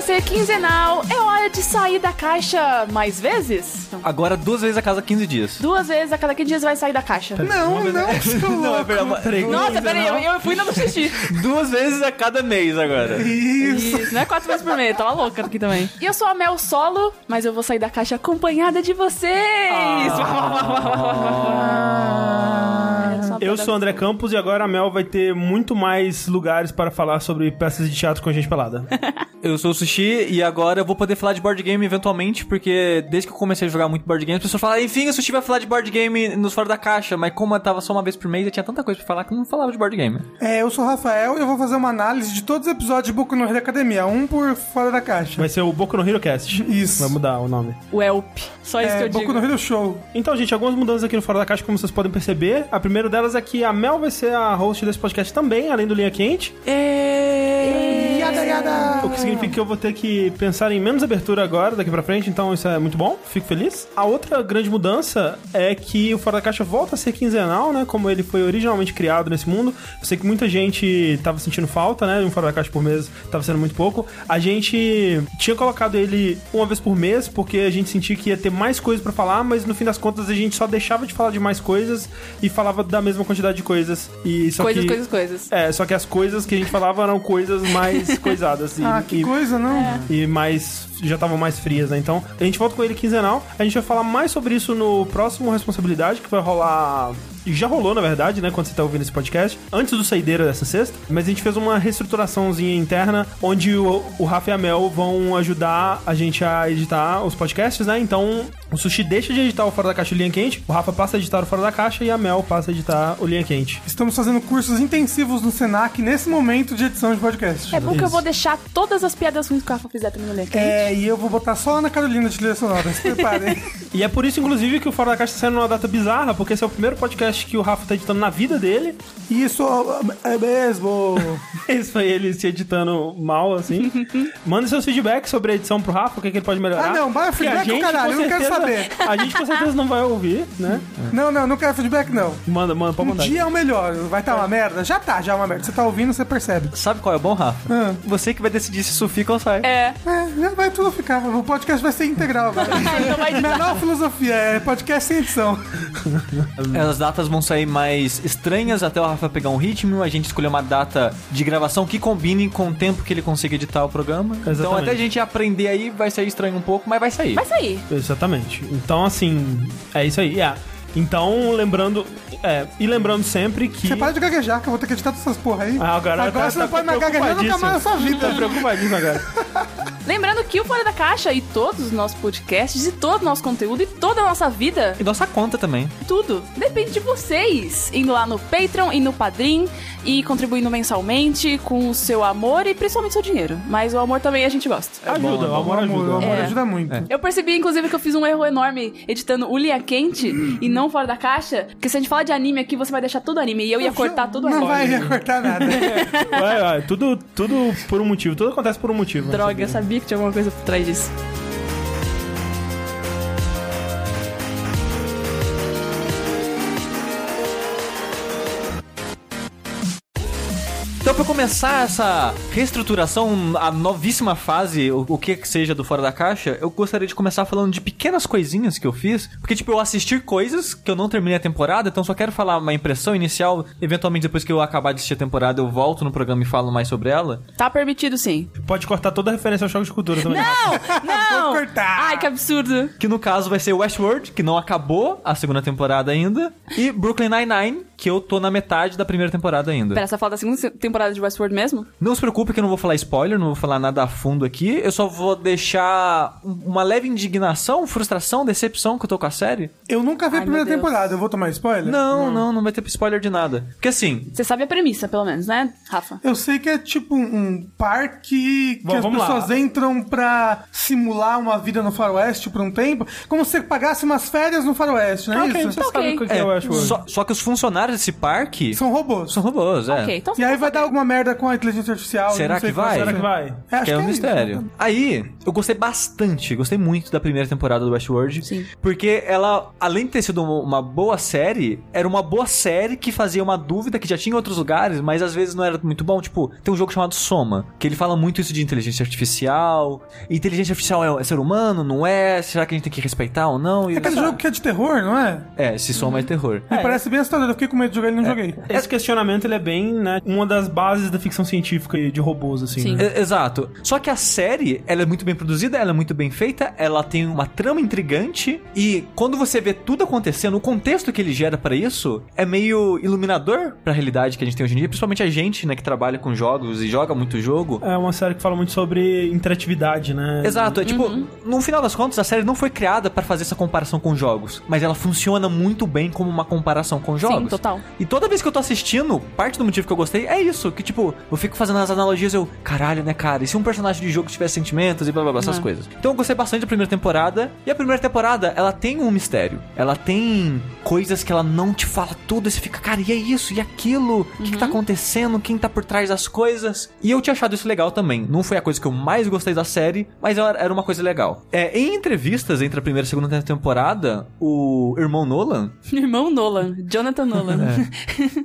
ser quinzenal, é hora de sair da caixa mais vezes? Agora duas vezes a cada 15 dias. Duas vezes a cada 15 dias vai sair da caixa. Não, não, fica é louco. verdade. Peraí. Nossa, peraí, eu, eu fui na do xixi. Duas vezes a cada mês agora. Isso, não é quatro vezes por mês, tava louca aqui também. E eu sou a Mel Solo, mas eu vou sair da caixa acompanhada de vocês. Eu sou o um. André Campos e agora a Mel vai ter muito mais lugares para falar sobre peças de teatro com gente pelada. Eu sou o Sushi e agora eu vou poder falar de board game eventualmente, porque desde que eu comecei a jogar muito board game, as pessoas falam, enfim, o Sushi vai falar de board game nos fora da caixa, mas como eu tava só uma vez por mês, eu tinha tanta coisa pra falar que eu não falava de board game. É, eu sou o Rafael e eu vou fazer uma análise de todos os episódios de Boku no Hero Academia, um por fora da caixa. Vai ser o Boku no Hero Cast. Isso. Vai mudar o nome. O Elp, só isso que É, eu digo. Boku no Hero Show. Então, gente, algumas mudanças aqui no Fora da Caixa, como vocês podem perceber. A primeira delas é que a Mel vai ser a host desse podcast também, além do Linha Quente. É. Yada, yada. O que significa que eu vou ter que pensar em menos abertura agora, daqui pra frente, então isso é muito bom, fico feliz. A outra grande mudança é que o Fora da Caixa volta a ser quinzenal, né? Como ele foi originalmente criado nesse mundo. Eu sei que muita gente tava sentindo falta, né? de Um Fora da Caixa por mês tava sendo muito pouco. A gente tinha colocado ele uma vez por mês, porque a gente sentia que ia ter mais coisas pra falar, mas no fim das contas a gente só deixava de falar de mais coisas e falava da mesma quantidade de coisas. E só Coisas, que... coisas, coisas. É, só que as coisas que a gente falava eram coisas mais coisadas. E, Ah, que e- coisa, não? e mais já estavam mais frias, né? Então, a gente volta com ele quinzenal. A gente vai falar mais sobre isso no próximo Responsabilidade, que vai rolar. Já rolou, na verdade, né? Quando você tá ouvindo esse podcast, antes do saideira dessa sexta. Mas a gente fez uma reestruturaçãozinha interna, onde o, o Rafa e a Mel vão ajudar a gente a editar os podcasts, né? Então, o Sushi deixa de editar o Fora da Caixa e o Linha Quente, o Rafa passa a editar o Fora da Caixa e a Mel passa a editar o Linha Quente. Estamos fazendo cursos intensivos no Senac nesse momento de edição de podcast. É bom que eu Isso. vou deixar todas as piadas ruins que o Rafa fizer também no link. É, e eu vou botar só a Ana Carolina de trilha sonora, se preparem. E é por isso, inclusive, que o Fora da Caixa tá saindo numa data bizarra, porque esse é o primeiro podcast que o Rafa tá editando na vida dele. É Isso é mesmo. Isso foi ele se editando mal, assim. Manda seus feedbacks sobre a edição pro Rafa, o que, é que ele pode melhorar. Ah, não, vai Porque a feedback, gente, caralho, com eu não quero certeza- A gente com certeza não vai ouvir, né? Não, não, não quero feedback, não. Manda, manda, pode Um mandar. dia é o melhor. Vai estar uma merda? Já tá, já é uma merda. Você tá ouvindo, você percebe. Sabe qual é o bom, Rafa? Ah. Você que vai decidir se isso fica ou sai. É, É, já vai tudo ficar. O podcast vai ser integral agora. então vai Minha nova filosofia é podcast sem edição. As datas vão sair mais estranhas até o Rafa pegar um ritmo, a gente escolher uma data de gravação que combine com o tempo que ele consiga editar o programa. Então Exatamente. até a gente aprender aí vai sair estranho um pouco, mas vai sair. Vai sair. É. Exatamente. Então, assim, é isso aí. Yeah. Então, lembrando. É, e lembrando sempre que. Você para de gaguejar, que eu vou ter que editar todas essas porra aí. Ah, agora Agora tá- você não tá pode mais gaguejar nunca mais na sua preocupadíssimo. Tá vida. preocupadíssimo agora. Lembrando que o Fora da Caixa e todos os nossos podcasts e todo o nosso conteúdo e toda a nossa vida, E nossa conta também. tudo, depende de vocês. Indo lá no Patreon e no Padrim e contribuindo mensalmente com o seu amor e principalmente seu dinheiro. Mas o amor também a gente gosta. Tá ajuda, bom, é o amor O ajuda. amor, o amor É. ajuda muito. É. Eu percebi, inclusive, que eu fiz um erro enorme editando o Linha Quente e não Fora da Caixa. Porque se a gente falar de anime aqui, você vai deixar tudo anime. E eu ia cortar tudo Não anime. vai recortar nada. Vai, vai, tudo, tudo por um motivo, tudo acontece por um motivo. Droga, eu sabia que tinha alguma coisa por trás disso. Então, pra começar essa reestruturação, a novíssima fase, o, o que que seja do Fora da Caixa, eu gostaria de começar falando de pequenas coisinhas que eu fiz. Porque, tipo, eu assisti coisas que eu não terminei a temporada, então só quero falar uma impressão inicial. Eventualmente, depois que eu acabar de assistir a temporada, eu volto no programa e falo mais sobre ela. Tá permitido, sim. Pode cortar toda a referência ao choque de cultura também. Não! Não! Vou cortar. Ai, que absurdo. Que no caso vai ser Westworld, que não acabou a segunda temporada ainda. E Brooklyn Nine-Nine, que eu tô na metade da primeira temporada ainda. Pera, você fala da segunda temporada de Westworld mesmo? Não se preocupe que eu não vou falar spoiler, não vou falar nada a fundo aqui. Eu só vou deixar um- uma leve indignação, frustração, decepção que eu tô com a série. Eu nunca vi a Ai, primeira meu Deus. temporada, eu vou tomar spoiler? Não, não, não, vai ter spoiler de nada. Porque assim, Você sabe a premissa, pelo menos, né, Rafa? Eu sei que é tipo um- um parque que Bom, as vamos lá. pessoas entram pra simular uma vida no faroeste por um tempo, como se você pagasse umas férias no faroeste, não é Ok, isso? você sabe o que que é o Westworld. só, só que os funcionários funcionários desse parque São robôs. são robôs, é. Ok, então E aí vai dar alguma merda com a inteligência artificial. Será não sei que qual vai? Será que vai? É, acho que é um isso. mistério. Aí, eu gostei bastante, gostei muito da primeira temporada do Westworld. Sim. Porque ela, além de ter sido uma- uma boa série, era uma boa série que fazia uma dúvida que já tinha em outros lugares, mas às vezes não era muito bom. Tipo, tem um jogo chamado Soma, que ele fala muito isso de inteligência artificial. Inteligência artificial é, é ser humano, não é? Será que a gente tem que respeitar ou não? E- É aquele jogo que é de terror, não é? É, esse Soma é terror. Ele parece bem assustador. Eu fiquei com medo de jogar ele e não joguei. Esse questionamento ele é bem, né, uma das bases da ficção científica e de robôs, assim. Sim. né? E- Exato. Só que a série, ela é muito bem produzida, ela é muito bem feita, ela tem uma trama intrigante e quando você vê tudo acontecendo, o contexto que ele gera pra isso é meio iluminador pra realidade que a gente tem hoje em dia, principalmente a gente, né, que trabalha com jogos e joga muito jogo. É uma série que fala muito sobre interatividade, né? Exato, é tipo, no final das contas, a série não foi criada pra fazer essa comparação com jogos, mas ela funciona muito bem como uma comparação com jogos. Sim, total. E toda vez que eu tô assistindo, parte do motivo que eu gostei é isso. Que, tipo, eu fico fazendo as analogias eu... Caralho, né, cara? E se um personagem de jogo tivesse sentimentos e blá, blá, blá, essas É. coisas. Então eu gostei bastante da primeira temporada. E a primeira temporada, ela tem um mistério. Ela tem coisas que ela não te fala tudo. E você fica, cara, e é isso? E aquilo? O que, que tá acontecendo? Quem tá por trás das coisas? E eu tinha achado isso legal também. Não foi a coisa que eu mais gostei da série, mas ela era uma coisa legal. É, em entrevistas entre a primeira e a segunda temporada, o irmão Nolan, Irmão Nolan, Jonathan Nolan.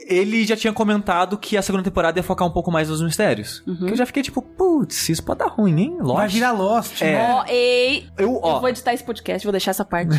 ele já tinha comentado que a segunda temporada ia focar um pouco mais nos mistérios. Uhum. Que eu já fiquei tipo, putz, isso pode dar ruim, hein? Lost. Vai virar Lost, É. né? Ó, ei, Eu, eu ó, vou editar esse podcast, vou deixar essa parte.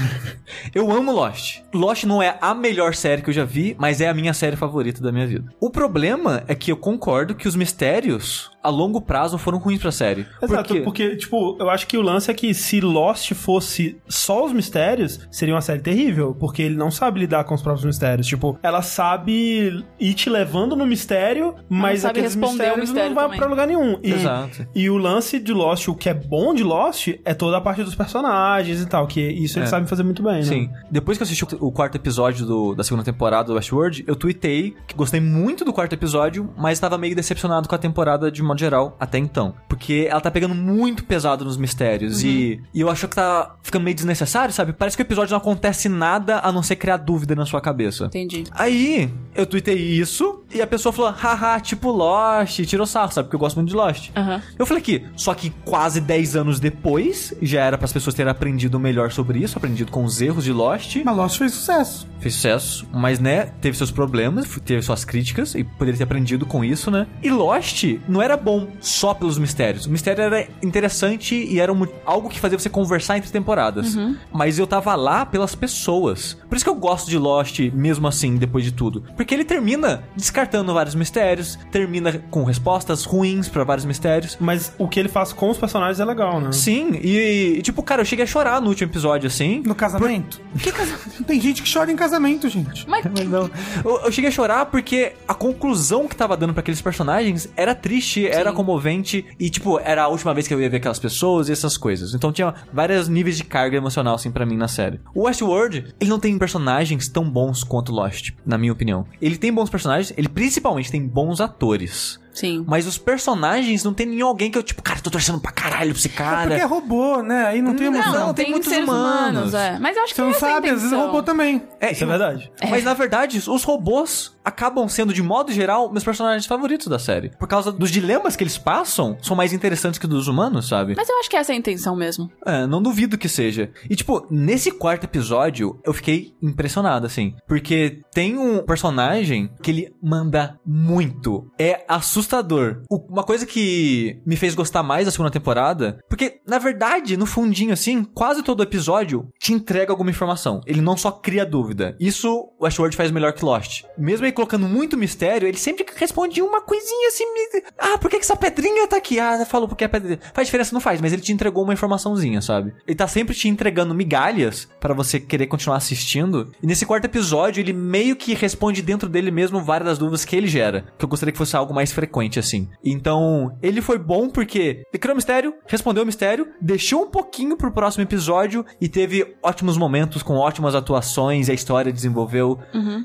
eu amo Lost. Lost não é a melhor série que eu já vi, mas é a minha série favorita da minha vida. O problema é que eu concordo que os mistérios, a longo prazo, foram ruins pra série. Exato, Por quê? porque, tipo, eu acho que o lance é que se Lost fosse só os mistérios, seria uma série terrível, porque ele não sabe lidar com os próprios mistérios. Tipo, ela sabe ir te levando no mistério, mas sabe aqueles responder o mistérios mistério não vai também. pra lugar nenhum. E, Exato. E o lance de Lost, o que é bom de Lost, é toda a parte dos personagens e tal, que isso eles É. sabem fazer muito bem, né? Sim. Depois que eu assisti o- o quarto episódio do- da segunda temporada do Westworld, eu tuitei que gostei muito do quarto episódio, mas estava meio decepcionado com a temporada de modo geral até então. Porque ela tá pegando muito pesado nos mistérios e, e eu acho que tá ficando meio desnecessário, sabe? Parece que o episódio não acontece nada a não ser criar dúvida na sua cabeça. Entendi. Aí, eu tuitei isso e a pessoa falou, haha, tipo Lost, e tirou sarro, sabe? Porque eu gosto muito de Lost. Aham. Eu falei que, só que quase 10 anos depois, já era pras pessoas terem aprendido melhor sobre isso, aprendido com os erros de Lost. Mas Lost fez sucesso. Fez sucesso, mas né, teve seus problemas, f- teve suas críticas e poderia ter aprendido com isso, né? E Lost não era bom só pelos mistérios. O mistério era interessante e era um- algo que fazia você conversar entre temporadas. Mas eu tava lá pelas pessoas. Por isso que eu gosto de Lost mesmo assim, depois de tudo. Porque ele termina descartando vários mistérios, termina com respostas ruins pra vários mistérios. Mas o que ele faz com os personagens é legal, né? Sim, e, e, tipo, cara, eu cheguei a chorar no último episódio, assim. No casamento. Que casamento? Tem gente que chora em casamento, gente. Mas Não. Eu, eu cheguei a chorar porque a conclusão que tava dando pra aqueles personagens era triste, era comovente e, tipo, era a última vez que eu ia ver aquelas pessoas e essas coisas. Então tinha vários níveis de carga emocional, assim, pra mim na série. O Westworld, ele não tem personagens tão bons quanto Lost, na minha opinião. Ele tem bons personagens, ele principalmente tem bons atores. Sim. Mas os personagens não tem nenhum alguém que eu, tipo, cara, tô torcendo pra caralho pra esse cara. Porque é robô, né? Aí não tem emoção. Não, tem muitos humanos. é. Mas eu acho que Você não essa é a sabe, às vezes é intenção. robô também. É, Isso é e- verdade. Mas na verdade, os robôs acabam sendo, de modo geral, meus personagens favoritos da série. Por causa dos dilemas que eles passam, são mais interessantes que os dos humanos, sabe? Mas eu acho que essa é a intenção mesmo. É, não duvido que seja. E, tipo, nesse quarto episódio, eu fiquei impressionado, assim. Porque tem um personagem que ele manda muito. É assustador. O- Uma coisa que me fez gostar mais da segunda temporada, porque, na verdade, no fundinho, assim, quase todo episódio te entrega alguma informação. Ele não só cria dúvida. Isso o Ashworth faz melhor que Lost. Mesmo ele colocando muito mistério, ele sempre responde uma coisinha assim. me- Ah, por que que essa pedrinha tá aqui? Ah, falou porque é pedrinha. Faz diferença, não faz, mas ele te entregou uma informaçãozinha, sabe? Ele tá sempre te entregando migalhas pra você querer continuar assistindo. E nesse quarto episódio, ele meio que responde dentro dele mesmo várias das dúvidas que ele gera. Que eu gostaria que fosse algo mais frequente, assim. Então, ele foi um bom porque ele criou o mistério, respondeu o mistério, deixou um pouquinho pro próximo episódio e teve ótimos momentos com ótimas atuações, a história desenvolveu.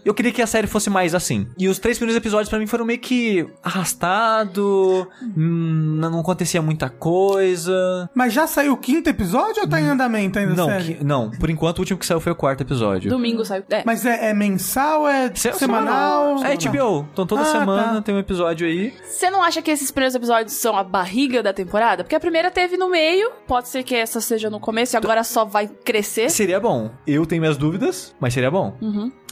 Eu queria que a série fosse mais assim. E os três primeiros episódios pra mim foram meio que arrastado, hum, não acontecia muita coisa. Mas já saiu o quinto episódio ou tá em andamento ainda, Não, série? que- não, por enquanto o último que saiu foi o quarto episódio. Domingo saiu. É. Mas é, é mensal? É Se- semanal? É HBO. Então toda Ah, semana tá. tem um episódio aí. Você não acha que esses primeiros episódios são a barriga da temporada? Porque a primeira teve no meio, pode ser que essa seja no começo e agora só vai crescer. Seria bom. Eu tenho minhas dúvidas, mas seria bom.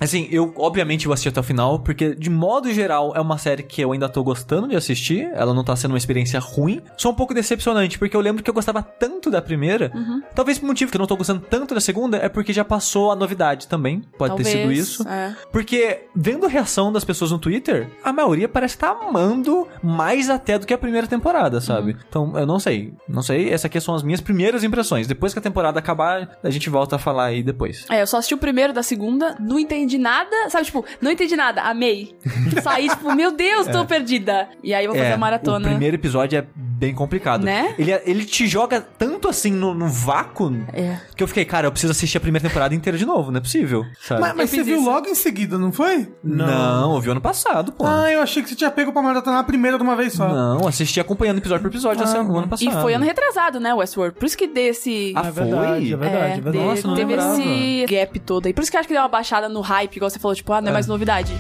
Assim, eu obviamente vou assistir até o final, porque de modo geral é uma série que eu ainda tô gostando de assistir. Ela não tá sendo uma experiência ruim. Só um pouco decepcionante, porque eu lembro que eu gostava tanto da primeira. Talvez o motivo que eu não tô gostando tanto da segunda é porque já passou a novidade também. Pode Talvez, ter sido isso. é. Porque, vendo a reação das pessoas no Twitter, a maioria parece estar amando mais até do que a primeira temporada, sabe? Uhum. Então, eu não sei. Não sei. Essas aqui são as minhas primeiras impressões. Depois que a temporada acabar, a gente volta a falar aí depois. É, eu só assisti o primeiro da segunda, não entendi nada, sabe? Tipo, não entendi nada, amei. Saí, tipo, meu Deus, tô perdida. E aí eu vou fazer a maratona. É. O primeiro episódio é bem complicado. Né? Ele, é, ele te joga tanto assim no, no vácuo É. que eu fiquei, cara, eu preciso assistir a primeira temporada inteira de novo, não é possível. Sabe? Mas, mas Eu você fiz viu isso. logo em seguida, não foi? Não, eu vi ano passado, pô. Ah, eu achei que você tinha pego pra maratonar a primeira de uma vez só. Não, assisti acompanhando episódio por episódio assim, no ano passado. E Ah, foi ano retrasado, né, Westworld? Por isso que deu esse... Ah, É foi? verdade, é É, verdade, é teve- verdade. Nossa, não teve lembrava. esse gap todo aí. Por isso que eu acho que deu uma baixada no hype, igual você falou, tipo, ah, não é, mais novidade.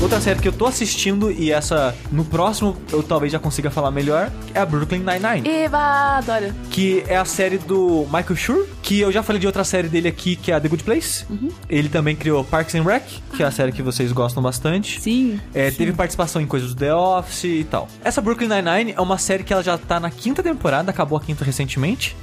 Outra série que eu tô assistindo e essa no próximo eu talvez já consiga falar melhor é a Brooklyn Nine-Nine, Eva, adoro. que é a série do Michael Schur, que eu já falei de outra série dele aqui que é a The Good Place. Uhum. Ele também criou Parks and Rec, que é a série que vocês gostam bastante. Ah. Sim. É, teve participação em coisas do The Office e tal. Essa Brooklyn Nine-Nine é uma série que ela já tá na quinta temporada, acabou a quinta recentemente.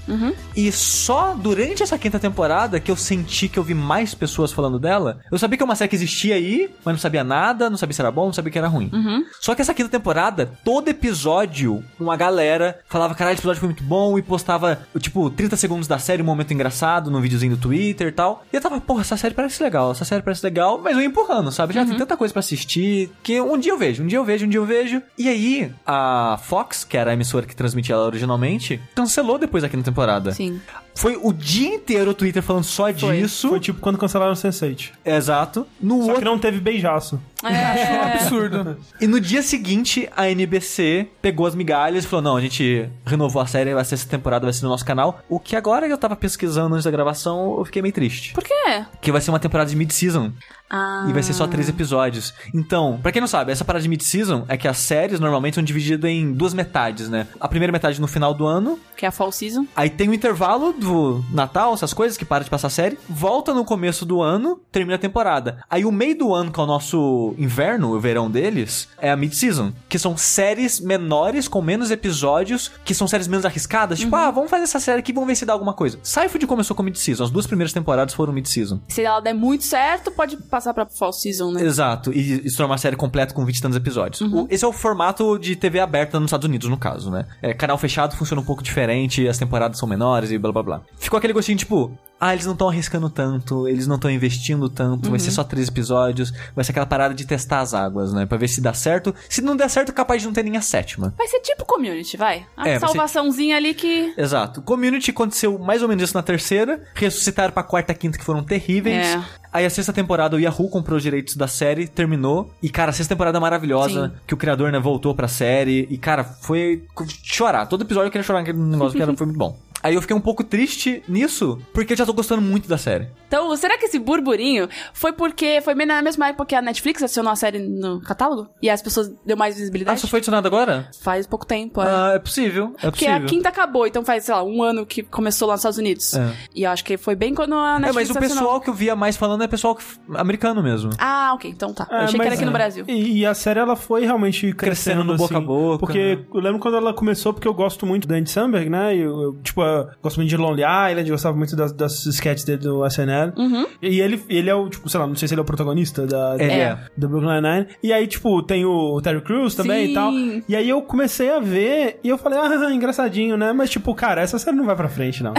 E só durante essa quinta temporada que eu senti que eu vi mais pessoas falando dela. Eu sabia que é uma série que existia aí, mas não sabia nada, não sabia se era bom, não sabia que era ruim. Só que essa quinta temporada, todo episódio, uma galera falava, caralho, esse episódio foi muito bom e postava, tipo, 30 segundos da série, um momento engraçado, num videozinho do Twitter e tal. E eu tava, porra, essa série parece legal, essa série parece legal, mas eu ia empurrando, sabe? Já tem tanta coisa pra assistir que um dia eu vejo, um dia eu vejo, um dia eu vejo. E aí, a Fox, que era a emissora que transmitia ela originalmente, cancelou depois da quinta temporada. Sim. Foi o dia inteiro o Twitter falando só Foi. disso. Foi tipo quando cancelaram o Sense8. Exato. No Só outro... que não teve beijaço. É, Absurdo. E no dia seguinte, a NBC pegou as migalhas e falou: não, a gente renovou a série, vai ser essa temporada, vai ser no nosso canal. O que agora que eu tava pesquisando antes da gravação, eu fiquei meio triste. por quê? Porque vai ser uma temporada de mid-season. Ah, E vai ser só três episódios. Então, pra quem não sabe, essa parada de mid-season é que as séries normalmente são divididas em duas metades, né? A primeira metade no final do ano que é a Fall Season. Aí tem o intervalo do Natal, essas coisas, que para de passar a série. Volta no começo do ano, termina a temporada. Aí o meio do ano, que é o nosso inverno, o verão deles, é a mid-season. Que são séries menores, com menos episódios, que são séries menos arriscadas. Tipo, ah, vamos fazer essa série aqui, vamos ver se dá alguma coisa. Seinfeld começou com mid-season. As duas primeiras temporadas foram mid-season. Se ela der muito certo, pode passar pra Fall Season, né? Exato, e isso é uma série completa com 20 e tantos episódios. O- Esse é o formato de TV aberta nos Estados Unidos, no caso, né? É, canal fechado funciona um pouco diferente, as temporadas são menores e blá blá blá. Ficou aquele gostinho tipo, ah, eles não estão arriscando tanto, eles não estão investindo tanto, vai ser só três episódios, vai ser aquela parada de testar as águas, né? Pra ver se dá certo. Se não der certo, capaz de não ter nem a sétima. Vai ser tipo community, vai. A É, vai ser- salvaçãozinha ali que. Exato. Community aconteceu mais ou menos isso na terceira. Ressuscitaram pra quarta e quinta que foram terríveis. É. Aí a sexta temporada o Yahoo comprou os direitos da série, terminou. E, cara, a sexta temporada é maravilhosa. Que o criador, né, voltou pra série. E, cara, foi chorar. Todo episódio eu queria chorar naquele negócio que era, foi muito bom. Aí eu fiquei um pouco triste nisso, porque eu já tô gostando muito da série. Ah, Então, será que esse burburinho foi porque foi bem na mesma época que a Netflix acionou a série no catálogo? E as pessoas deu mais Ah, visibilidade? só foi adicionado agora? Faz pouco tempo, é. Ah, é possível. É Porque possível. a quinta acabou, então faz, sei lá, um ano que começou lá nos Estados Unidos. É. E eu acho que foi bem quando a É, Netflix tá mas o acionou. pessoal que eu via mais falando é pessoal que- americano mesmo. Ah, ok, então tá. Eu É, achei que mas- era aqui no é. Brasil. E, e a série ela foi realmente Crescendo crescendo, no boca a assim, boca, Porque né? eu lembro quando ela começou, porque eu gosto muito da Andy Samberg, né? Eu, eu, tipo, eu gosto muito de Lonely Island, eu gostava muito das, das sketches dele do SNL. Uhum. E ele, ele é o, tipo, sei lá, não sei se ele é o protagonista da, Ele É. é. da Brooklyn Nine-Nine. E aí, tipo, tem o Terry Crews também Sim. e tal. E aí eu comecei a ver e eu falei, ah, engraçadinho, né? Mas, tipo, cara, essa série não vai pra frente, não.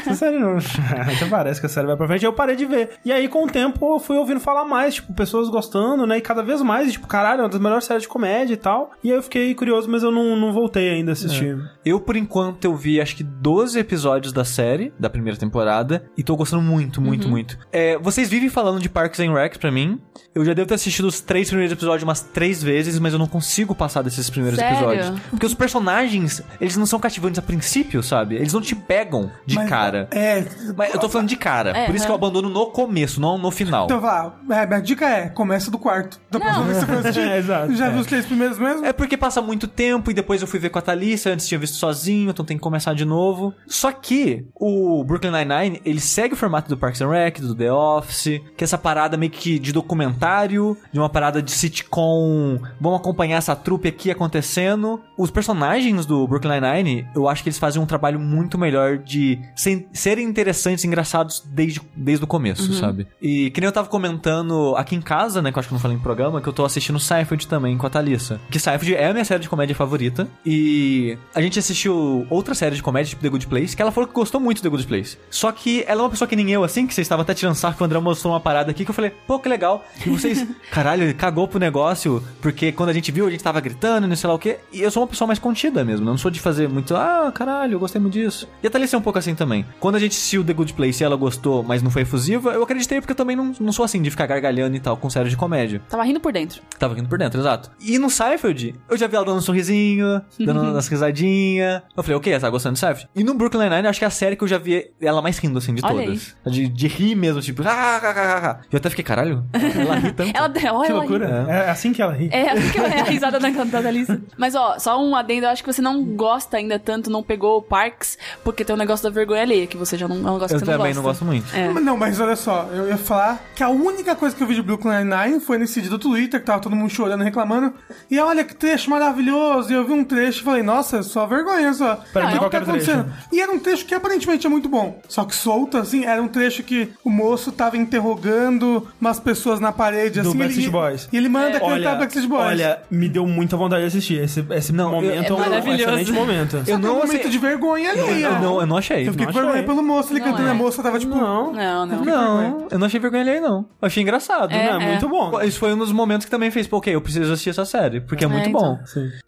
essa série não. então parece que a série vai pra frente. Aí eu parei de ver. E aí, com o tempo, eu fui ouvindo falar mais, tipo, pessoas gostando, né? E cada vez mais, e, tipo, caralho, é uma das melhores séries de comédia É e tal. E aí eu fiquei curioso, mas eu não, não voltei ainda a assistir. Eu, por enquanto, eu vi acho que 12 12 episódios da série, da primeira temporada, e tô gostando muito, Uhum. muito, muito. É, vocês vivem falando de Parks and Rec pra mim. Eu já devo ter assistido os três primeiros episódios umas três vezes, mas eu não consigo passar desses primeiros Sério? episódios. Porque os personagens, eles não são cativantes a princípio, sabe? Eles não te pegam de Mas- cara. É. Mas eu tô falando de cara. É, por isso que eu aham. abandono no começo, não no final. Então vá, é, minha dica é, começa do quarto. Da próxima vez que você for assistir. É, exato. Já viu os três primeiros mesmo? É porque passa muito tempo e depois eu fui ver com a Thalissa, antes tinha visto sozinho, então tem que começar de novo. Só que o Brooklyn Nine-Nine, ele segue o formato do Parks and Rec, do The Office, que é essa parada meio que de documentário, de uma parada de sitcom, vamos acompanhar essa trupe aqui acontecendo. Os personagens do Brooklyn Nine-Nine, eu acho que eles fazem um trabalho muito melhor de sem- serem interessantes, engraçados desde, desde o começo, sabe? E que nem eu tava comentando aqui em casa, né, que eu acho que eu não falei no programa, que eu tô assistindo Seinfeld também com a Thalissa. Que Seinfeld é a minha série de comédia favorita. E a gente assistiu outra série de comédia, tipo The Good Place, que ela falou que gostou muito do The Good Place. Só que ela é uma pessoa que nem eu, assim, que vocês estavam até tirando sarro, que o André mostrou uma parada aqui, que eu falei, pô, que legal. E vocês, caralho, ele cagou pro negócio, porque quando a gente viu, a gente tava gritando, não sei lá o quê. E eu sou uma pessoa mais contida mesmo, né? eu não sou de fazer muito, ah, caralho, eu gostei muito disso. E a Thalissa é um pouco assim também. Quando a gente assistiu The Good Place e ela gostou, mas não foi efusiva, eu acreditei porque eu também não, não sou assim de ficar gargalhando e tal com séries de comédia. Tava rindo por dentro. Tava rindo por dentro, exato. E no Seinfeld, eu já vi ela dando um sorrisinho, dando umas risadinhas. Eu falei, ok, ela tá gostando de Seinfeld. E no Brooklyn Nine, acho que é a série que eu já vi ela mais rindo, assim, de Olha todas. De, de rir mesmo, tipo... "Ah, ah, ah, ah, ah." Eu até fiquei, caralho, ela ri tanto. Ela, olha, Que ela loucura. É. assim que ela ri. É, assim que eu é a risada da, da Thalissa. Mas ó, só um adendo, eu acho que você não gosta ainda tanto, não pegou o Parks, porque tem o negócio da vergonha alheia, que você já não, é um negócio Eu que você não gosta. também não gosto muito. É. Mas Não, mas olha só, eu ia falar que a única coisa que eu vi de Brooklyn Nine-Nine foi nesse dia do Twitter, que tava todo mundo chorando, reclamando. E olha que trecho maravilhoso, e eu vi um trecho e falei, nossa, só vergonha, só. Pera, Não, qual não que tá era o trecho? acontecendo. E era um trecho que aparentemente é muito bom. Só que solto, assim, era um trecho que o moço tava interrogando umas pessoas na parede, Do assim. Backstreet ele, Boys. E ele manda cantar Backstreet Boys. olha, me deu muita vontade de assistir. Esse, esse Não, momento eu- É é um maravilhoso. excelente momento. Eu é um não, momento assim, de vergonha É. alheia. eu não, eu não achei. Eu fiquei não com vergonha achei. pelo moço, ele Não cantando, é. a moça tava tipo... Não, Não, não. Não, eu não achei vergonha alheia, não. Eu achei engraçado. É, não, é, é. muito bom. Pô, Isso foi um dos momentos que também fez, pô, ok, eu preciso assistir essa série, porque é, muito então. bom.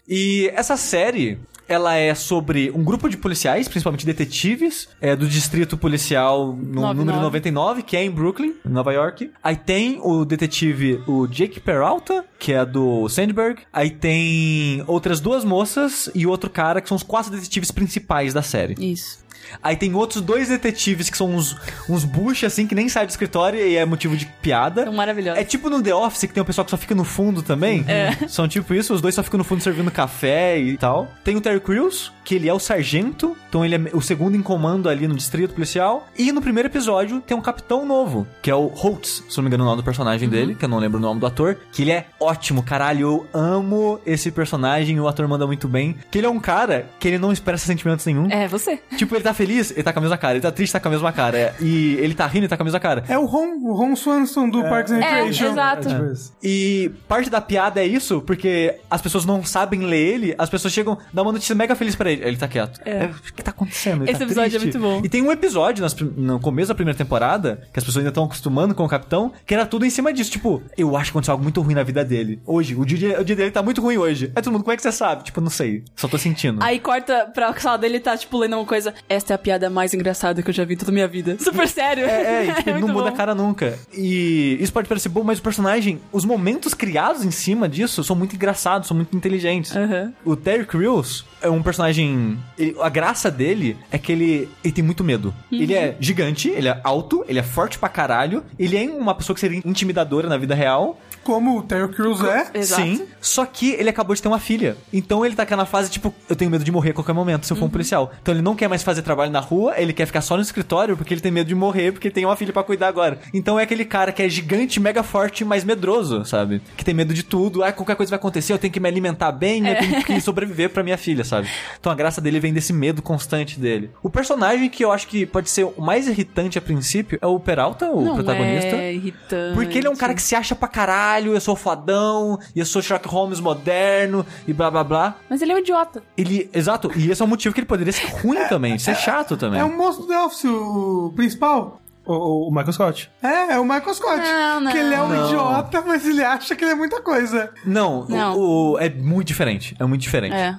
E essa série, ela é sobre um grupo de policiais, principalmente detetives, é, do distrito policial no 99. número 99, que é em Brooklyn, em Nova York. Aí tem o detetive, o Jake Peralta, que é do Sandberg. Aí tem outras duas moças e outro cara, que são os quatro detetives principais da série. Isso. Aí tem outros dois detetives que são uns, uns bucha, assim, que nem sai do escritório e é motivo de piada. São maravilhosos. É tipo no The Office, que tem um pessoal que só fica no fundo também. São tipo isso, os dois só ficam no fundo servindo café e tal. Tem o Terry Crews, que ele é o sargento, então ele é o segundo em comando ali no distrito policial. E no primeiro episódio tem um capitão novo, que é o Holtz, se não me engano o nome do personagem dele, que eu não lembro o nome do ator, que ele é ótimo, caralho, eu amo esse personagem, o ator manda muito bem. Que ele é um cara que ele não expressa sentimentos nenhum. É, você. Tipo, ele tá feliz, ele tá com a mesma cara. Ele tá triste, tá com a mesma cara. É, E ele tá rindo, ele tá com a mesma cara. É o Ron, o Ron Swanson do Parks and É, Recreation. exato. Tipo isso. E parte da piada é isso, porque as pessoas não sabem ler ele, as pessoas chegam, dá uma notícia mega feliz pra ele. Ele tá quieto. É, o que tá acontecendo? Ele Esse tá episódio é triste. muito bom. E tem um episódio nas prim- no começo da primeira temporada, que as pessoas ainda estão acostumando com o capitão, que era tudo em cima disso. Tipo, eu acho que aconteceu algo muito ruim na vida dele. Hoje, o dia, o dia dele tá muito ruim hoje. Aí todo mundo, como é que você sabe? Tipo, não sei. Só tô sentindo. Aí corta pra sala dele e tá, tipo, lendo uma coisa. Esta é a piada mais engraçada que eu já vi em toda a minha vida. Super sério. É, é, e, tipo, ele não muito muda a bom. cara nunca. E isso pode parecer bom, mas o personagem, os momentos criados em cima disso são muito engraçados, são muito inteligentes. Aham. O Terry Crews é um personagem. ele- a graça dele é que ele, ele tem muito medo. Uhum. Ele é gigante, ele é alto, ele é forte pra caralho, ele é uma pessoa que seria intimidadora na vida real. Como o Terry Crews é. Exato. Sim. Só que ele acabou de ter uma filha. Então ele tá aqui na fase, tipo, eu tenho medo de morrer a qualquer momento se eu for Uhum. um policial. Então ele não quer mais fazer trabalho na rua, ele quer ficar só no escritório porque ele tem medo de morrer, porque ele tem uma filha pra cuidar agora. Então é aquele cara que é gigante, mega forte, mas medroso, sabe? Que tem medo de tudo. Ah, qualquer coisa vai acontecer, eu tenho que me alimentar bem, É. eu tenho que sobreviver pra minha filha, sabe? Então a graça dele vem desse medo constante dele. O personagem que eu acho que pode ser o mais irritante a princípio é o Peralta, o Não protagonista. É irritante. Porque ele é um cara que se acha pra caralho, eu sou fodão, e eu sou Sherlock Holmes moderno, e blá blá blá. Mas ele é um idiota. Ele. Exato, e esse é um motivo que ele poderia ser ruim também, ser chato também. É o moço do The Office, o principal. O, o- o Michael Scott. É, é o Michael Scott. Não, não. Que ele é um Não. idiota, mas ele acha que ele é muita coisa. Não, o- Não. O, é muito diferente. É muito diferente. É.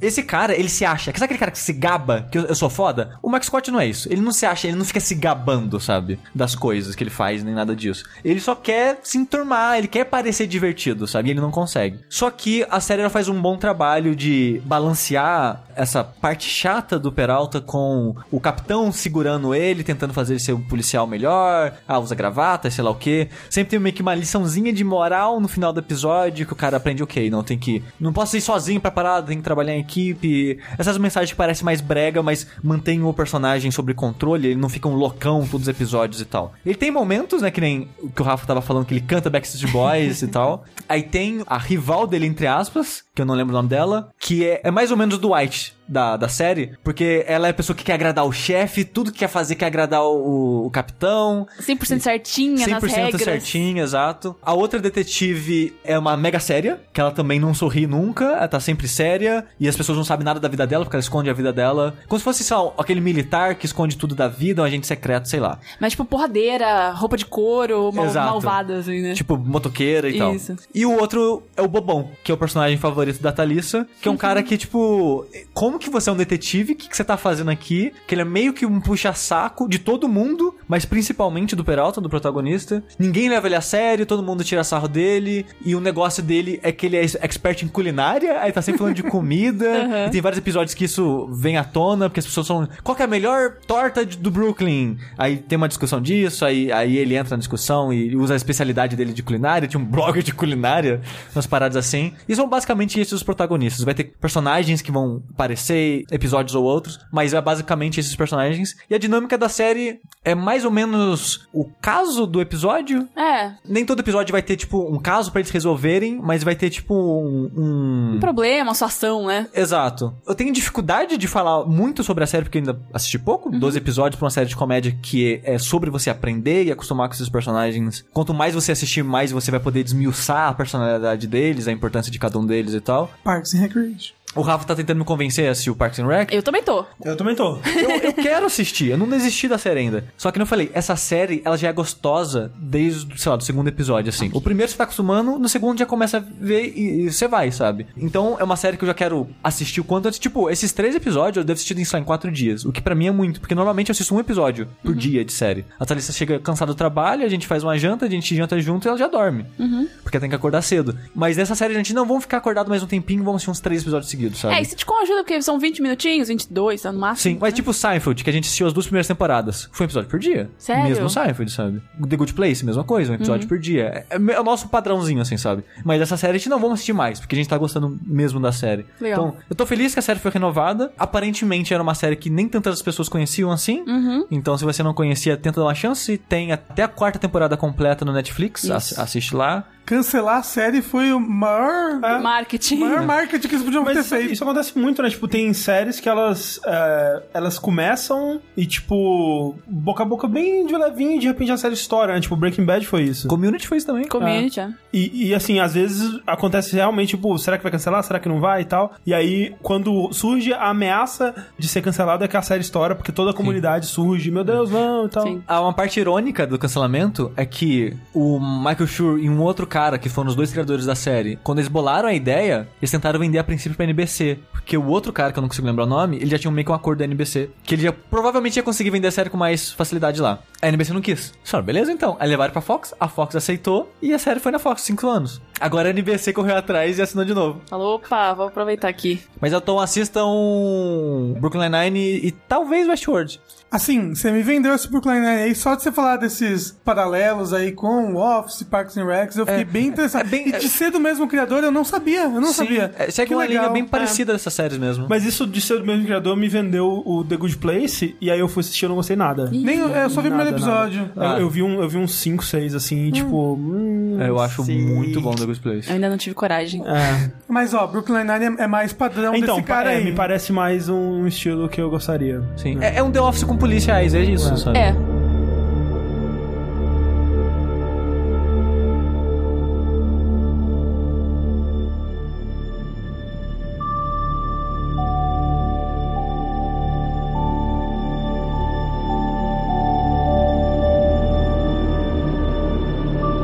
Esse cara, ele se acha. Sabe aquele cara que se gaba, que eu, eu sou foda? O Max Scott não é isso. Ele não se acha, ele não fica se gabando, sabe? Das coisas que ele faz, nem nada disso. Ele só quer se enturmar, ele quer parecer divertido, sabe? E ele não consegue. Só que a série ela faz um bom trabalho de balancear essa parte chata do Peralta com o capitão segurando ele, tentando fazer ele ser um policial melhor, ah, usa gravata, sei lá o quê. Sempre tem meio que uma liçãozinha de moral no final do episódio que o cara aprende, ok, não tem que. Não posso ir sozinho pra parada, tem que trabalhar em equipe. Essas mensagens que parecem mais brega, mas mantêm o personagem sobre controle, ele não fica um loucão todos os episódios e tal. Ele tem momentos, né, que nem o que o Rafa tava falando, que ele canta Backstreet Boys e tal. Aí tem a rival dele, entre aspas, que eu não lembro o nome dela, que é, é mais ou menos o Dwight da, da série, porque ela é a pessoa que quer agradar o chefe, tudo que quer fazer quer agradar o, o capitão. 100% certinha nas regras. certinha, exato. A outra detetive é uma mega séria, que ela também não sorri nunca, ela tá sempre séria, e as pessoas não sabem nada da vida dela, porque ela esconde a vida dela. Como se fosse, sei lá, aquele militar que esconde tudo da vida, um agente secreto, sei lá. Mas, tipo, porradeira, roupa de couro, mal, Exato. malvada, assim, né? Tipo, motoqueira e Isso. tal. E o outro é o Bobão, que é o personagem favorito da Thalissa, que é Uhum. um cara que, tipo, como que você é um detetive? O que, que você tá fazendo aqui? Que ele é meio que um puxa-saco de todo mundo, mas principalmente do Peralta, do protagonista. Ninguém leva ele a sério, todo mundo tira sarro dele, e o negócio dele é que ele é expert em culinária, aí tá sempre falando de comida, e tem vários episódios que isso vem à tona, porque as pessoas são. Qual que é a melhor torta de- do Brooklyn? Aí tem uma discussão disso, aí, aí ele entra na discussão e usa a especialidade dele de culinária, tinha um blog de culinária, umas paradas assim. E são basicamente esses os protagonistas. Vai ter personagens que vão aparecer, episódios ou outros, mas é basicamente esses personagens. E a dinâmica da série é mais ou menos o caso do episódio, É, nem todo episódio vai ter, tipo, um caso pra eles resolverem, mas vai ter, tipo, um. um- problema, sua ação, né? Exato. Eu tenho dificuldade de falar muito sobre a série, porque eu ainda assisti pouco. 12 episódios pra uma série de comédia que é sobre você aprender e acostumar com esses personagens. Quanto mais você assistir, mais você vai poder desmiuçar a personalidade deles, a importância de cada um deles e tal. Parks and Recreation. O Rafa tá tentando me convencer a assistir o Parks and Rec. Eu também tô. Eu também tô. Eu, eu quero assistir, eu não desisti da série ainda. Só que não falei, essa série, ela já é gostosa desde, sei lá, do segundo episódio, assim. O primeiro você tá acostumando, no segundo já começa a ver e, e você vai, sabe? Então é uma série que eu já quero assistir o quanto antes. Tipo, esses três episódios eu devo assistir em, sei lá, em quatro dias. O que pra mim é muito, porque normalmente eu assisto um episódio por dia de série. A Thalissa chega cansada do trabalho, a gente faz uma janta, a gente janta junto e ela já dorme. Porque tem que acordar cedo. Mas nessa série a gente não vamos ficar acordado mais um tempinho, vamos assistir uns três episódios seguidos, sabe? É, e se te ajuda, porque são 20 minutinhos, 22, tá no máximo. Sim, mas tipo Seinfeld, que a gente assistiu as duas primeiras temporadas. Foi um episódio por dia. Sério? Uhum. Mesmo Seinfeld, sabe? The Good Place, mesma coisa, um episódio por dia. É, é o nosso padrãozinho, assim, sabe? Mas essa série a gente não vamos assistir mais, porque a gente tá gostando mesmo da série. Legal. Então, eu tô feliz que a série foi renovada. Aparentemente era uma série que nem tantas pessoas conheciam assim. Uhum. Então, se você não conhecia, tenta dar uma chance. Tem até a quarta temporada completa no Netflix. Ass- assiste lá. Cancelar a série foi o maior, Marketing. maior marketing que eles podiam ter Mas feito. isso acontece muito, né? Tipo, tem séries que elas é, elas começam e, tipo, boca a boca bem de levinho e de repente a série estoura, né? Tipo, Breaking Bad foi isso. Community foi isso também. Community, é. E, e, assim, às vezes acontece realmente, tipo, será que vai cancelar? Será que não vai e tal? E aí, quando surge a ameaça de ser cancelado, é que a série estoura, porque toda a comunidade surge, meu Deus, não, e tal. Sim. Ah, Uma parte irônica do cancelamento é que o Michael Schur e um outro cara, que foram os dois criadores da série, quando eles bolaram a ideia, eles tentaram vender a princípio pra NBC. Porque o outro cara, que eu não consigo lembrar o nome, ele já tinha meio que um acordo da NBC. Que ele já provavelmente ia conseguir vender a série com mais facilidade lá. A NBC não quis. Só, beleza então. Aí levaram pra Fox, a Fox aceitou e a série foi na Fox, 5 anos. Agora a NBC correu atrás e assinou de novo. Falou, opa, vou aproveitar aqui. Mas então assistam Brooklyn Nine-Nine e, e talvez Westworld. Assim, você me vendeu esse Brooklyn Nine aí só de você falar desses paralelos aí com Office, Parks and Recs, eu fiquei bem é interessado. bem- e de ser do mesmo criador, eu não sabia, eu não sabia. É, segue Que uma linha legal. bem É. parecida dessas séries mesmo. Mas isso de ser do mesmo criador me vendeu o The Good Place, e aí eu fui assistir e eu não gostei nada. Nem, eu só vi o Nada, primeiro episódio. nada. Ah. Eu, eu vi um, eu vi uns 5, 6, assim, tipo. hum, É, Eu acho sei. muito bom The Good Place. Eu ainda não tive coragem. É. Mas ó, Brooklyn Nine é é mais padrão Então, desse cara é, aí. me parece mais um estilo que eu gostaria. Sim. É, é um The Office com policiais, é isso, sabe? É.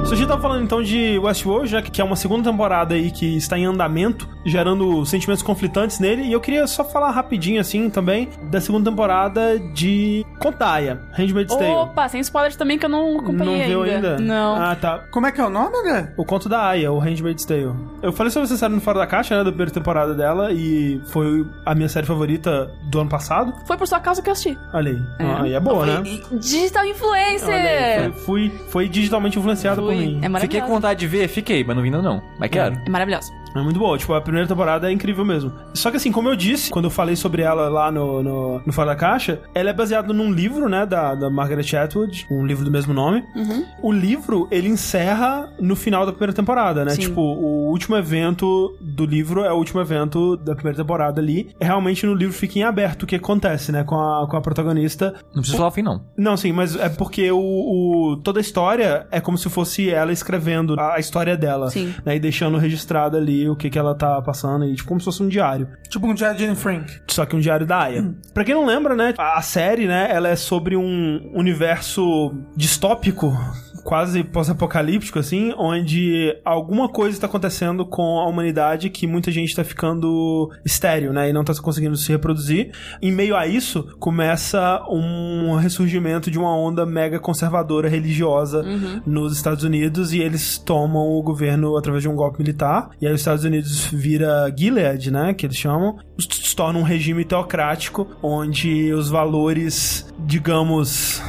Só Sushi tava falando então de Westworld, já que é uma segunda temporada aí que está em andamento, gerando sentimentos conflitantes nele. E eu queria só falar rapidinho assim também da segunda temporada de Contaia, Handmaid's Tale. Opa, sem spoilers também que eu não acompanhei Não viu ainda? Não. Ah, tá. Como é que é o nome, André? O conto da Aya, o Handmaid's Tale. Eu falei sobre essa série no Fora da Caixa, né, da primeira temporada dela, e foi a minha série favorita do ano passado. Foi por sua causa que eu assisti. Olha aí. Ah, e é boa, né? Digital Olha aí, Influencer! foi, fui- foi digitalmente influenciado É. por Fui. É mim. Fiquei com maravilhoso. vontade de ver, fiquei, mas não vi ainda não. Mas quero. É maravilhoso. É muito boa, tipo, a primeira temporada é incrível mesmo. Só que assim, como eu disse, quando eu falei sobre ela lá no, no, no Fora da Caixa, ela é baseada num livro, né, da, da Margaret Atwood, um livro do mesmo nome. Uhum. O livro, ele encerra no final da primeira temporada, né? Sim. Tipo, o último evento do livro é o último evento da primeira temporada ali. Realmente no livro fica em aberto o que acontece, né, com a, com a protagonista. Não precisa falar o fim, não. Não, sim, mas é porque o, o- toda a história é como se fosse ela escrevendo a, a história dela. Sim. Né, e deixando registrado ali o que, que ela tá passando, e tipo, como se fosse um diário. Tipo um Jared Jane Frank. Só que um diário da Aya. Pra quem não lembra, né? A a série, né? Ela é sobre um universo distópico. Quase pós-apocalíptico, assim, onde alguma coisa está acontecendo com a humanidade que muita gente tá ficando estéreo, né? E não tá conseguindo se reproduzir. Em meio a isso, começa um ressurgimento de uma onda mega conservadora religiosa nos Estados Unidos e eles tomam o governo através de um golpe militar. E aí os Estados Unidos vira Gilead, né? Que eles chamam. Se torna um regime teocrático onde os valores, digamos,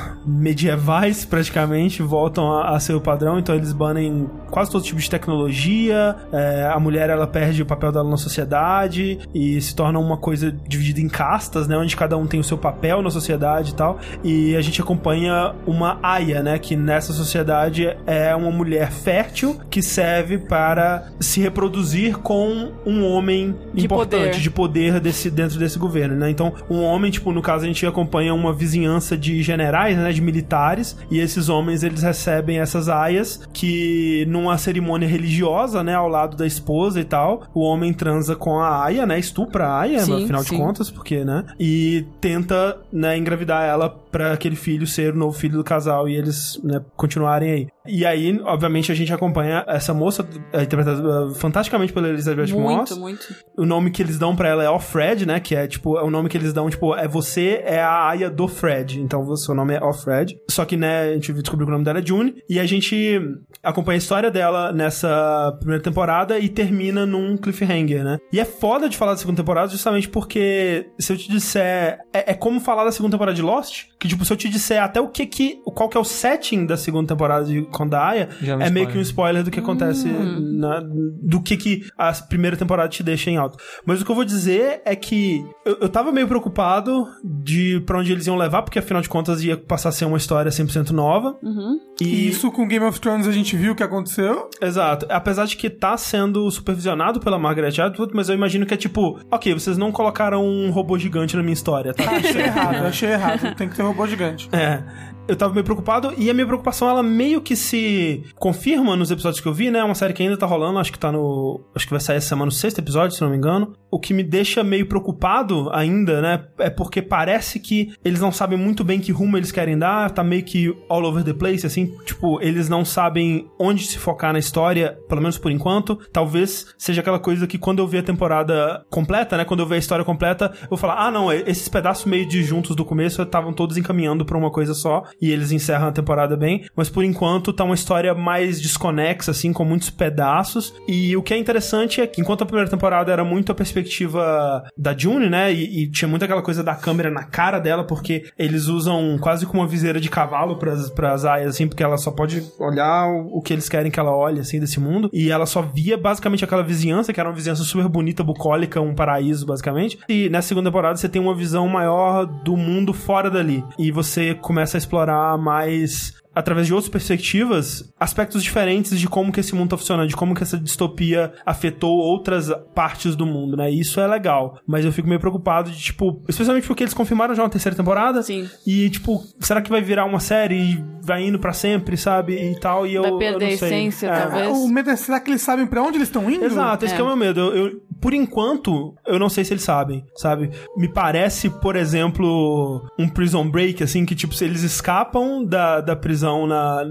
medievais praticamente voltam a, a ser o padrão. Então eles banem quase todo tipo de tecnologia. é, a mulher ela perde o papel dela na sociedade e se torna uma coisa dividida em castas, né? Onde cada um tem o seu papel na sociedade e tal. E a gente acompanha uma aia, né? Que nessa sociedade é uma mulher fértil que serve para se reproduzir com um homem De importante, poder. de poder desse, dentro desse governo, né? Então, um homem, tipo, no caso a gente acompanha uma vizinhança de generais, né? De militares, e esses homens eles recebem essas aias que numa cerimônia religiosa, né? Ao lado da esposa e tal, o homem transa com a aia, né? Estupra a aia, Sim, afinal sim. de contas, porque, né? E tenta, né, engravidar ela pra aquele filho ser o novo filho do casal e eles, né, continuarem aí. E aí, obviamente, a gente acompanha essa moça, eh, interpretada eh, fantasticamente pela Elizabeth Moss. Muito, muito. O nome que eles dão pra ela é Offred, né? Que é tipo, é o nome que eles dão, tipo, é você é a aia do Fred. Então, o seu nome é Offred. Só que, né, a gente descobriu que o nome dela é June. E a gente acompanha a história dela nessa primeira temporada e termina num cliffhanger, né? E é foda de falar da segunda temporada justamente porque se eu te disser. É, é como falar da segunda temporada de Lost. Que, tipo, se eu te disser até o que que. Qual que é o setting da segunda temporada de Condaia, Já é um é meio spoiler. que um spoiler do que acontece na- do que, que a primeira temporada te deixa em alto. Mas o que eu vou dizer é que eu, eu tava meio preocupado de pra onde eles iam levar, porque afinal de contas ia passar a ser uma história 100% nova. E Uhum. E isso com Game of Thrones a gente viu o que aconteceu. Exato. Apesar de que tá sendo supervisionado pela Margaret Atwood, mas eu imagino que é tipo, ok, vocês não colocaram um robô gigante na minha história, tá? Achei errado, achei errado. Tem que ter um robô gigante. É. Eu tava meio preocupado e a minha preocupação ela meio que se confirma nos episódios que eu vi, né? É uma série que ainda tá rolando, acho que tá no. Acho que vai sair essa semana o sexto episódio, se não me engano. O que me deixa meio preocupado ainda, né? É porque parece que eles não sabem muito bem que rumo eles querem dar, tá meio que all over the place, assim. Tipo, eles não sabem onde se focar na história, pelo menos por enquanto. Talvez seja aquela coisa que quando eu ver a temporada completa, né? Quando eu ver a história completa, eu vou falar, ah, não, esses pedaços meio de juntos do começo estavam todos encaminhando pra uma coisa só e eles encerram a temporada bem. Mas por enquanto tá uma história mais desconexa, assim, com muitos pedaços. E o que é interessante é que enquanto a primeira temporada era muito a perspectiva da June, né? E, e tinha muito aquela coisa da câmera na cara dela, porque eles usam quase como uma viseira de cavalo pras, pras aias, assim, porque ela só pode olhar o, o que eles querem que ela olhe, assim, desse mundo. E ela só via basicamente aquela vizinhança, que era uma vizinhança super bonita, bucólica, um paraíso, basicamente. E na segunda temporada você tem uma visão maior do mundo fora dali. E você começa a explorar mais através de outras perspectivas, aspectos diferentes de como que esse mundo tá funcionando, de como que essa distopia afetou outras partes do mundo, né? E Isso é legal, mas eu fico meio preocupado de tipo, especialmente porque eles confirmaram já uma terceira temporada. Sim. E tipo, será que vai virar uma série e vai indo pra sempre, sabe? E tal, e eu Vai eu perder não a sei. essência, É. talvez. O medo é, será que eles sabem pra onde eles estão indo? Exato, esse É. que é o meu medo. Eu, eu- por enquanto, eu não sei se eles sabem, sabe? Me parece, por exemplo, um Prison Break, assim, que tipo, se eles escapam da, da prisão na.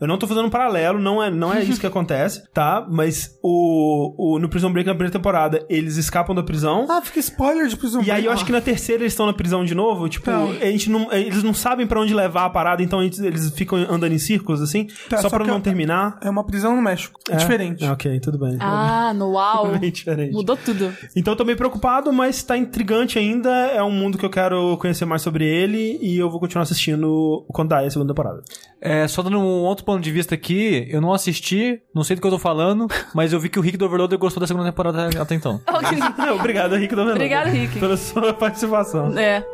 Eu não tô fazendo um paralelo, não é, não é isso que acontece, tá? Mas o, o, no Prison Break na primeira temporada, eles escapam da prisão. Ah, fica spoiler de Prison E aí eu Break. acho que na terceira eles estão na prisão de novo, tipo, Então. a gente não, eles não sabem pra onde levar a parada, então a gente- eles ficam andando em círculos assim, Tá, só, só pra que não eu- terminar. É uma prisão no México. É, diferente. É, ok, tudo bem. Ah, no UAU. Bem diferente. Mudou tudo. Então eu tô meio preocupado, mas tá intrigante ainda. É um mundo que eu quero conhecer mais sobre ele e eu vou continuar assistindo quando daí a segunda temporada. É, só dando um outro ponto de vista aqui, eu não assisti, não sei do que eu tô falando, mas eu vi que o Rick do Overloader gostou da segunda temporada até então. Obrigado, Rick do Obrigado, Rick. Pela sua participação. É.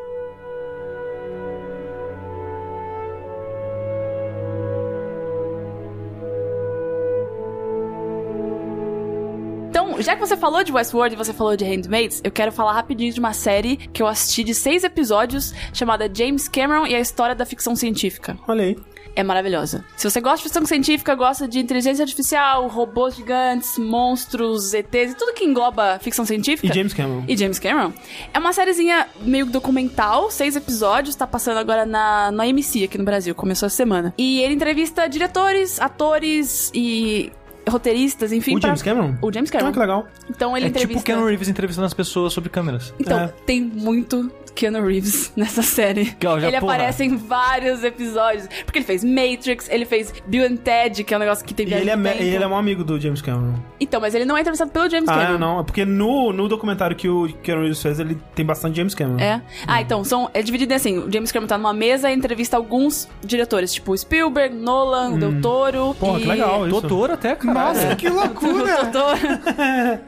Então, já que você falou de Westworld e você falou de Handmaids, eu quero falar rapidinho de uma série que eu assisti de seis episódios chamada James Cameron e a História da Ficção Científica. Olha aí. É maravilhosa. Se você gosta de ficção científica, gosta de inteligência artificial, robôs gigantes, monstros, ETs e tudo que engloba ficção científica. E James Cameron. Tá. E James Cameron. É uma sériezinha meio documental, seis episódios, tá passando agora na, na MC aqui no Brasil, começou essa semana. E ele entrevista diretores, atores e roteiristas, enfim. o James pra- Cameron? O James Ah, Cameron. que legal. Então ele é tipo entrevista. o Keanu Reeves entrevistando as pessoas sobre câmeras. Então, É. tem muito Keanu Reeves nessa série. Legal, já, ele porra. aparece em vários episódios. Porque ele fez Matrix, ele fez Bill and Ted, que é um negócio que tem E viagem ele é, no me- tempo. ele é um amigo do James Cameron. Então, mas ele não é entrevistado pelo James Ah, Cameron. é, não. É porque no, no documentário que o Keanu Reeves fez, ele tem bastante James Cameron. É? Ah, então, são, é dividido assim: o James Cameron tá numa mesa e entrevista alguns diretores, tipo Spielberg, Nolan, Del Toro. Hum. Porra, e... que legal isso. Doutor até, cara. Nossa, que O Del loucura! Toro.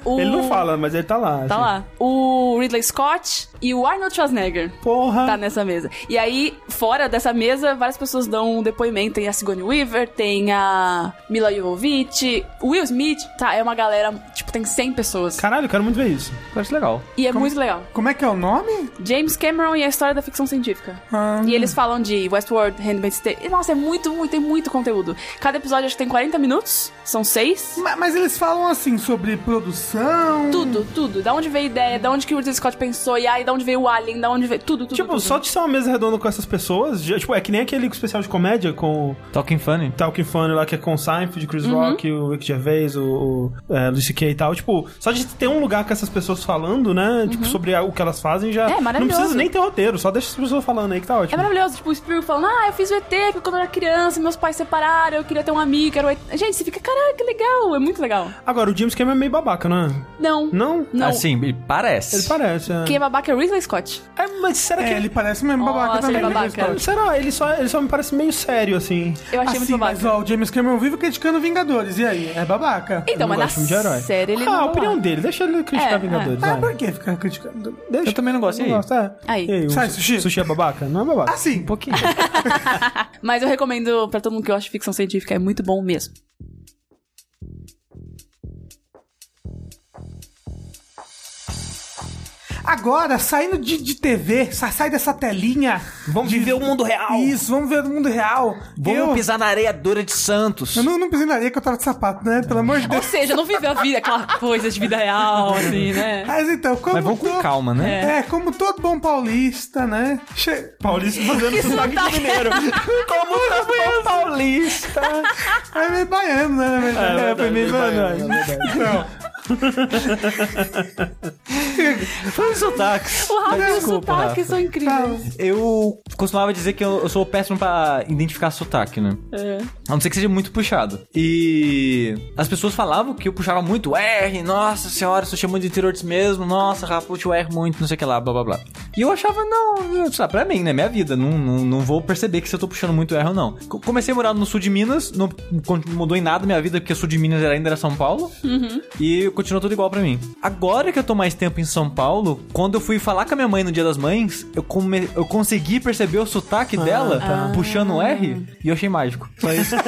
O- Ele não fala, mas ele tá lá. Tá assim. lá. O Ridley Scott e o Arnold Schwarzenegger. Porra. Tá nessa mesa. E aí, fora dessa mesa, várias pessoas dão um depoimento. Tem a Sigourney Weaver, tem a Mila Jovovich, o Will Smith, tá? É uma galera, tipo, tem 100 pessoas. Caralho, eu quero muito ver isso. Parece legal. E é muito legal. Como é que é o nome? James Cameron e a história da ficção científica. Ah, E eles falam de Westworld, Handmaid's Tale. E, Nossa, é muito, muito, tem muito conteúdo. Cada episódio acho que tem 40 minutos, são seis. ma- Mas eles falam assim sobre produção. Tudo, tudo. Da onde veio a ideia, da onde que o Ridley Scott pensou, e aí da onde veio o Alien, da onde veio. Tudo, tudo. Tipo, tudo. só de ser uma mesa redonda com essas pessoas, já- tipo, é que nem aquele especial de comédia com o Talking Funny. Talking Funny lá, que é com o Seinfeld, Chris Uhum. Rock, o Rick Gervais, o, o é, Lucy Kay e tal. Tipo, só de ter um lugar com essas pessoas falando, né, tipo, sobre a- o que elas fazem, já Uhum. É, não maravilhoso. precisa nem ter roteiro, só deixa as pessoas falando aí que tá É ótimo. maravilhoso, tipo, o Spielberg falando, ah, eu fiz o ET porque quando eu era criança, meus pais separaram, eu queria ter um amigo, era o ET. Gente, você fica, caraca, que legal, é muito legal. Agora, o James Cameron é meio babaca, né? Não. Não? Não. Assim, ele parece. Ele parece, é. Quem é babaca é o Ridley Scott. É, mas será que É, ele ele... parece mesmo Nossa, babaca ele também. é babaca. Será? Ele só, ele só me parece meio sério, assim. Eu achei Assim, muito babaca. mas ó, o James Cameron vive criticando Vingadores. E aí? É babaca. Então, Eu não mas na gosto de filme de herói. série ele ah, não. a é opinião babaca. dele. Deixa ele criticar É, Vingadores, Ah, vai. por que ficar criticando? Deixa. Eu também não gosto, e aí? é. Aí. E o Sai, su- sushi. Sushi é babaca? Não é babaca. Assim, Um pouquinho. Mas eu recomendo pra todo mundo que gosta de ficção científica, é muito bom mesmo. agora, saindo de, de TV, sa- sai dessa telinha. Vamos de- viver o mundo real. Isso, vamos ver o mundo real. Vamos eu, pisar na areia dura de Santos. Eu não, não pisei na areia que eu tava de sapato, né? Pelo amor de Ou Deus. seja, não vive a vida, aquela coisa de vida real, assim, né? Mas então, como Mas vamos com todo- calma, né? É, como todo bom paulista, né? Che- Paulista fazendo sotaque de mineiro. Como tá bom paulista? É meio baiano, né? na verdade. É, foi meio verdade, baiano. Foi os sotaques. O Rafa e o Desculpa, sotaque Rafa. são incríveis. Eu costumava dizer que eu, eu sou péssimo pra identificar sotaque, né? É. A não ser que seja muito puxado. E as pessoas falavam que eu puxava muito o R, nossa senhora, isso chama de interior de si mesmo, nossa, Raputi, o R muito, não sei o que lá, blá blá blá. E eu achava, não, eu- sei lá, pra mim, né? Minha vida, não, não, não vou perceber que se eu tô puxando muito R ou não. Co- Comecei a morar no sul de Minas, não con- mudou em nada Uhum. minha vida, porque sul de Minas era, ainda era São Paulo. E continua tudo igual pra mim. Agora que eu tô mais tempo em São São Paulo, quando eu fui falar com a minha mãe no Dia das Mães, eu, come- eu consegui perceber o sotaque dela puxando um R e eu achei mágico. Só isso. Só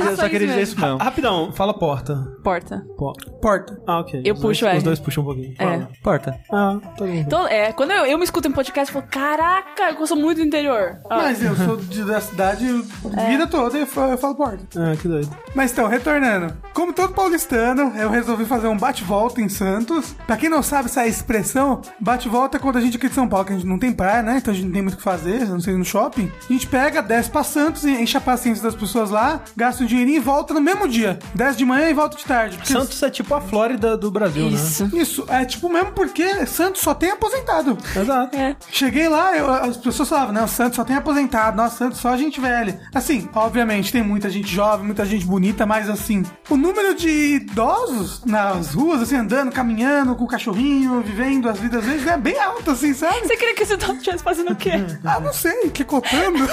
Só só queria isso dizer isso mesmo. Rapidão, fala porta. Porta. Po- Porta. Ah, ok. Eu Os puxo É. dois, R. Os dois puxam um pouquinho. Fala. Porta. Ah, tá bom. Então, é, quando eu, eu me escuto em podcast, eu falo, caraca, eu sou muito do interior. Ah, Mas eu sou de- da cidade É. vida toda e eu falo, eu falo porta. Ah, que doido. Mas então, retornando. Como todo paulistano, eu resolvi fazer um bate-volta em Santos. Pra quem não sabe essa expressão, bate-volta é quando a gente aqui de São Paulo, que a gente não tem praia, né? Então a gente não tem muito o que fazer, a não sei, no shopping. A gente pega, desce pra Santos, enche a paciência das pessoas lá, gasta um dinheirinho e volta no mesmo dia. Desce de manhã e volta de tarde. Porque Santos é tipo a Flórida do né? Brasil, né? isso. Isso, é tipo mesmo porque Santos só tem aposentado. né? Exato. É. Cheguei lá, eu- as pessoas falavam, não, Santos só tem aposentado, nossa, Santos só gente velha. Assim, obviamente, tem muita gente jovem, muita gente bonita, mas assim, o número de idosos nas ruas, assim, andando, caminhando, com o cachorrinho, vivendo as vidas deles, é bem alto, assim, sabe? Você queria que esse dono estivesse fazendo o quê? Ah, não sei, que cotando.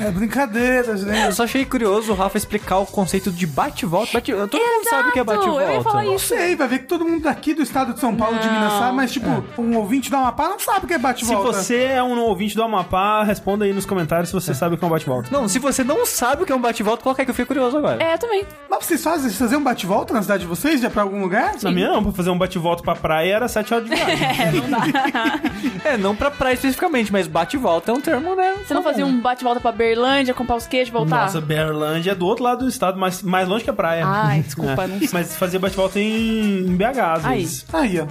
é brincadeira, gente. Eu só achei curioso o Rafa explicar o conceito de bate-volta. Bate... Todo mundo sabe o que é Exato, bate-volta. eu ia falar Não isso. sei, vai ver que todo mundo daqui do estado de São Paulo, de Não. Minas, sabe, mas tipo, um ouvinte da Amapá não sabe o que é Se bate-volta. você é um ouvinte do Amapá, responda aí nos comentários se você sabe o que é um bate-volta. Não, se você não sabe o que é um bate-volta, coloca aí que eu fiquei curioso agora. É, eu também. Mas vocês fazem, vocês fazem um bate-volta na cidade de vocês? Já pra algum lugar? Na minha não, pra fazer um bate-volta pra praia era 7 horas de viagem. É, não pra praia especificamente, mas bate-volta é um termo, né? Você não fazia um bate-volta pra Berlândia, comprar os queijos e voltar? Nossa, Berlândia é do outro lado do estado, mais, mais longe que a praia. Ah. É. Ai, desculpa, não sei. Mas fazia bate-volta em, em BH, às Aí. vezes. Aí, ó.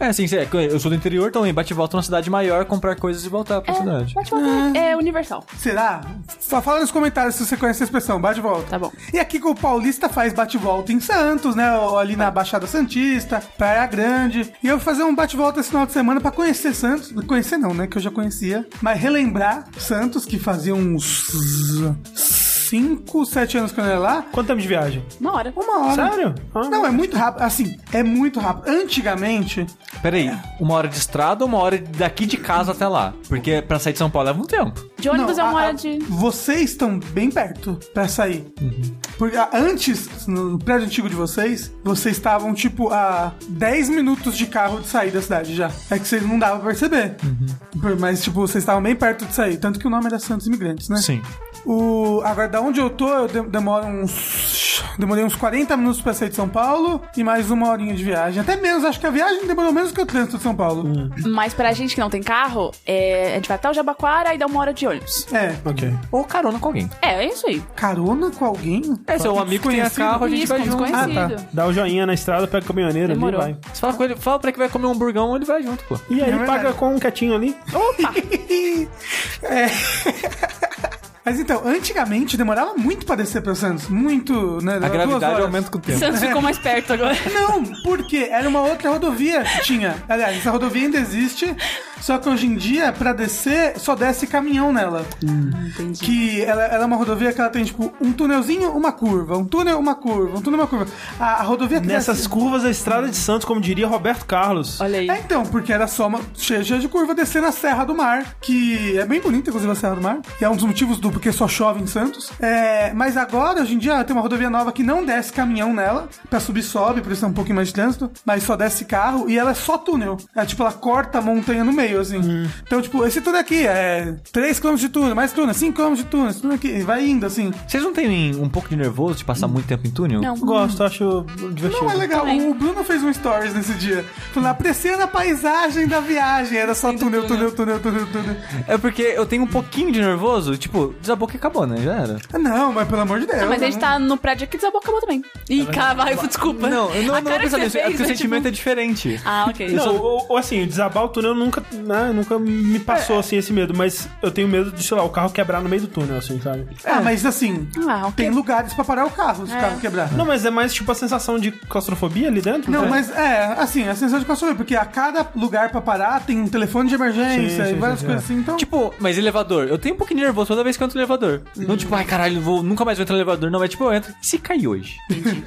É, assim, é, eu sou do interior também. Bate-volta numa cidade maior, comprar coisas e voltar É. pra cidade. Bate-volta é universal. Será? Só fala nos comentários se você conhece a expressão, bate e volta. Tá bom. E aqui que o paulista faz bate e volta em Santos, né? Ou Ali na Baixada Santista, Praia Grande. E eu vou fazer um bate e volta esse final de semana pra conhecer Santos. Conhecer não, né? Que eu já conhecia. Mas relembrar Santos, que fazia uns 5, 7 anos que eu não era lá. Quanto tempo de viagem? Uma hora. Uma hora. Sério? Ah, Não, é muito rápido. Assim, é muito rápido. Antigamente, É. Peraí, uma hora de estrada ou uma hora daqui de casa até lá? Porque pra sair de São Paulo leva um tempo. De ônibus é a- uma a- hora de. Vocês estão bem perto pra sair. Porque a- antes, no prédio antigo de vocês, vocês estavam, tipo, a 10 minutos de carro de sair da cidade já. É que vocês não davam pra perceber. Por- Mas, tipo, vocês estavam bem perto de sair. Tanto que o nome era Santos Imigrantes, É. né? O, agora, da onde eu tô, eu de- demoro uns. Demorei uns 40 minutos pra sair de São Paulo e mais uma horinha de viagem. Até menos, acho que a viagem demorou menos que o trânsito de São Paulo. Mas pra gente que não tem carro, é... a gente vai até o Jabaquara e dá uma hora de ônibus. É. Ok. Ou carona com alguém. É, é isso aí. Carona com alguém? É, seu amigo que tem Desconhecido. carro, a gente Isso, vai com junto. desconhecido. Ah, tá. Dá o joinha na estrada, pega o caminhoneiro Demorou. ali e vai. Você fala com ele, fala pra ele que vai comer um hamburgão, ele vai junto, pô. E aí É verdade. paga com um quietinho ali. É. Mas então, antigamente demorava muito pra descer pra Santos. Muito, né? A Duas gravidade horas. aumenta com o tempo. Santos ficou mais perto agora. Não, porque era uma outra rodovia que tinha. Aliás, essa rodovia ainda existe, só que hoje em dia, pra descer, só desce caminhão nela. Entendi. Que ela, ela é uma rodovia que ela tem, tipo, um túnelzinho, uma curva, um túnel, uma curva, um túnel, uma curva. A, a rodovia que assim. desce- Nessas curvas da estrada de Santos, como diria Roberto Carlos. Olha aí. É, então, porque era só uma cheia, cheia de curva descendo a Serra do Mar, que é bem bonita, inclusive, a Serra do Mar, e é um dos motivos do porque só chove em Santos. É, mas agora, hoje em dia, tem uma rodovia nova que não desce caminhão nela, pra subir, sobe, por isso é um pouquinho mais de trânsito, mas só desce carro e ela é só túnel. É tipo, ela corta a montanha no meio, assim. Então, tipo, esse túnel aqui é 3km de túnel, mais túnel, 5km de túnel, esse túnel aqui, e vai indo, assim. Vocês não têm um pouco de nervoso de passar muito tempo em túnel? Hum. Não. Gosto, acho divertido. Não, é legal. Também. O Bruno fez um stories nesse dia. Falando, apreciando a paisagem da viagem. Era só túnel, túnel, túnel, túnel, túnel. É porque eu tenho um pouquinho de nervoso, tipo, desabou que acabou, né? Já era. Ah, Não, mas pelo amor de Deus. né? Ah, mas a gente não- tá no prédio aqui, desabou, acabou também. Ih, caralho, desculpa. Não, eu não, A não vou cara pensar que nisso, você é porque o fez, sentimento é tipo- diferente. Ah, ok. Não, ou, ou assim, desabar o túnel nunca, né, nunca me É. passou assim esse medo, mas eu tenho medo de, sei lá, o carro quebrar no meio do túnel, assim, sabe? Ah, mas assim, Ah, ok. tem lugares pra parar o carro se o carro quebrar. Não, mas é mais tipo a sensação de claustrofobia ali dentro? Não, né? mas é, assim, a sensação de consumir, porque a cada lugar pra parar tem um telefone de emergência Sim, e sim, várias sim, é. coisas sim. assim, então. Tipo, mas elevador, eu tenho um pouquinho de nervoso toda vez que eu entro no elevador. Não tipo, ai caralho, vou, nunca mais vou entrar no elevor. Não, é tipo, eu entro. E se cair hoje?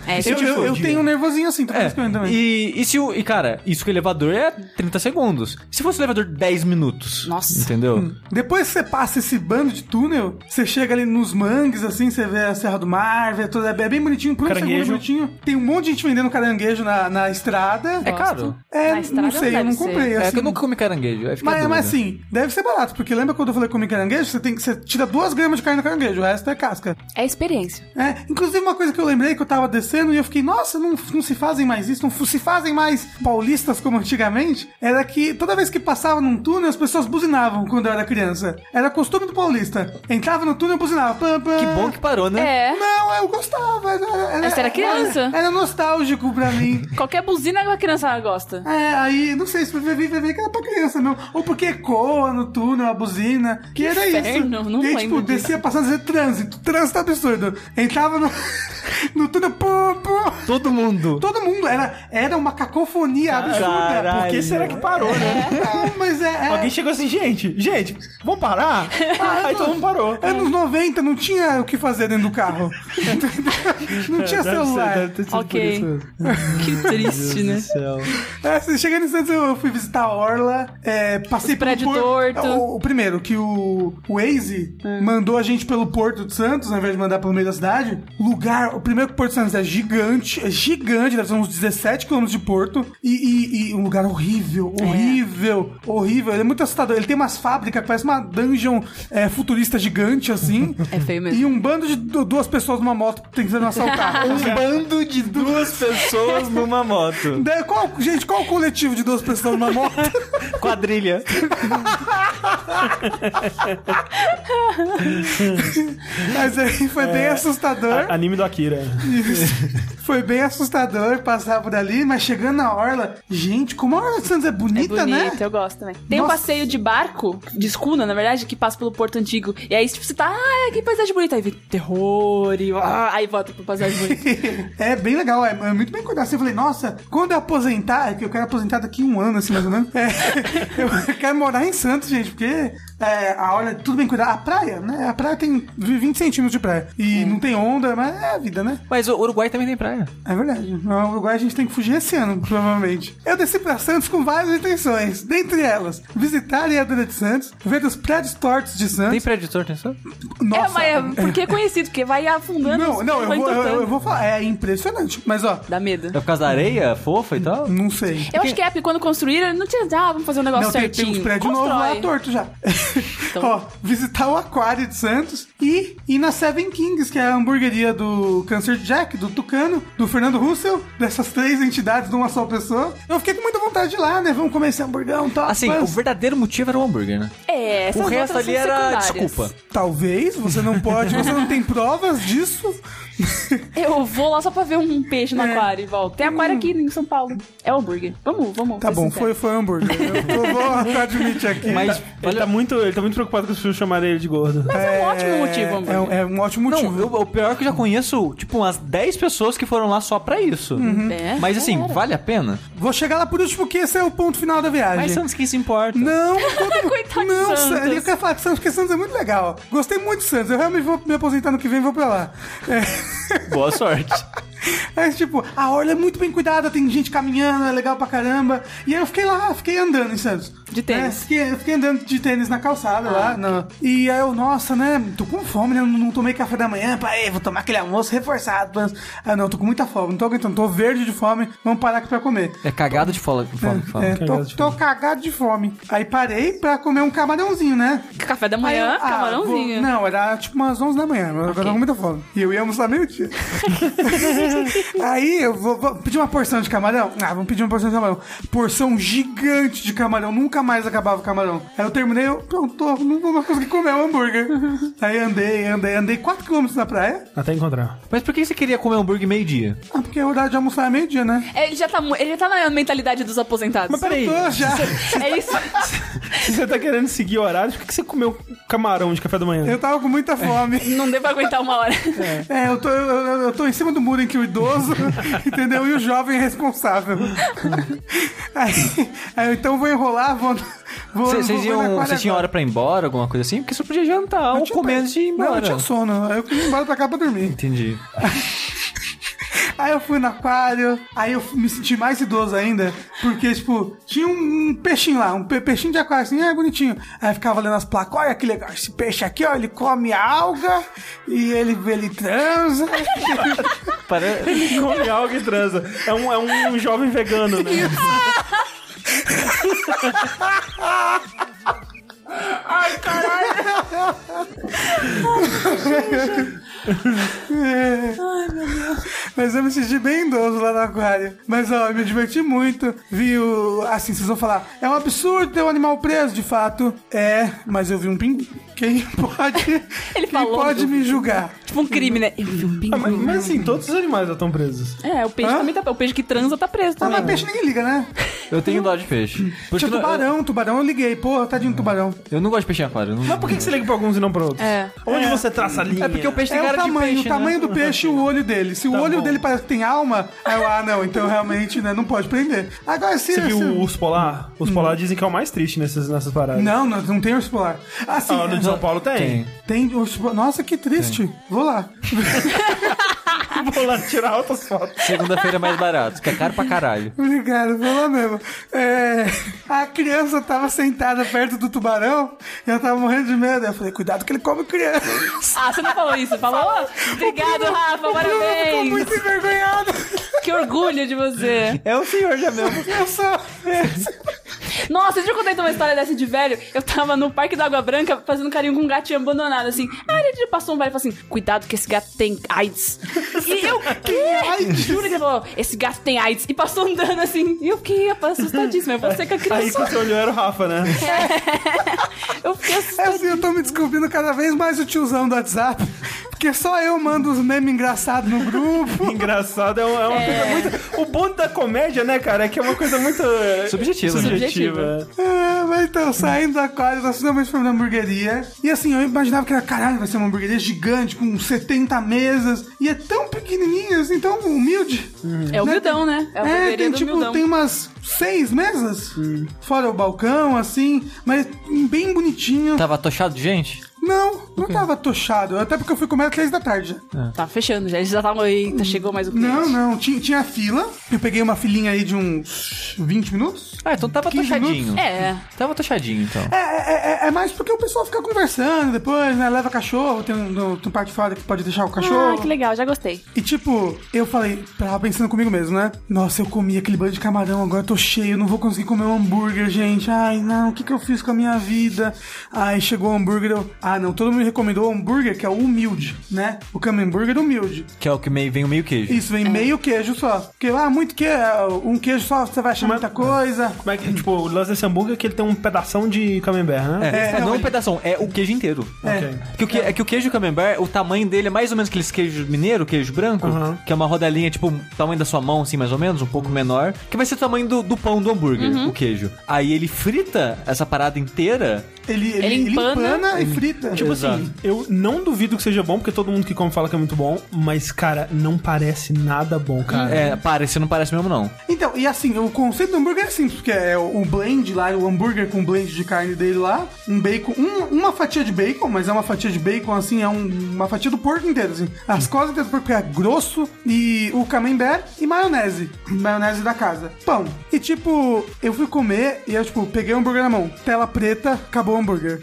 É, eu, tipo, eu- eu tenho um nervosinho assim, tô É, é. também. e, e se o. E cara, isso com o elevador é 30 segundos. Se fosse o elevador por 10 minutos. Nossa. Entendeu? Depois que você passa esse bando de túnel, você chega ali nos mangues, assim, você vê a Serra do Mar, vê toda, é bem bonitinho, por um segundo é Caranguejo. bonitinho. Tem um monte de gente vendendo caranguejo na, na estrada. É caro. É, Na não estrada sei, eu deve não ser. comprei, assim. É que eu nunca comi caranguejo. Aí fica a Mas, mas dúvida. assim, deve ser barato, porque lembra quando eu falei comer caranguejo? Você, tem, que- você tira duas gramas de carne do caranguejo, o resto é casca. É experiência. É, inclusive uma coisa que eu lembrei que eu tava descendo e eu fiquei, nossa, não, não se fazem mais isso, não se fazem mais paulistas como antigamente, era que toda vez que passava num túnel as pessoas buzinavam quando eu era criança. Era costume do paulista. Entrava no túnel e buzinava. Pam, pam. Que bom que parou, né? É. Não, eu gostava. Era, era, Você era criança. Era, era nostálgico pra mim. Qualquer buzina a criança gosta. É, aí, não sei se foi VV, VV que era pra criança mesmo. Ou porque ecoa no túnel, a buzina. Que era Inferno, isso. não e aí, lembro tipo, disso. descia passando a dizer trânsito. Trânsito absurdo. Entrava no, no túnel, pô, pô. Todo mundo. Todo mundo, era, era uma cacofonia absurda. Por que Caralho. será que parou, né? Não, mas é. é- Alguém chegou assim, gente, gente, vamos parar? Aí todo mundo parou. Anos 90 não tinha o que fazer dentro do carro. não tinha celular. Ok. Que triste, né? É, assim, chegando em Santos, eu fui visitar a Orla, é, passei O prédio torto. É, Hum. O, o primeiro, que o, o Waze mandou a gente pelo Porto de Santos, ao invés de mandar pelo meio da cidade. Lugar, o primeiro que o Porto de Santos é gigante, é gigante, deve ser uns 17 quilômetros de Porto. E, e- e um lugar horrível, É. horrível, horrível. Ele é muito assustador. Ele tem umas fábricas que parece uma dungeon é, futurista gigante, assim. É feio mesmo. E um bando de du- duas pessoas numa moto tentando assaltar. Um bando de duas pessoas numa moto. Daí, qual- gente, qual o coletivo de duas pessoas numa moto? Quadrilha. Mas aí foi bem assustador. A- Anime do Akira. Foi bem assustador passar por ali, mas chegando na orla, gente, como a orla de Santos é É bonita, bonito, né? eu gosto também. Tem um Nossa. passeio de barco, de escuna, na verdade, que passa pelo Porto Antigo. E aí, tipo, você tá, ah, que paisagem bonita. Aí vem terror e ah, aí volta pro paisagem bonita. É bem legal, é, é muito bem cuidado. Assim, eu falei, nossa, quando eu aposentar, é que eu quero aposentar daqui um ano, assim, mais ou menos. É, eu quero morar em Santos, gente, porque é, a orla é tudo bem cuidada. A praia, né? A praia tem 20 centímetros de praia. E não tem onda, mas é a vida, né? Mas o Uruguai também tem praia. É verdade. No Uruguai a gente tem que fugir esse ano, provavelmente. Eu desci pra Santos com várias intenções. Dentre elas, visitar a Areadora de Santos, ver os prédios tortos de Tem Santos. preditor, tem só? é, Nossa. mas é porque é conhecido, porque vai afundando. Não, os- não, eu vai vou, eu- entortando. eu vou falar. É impressionante. Mas, ó, Dá medo. É por causa da areia fofa e tal? não sei. Eu acho que é porque quando construíram, não tinha, ah, vamos fazer um negócio Não, tem, tem certinho. uns prédios novos lá Constrói. torto já. Então. Ó, visitar o Aquário de Santos e ir na Seven Kings, que é a hamburgueria do Cancer Jack, do Tucano, do Fernando Russell, dessas três entidades numa só pessoa. Eu fiquei com muita vontade de ir lá, né? Vamos comer esse hamburgão e tal. Assim, mas- o verdadeiro motivo era o hambúrguer, né? É, essas o resto outras ali são era secundárias. desculpa. Talvez, você não pode, você não tem provas disso. Eu vou lá só pra ver um peixe no É. aquário e volto. Tem aquário aqui em São Paulo. É o hambúrguer. Vamos, vamos. Tá ser bom, sincero. foi, foi hambúrguer. Eu vou admitir aqui. Mas Ele tá muito, ele tá muito preocupado com as pessoas chamarem ele de gordo. Mas é um ótimo motivo, hambúrguer. é, um- é um ótimo motivo. Não, eu, o pior é que eu já conheço, tipo, umas 10 pessoas que foram lá só pra isso. É, Mas assim, galera. vale a pena? Vou chegar lá por último, que esse é o ponto final da viagem. Mas Santos, que se importa? Não, todo... Coitado Tá de não, Santos. sério, eu quero falar de Santos, porque Santos é muito legal. Gostei muito de Santos, eu realmente vou me aposentar no que vem e vou pra lá. É. Boa sorte. Mas, tipo, a orla é muito bem cuidada, tem gente caminhando, é legal pra caramba. E aí eu fiquei lá, fiquei andando em Santos. De tênis. Ah, É, fiquei, eu fiquei andando de tênis na calçada lá. na- E aí eu, nossa, né? Tô com fome, né? Não, não tomei café da manhã. Pai, vou tomar aquele almoço reforçado. Mas... Ah, não, tô com muita fome, não tô aguentando, tô verde de fome. Vamos parar aqui pra comer. É cagado de fome, fome, fome. É, tô, Cagado de tô cagado de fome. Aí parei pra comer um camarãozinho, né? Café da Aí eu, manhã, ah, camarãozinho. vou- não, era tipo umas 11 da manhã, mas eu tava com muita fome. E eu ia almoçar meio-dia. Aí eu vou, vou pedir uma porção de camarão. Ah, vamos pedir uma porção de camarão. Porção gigante de camarão, nunca mais acabava o camarão. Aí eu terminei, eu, pronto, tô- não vou mais conseguir comer um hambúrguer. Aí andei, andei, andei 4km na praia. Até encontrar. Mas por que você queria comer hambúrguer meio-dia? Ah, porque o horário de almoçar é meio-dia, né? É, Ele já tá, mu- ele já tá na mentalidade dos aposentados. Mas peraí, Tô já. É isso. se você tá querendo seguir o horário, por que que você comeu camarão de café da manhã? Eu tava com muita fome. Não devo aguentar uma hora. É, eu tô, eu, eu- eu tô em cima do muro em que o idoso, entendeu? E o jovem é responsável. aí, aí eu então vou enrolar, vou. vou Vocês vou- vocês vou na iam, quadra vocês tinham agora. hora pra ir embora, alguma coisa assim? Porque você podia jantar Eu ou tinha- comer antes de ir Não, eu embora. tinha sono. Aí eu fui embora pra cá pra dormir. Entendi. Aí eu fui no aquário, aí eu me senti mais idoso ainda, porque, tipo, tinha um peixinho lá, um pe- peixinho de aquário, assim, é bonitinho. Aí eu ficava lendo as placas, olha que legal, esse peixe aqui, ó, ele come alga, e ele, ele transa. Pare- Ele come algo e transa. É um, é um jovem vegano, né? Mas eu me senti bem idoso lá no aquário. Mas ó, eu me diverti muito. Vi o. Assim, vocês vão falar, é um absurdo ter um animal preso, de fato. É, mas eu vi um pinguim. Quem pode. Ele quem falou pode do- me julgar? Tipo um crime, né? Eu vi um Ah, Mas, pinguim. mas assim, todos os animais já estão presos. É, o peixe Hã? também tá. O peixe que transa tá preso Ah, É. também. mas peixe ninguém liga, né? Eu tenho dó de peixe. Por isso Tinha que eu, eu, tubarão, tubarão eu liguei. Pô, tadinho do tubarão. eu não gosto de peixe em aquário. eu não- Mas por que que você liga pra alguns e não pra outros? É. Onde você traça a linha? É porque o peixe tem É o cara de tamanho, peixe, o tamanho né? do peixe e o olho dele. Se o olho Tá bom. dele parece que tem alma, aí eu, ah, não, então realmente, né, não pode prender. Agora se... Você viu se- o urso polar? Os polar dizem que é o mais triste nessas, nessas paradas. Não, não, não tem urso polar. Assim, Ah, no de São Paulo tem. tem urso polar. Nossa, que triste. Vou lá. Ah, Vou lá tirar altas fotos. Segunda-feira é mais barato, que é caro pra caralho. Obrigado, vou lá mesmo. É, a criança tava sentada perto do tubarão e ela tava morrendo de medo. Eu falei, cuidado que ele come criança. Ah, você não falou isso. Falou? Obrigado, Rafa. Eu ficou Parabéns. muito envergonhado. Que orgulho de você. É o senhor já mesmo. Eu só... é, Nossa, deixa eu contar então uma história dessa de velho. Eu tava no Parque da Água Branca fazendo carinho com um gatinho abandonado, assim. Aí ele passou um velho e falou assim: Cuidado que esse gato tem AIDS. E eu, que? Juro que ele falou: Esse gato tem AIDS. E passou andando assim. E eu fiquei assustadíssima. Eu passei com a Aí é criança. quando você olhou era o Rafa, né? Eu fiquei É assustada. assim, eu tô me descobrindo cada vez mais o tiozão do WhatsApp. Porque só eu mando os memes engraçados no grupo. Engraçado, é uma, é uma coisa muito. O bom da comédia, né, cara, é que é uma coisa muito. é, Subjetiva. Subjetiva. É, mas então, saindo da quadra, nós finalmente fomos na hamburgueria. E assim, eu imaginava que era, caralho, vai ser uma hamburgueria gigante, com 70 mesas. E é tão pequenininha, assim, tão humilde. É o humildão, né? É o É, tem é, do tipo, humildão. tem umas seis mesas. Fora o balcão, assim, mas bem bonitinho. Tava atochado de gente? Não, não tava tochado. Até porque eu fui comer às três da tarde. já. Tá fechando já. Eles já estavam. Eita, chegou mais um cliente. Não, não, tinha, tinha fila. Eu peguei uma filinha aí de uns 20 minutos. Ah, então tava 15 minutos. atochadinho. É. Tava atochadinho, então. É, é, é- é mais porque o pessoal fica conversando depois, né? Leva cachorro, tem um, no- tem um parque fora que pode deixar o cachorro. Ah, que legal, já gostei. E tipo, eu falei, tava pensando comigo mesmo, né? Nossa, eu comi aquele banho de camarão, agora eu tô cheio, não vou conseguir comer um hambúrguer, gente. Ai, não, o que que eu fiz com a minha vida? Ai, chegou o hambúrguer, eu... Ah, não, todo mundo recomendou o hambúrguer, que é o humilde, né? O camembert humilde. Que é o que meio, vem o meio queijo. Isso, vem meio queijo só. Porque, ah, muito que um queijo só, você vai achar muita coisa. Como é que, tipo, o lance desse hambúrguer é que ele tem um pedação de camembert, né? É, É, não olha. um pedaço, é o queijo inteiro. Ok. Que o que, é que o queijo camembert, o tamanho dele é mais ou menos aqueles queijos mineiro, queijo branco, Aham. que é uma rodelinha, tipo, o tamanho da sua mão, assim, mais ou menos, um pouco menor, que vai ser o tamanho do, do pão do hambúrguer, o queijo. Aí ele frita essa parada inteira. Ele, ele, Ele ele empana, empana. e frita. Tipo assim, Exato. eu não duvido que seja bom, porque todo mundo que come fala que é muito bom, mas, cara, não parece nada bom, cara. É, parece, não parece mesmo, não. Então, e assim, o conceito do hambúrguer é simples, porque é o blend lá, o hambúrguer com blend de carne dele lá, um bacon, um- uma fatia de bacon, mas é uma fatia de bacon, assim, é um- uma fatia do porco inteiro, assim. As costas inteiras do porco é grosso, e o camembert, e maionese, maionese da casa. Pão. E tipo, eu fui comer, e eu, tipo, peguei o hambúrguer na mão, tela preta, acabou o hambúrguer.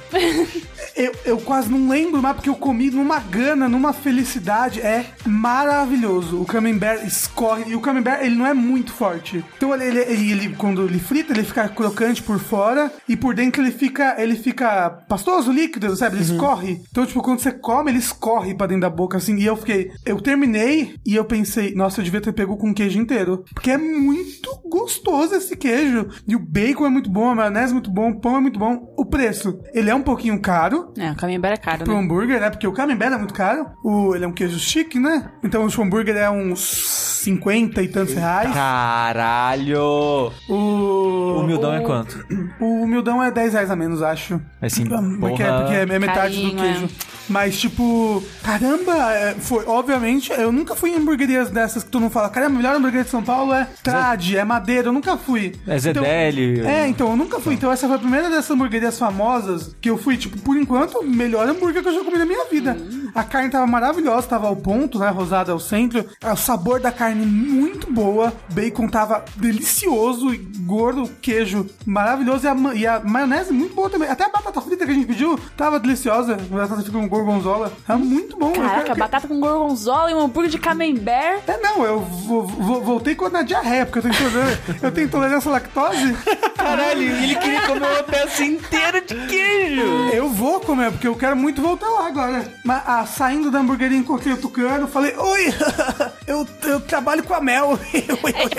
Eu, eu quase não lembro mais porque eu comi numa gana, numa felicidade. É maravilhoso. O camembert escorre. E o camembert, ele não é muito forte. Então, ele, ele, ele- ele- quando ele frita, ele fica crocante por fora. E por dentro, ele fica, ele fica pastoso, líquido, sabe? Ele escorre. Então, tipo, quando você come, ele escorre pra dentro da boca, assim. E eu fiquei... Eu terminei e eu pensei... Nossa, eu devia ter pego com o queijo inteiro. Porque é muito gostoso esse queijo. E o bacon é muito bom, a maionese é muito bom, o pão é muito bom. O preço, ele é um pouquinho caro É, o caminho é caro, pro né? hambúrguer, né? Porque o camembert é muito caro. O, ele é um queijo chique, né? Então o hambúrguer é uns 50 e tantos reais. Caralho! O O, humildão é quanto? o humildão é 10 reais a menos, acho. Assim, Porque, porra. porque é metade Carinho, do queijo. Mas, tipo, caramba, é, foi. Obviamente, eu nunca fui em hamburguerias dessas que tu não fala, caramba, a melhor hamburgueria de São Paulo é Trade, é Madeira, eu nunca fui. É Zé Então- Deli. É, então, eu nunca fui. Então, essa foi a primeira dessas hamburguerias famosas que eu fui, tipo, por enquanto, enquanto, melhor hambúrguer que eu já comi na minha vida. A carne tava maravilhosa, tava ao ponto, né? Rosada ao centro. O sabor da carne muito boa. Bacon tava delicioso e gordo. Queijo maravilhoso. E a, ma- e a maionese muito boa também. Até a batata frita que a gente pediu tava deliciosa. A batata frita com gorgonzola. Tava muito bom. Eu Caraca, quero- batata com gorgonzola e um hambúrguer de camembert. é, não, eu vo- vo- voltei com na diarreia, porque eu tenho intolerância, eu tenho intolerância à lactose. Caralho, ele queria comer uma peça inteira de queijo. Eu vou comer, porque eu quero muito voltar lá agora. Mas ah, saindo da hamburgueria, encontrei o Tucano, falei, oi, eu, eu trabalho com a Mel. Ele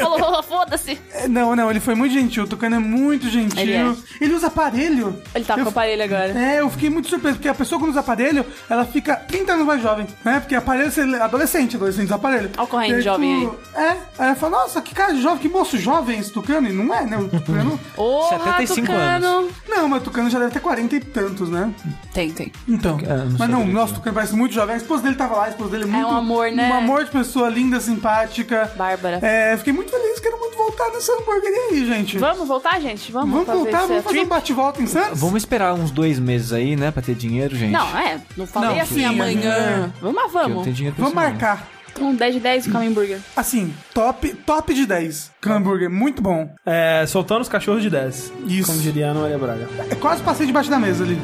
"Oh, falou, foda-se. É, não, não, ele foi muito gentil, o Tucano é muito gentil. Ele é. Ele usa aparelho. Ele tá Eu com o fi- aparelho agora. É, eu fiquei muito surpreso, porque a pessoa que usa aparelho, ela fica 30 anos mais jovem, né? Porque aparelho, você adolescente, adolescente usa aparelho. Olha o corrente E aí jovem tu- É, aí eu falo, nossa, que cara de jovem, que moço jovem esse Tucano, e não é, né? O Tucano... Ô, 75 Tucano. não, mas o Tucano já deve ter 40 e tantos, né? Tem, tem. Então, É, não mas sabia não, disso. nossa, o né? Tucano parece muito jovem. A esposa dele tava lá, a esposa dele é muito. um amor, né? Um amor de pessoa linda, simpática. Bárbara. É, fiquei muito feliz, quero muito voltar nessa hamburgueria aí, gente. Vamos voltar, gente? Vamos, Vamos fazer voltar, esse vamos fazer um é trip? bate-volta em Santos? Vamos esperar uns dois meses aí, né, pra ter dinheiro, um gente. Não, é. Não falei Não, assim sim, amanhã. Vamos lá, Eu não vamos. tenho dinheiro pra Vamos isso, não. marcar. Um 10 de 10 com hambúrguer. Assim, top, top de 10. com Hambúrguer, muito bom. É, soltando os cachorros de 10. Isso. Como diria a Ana Maria Braga. É, Quase passei debaixo da mesa ali.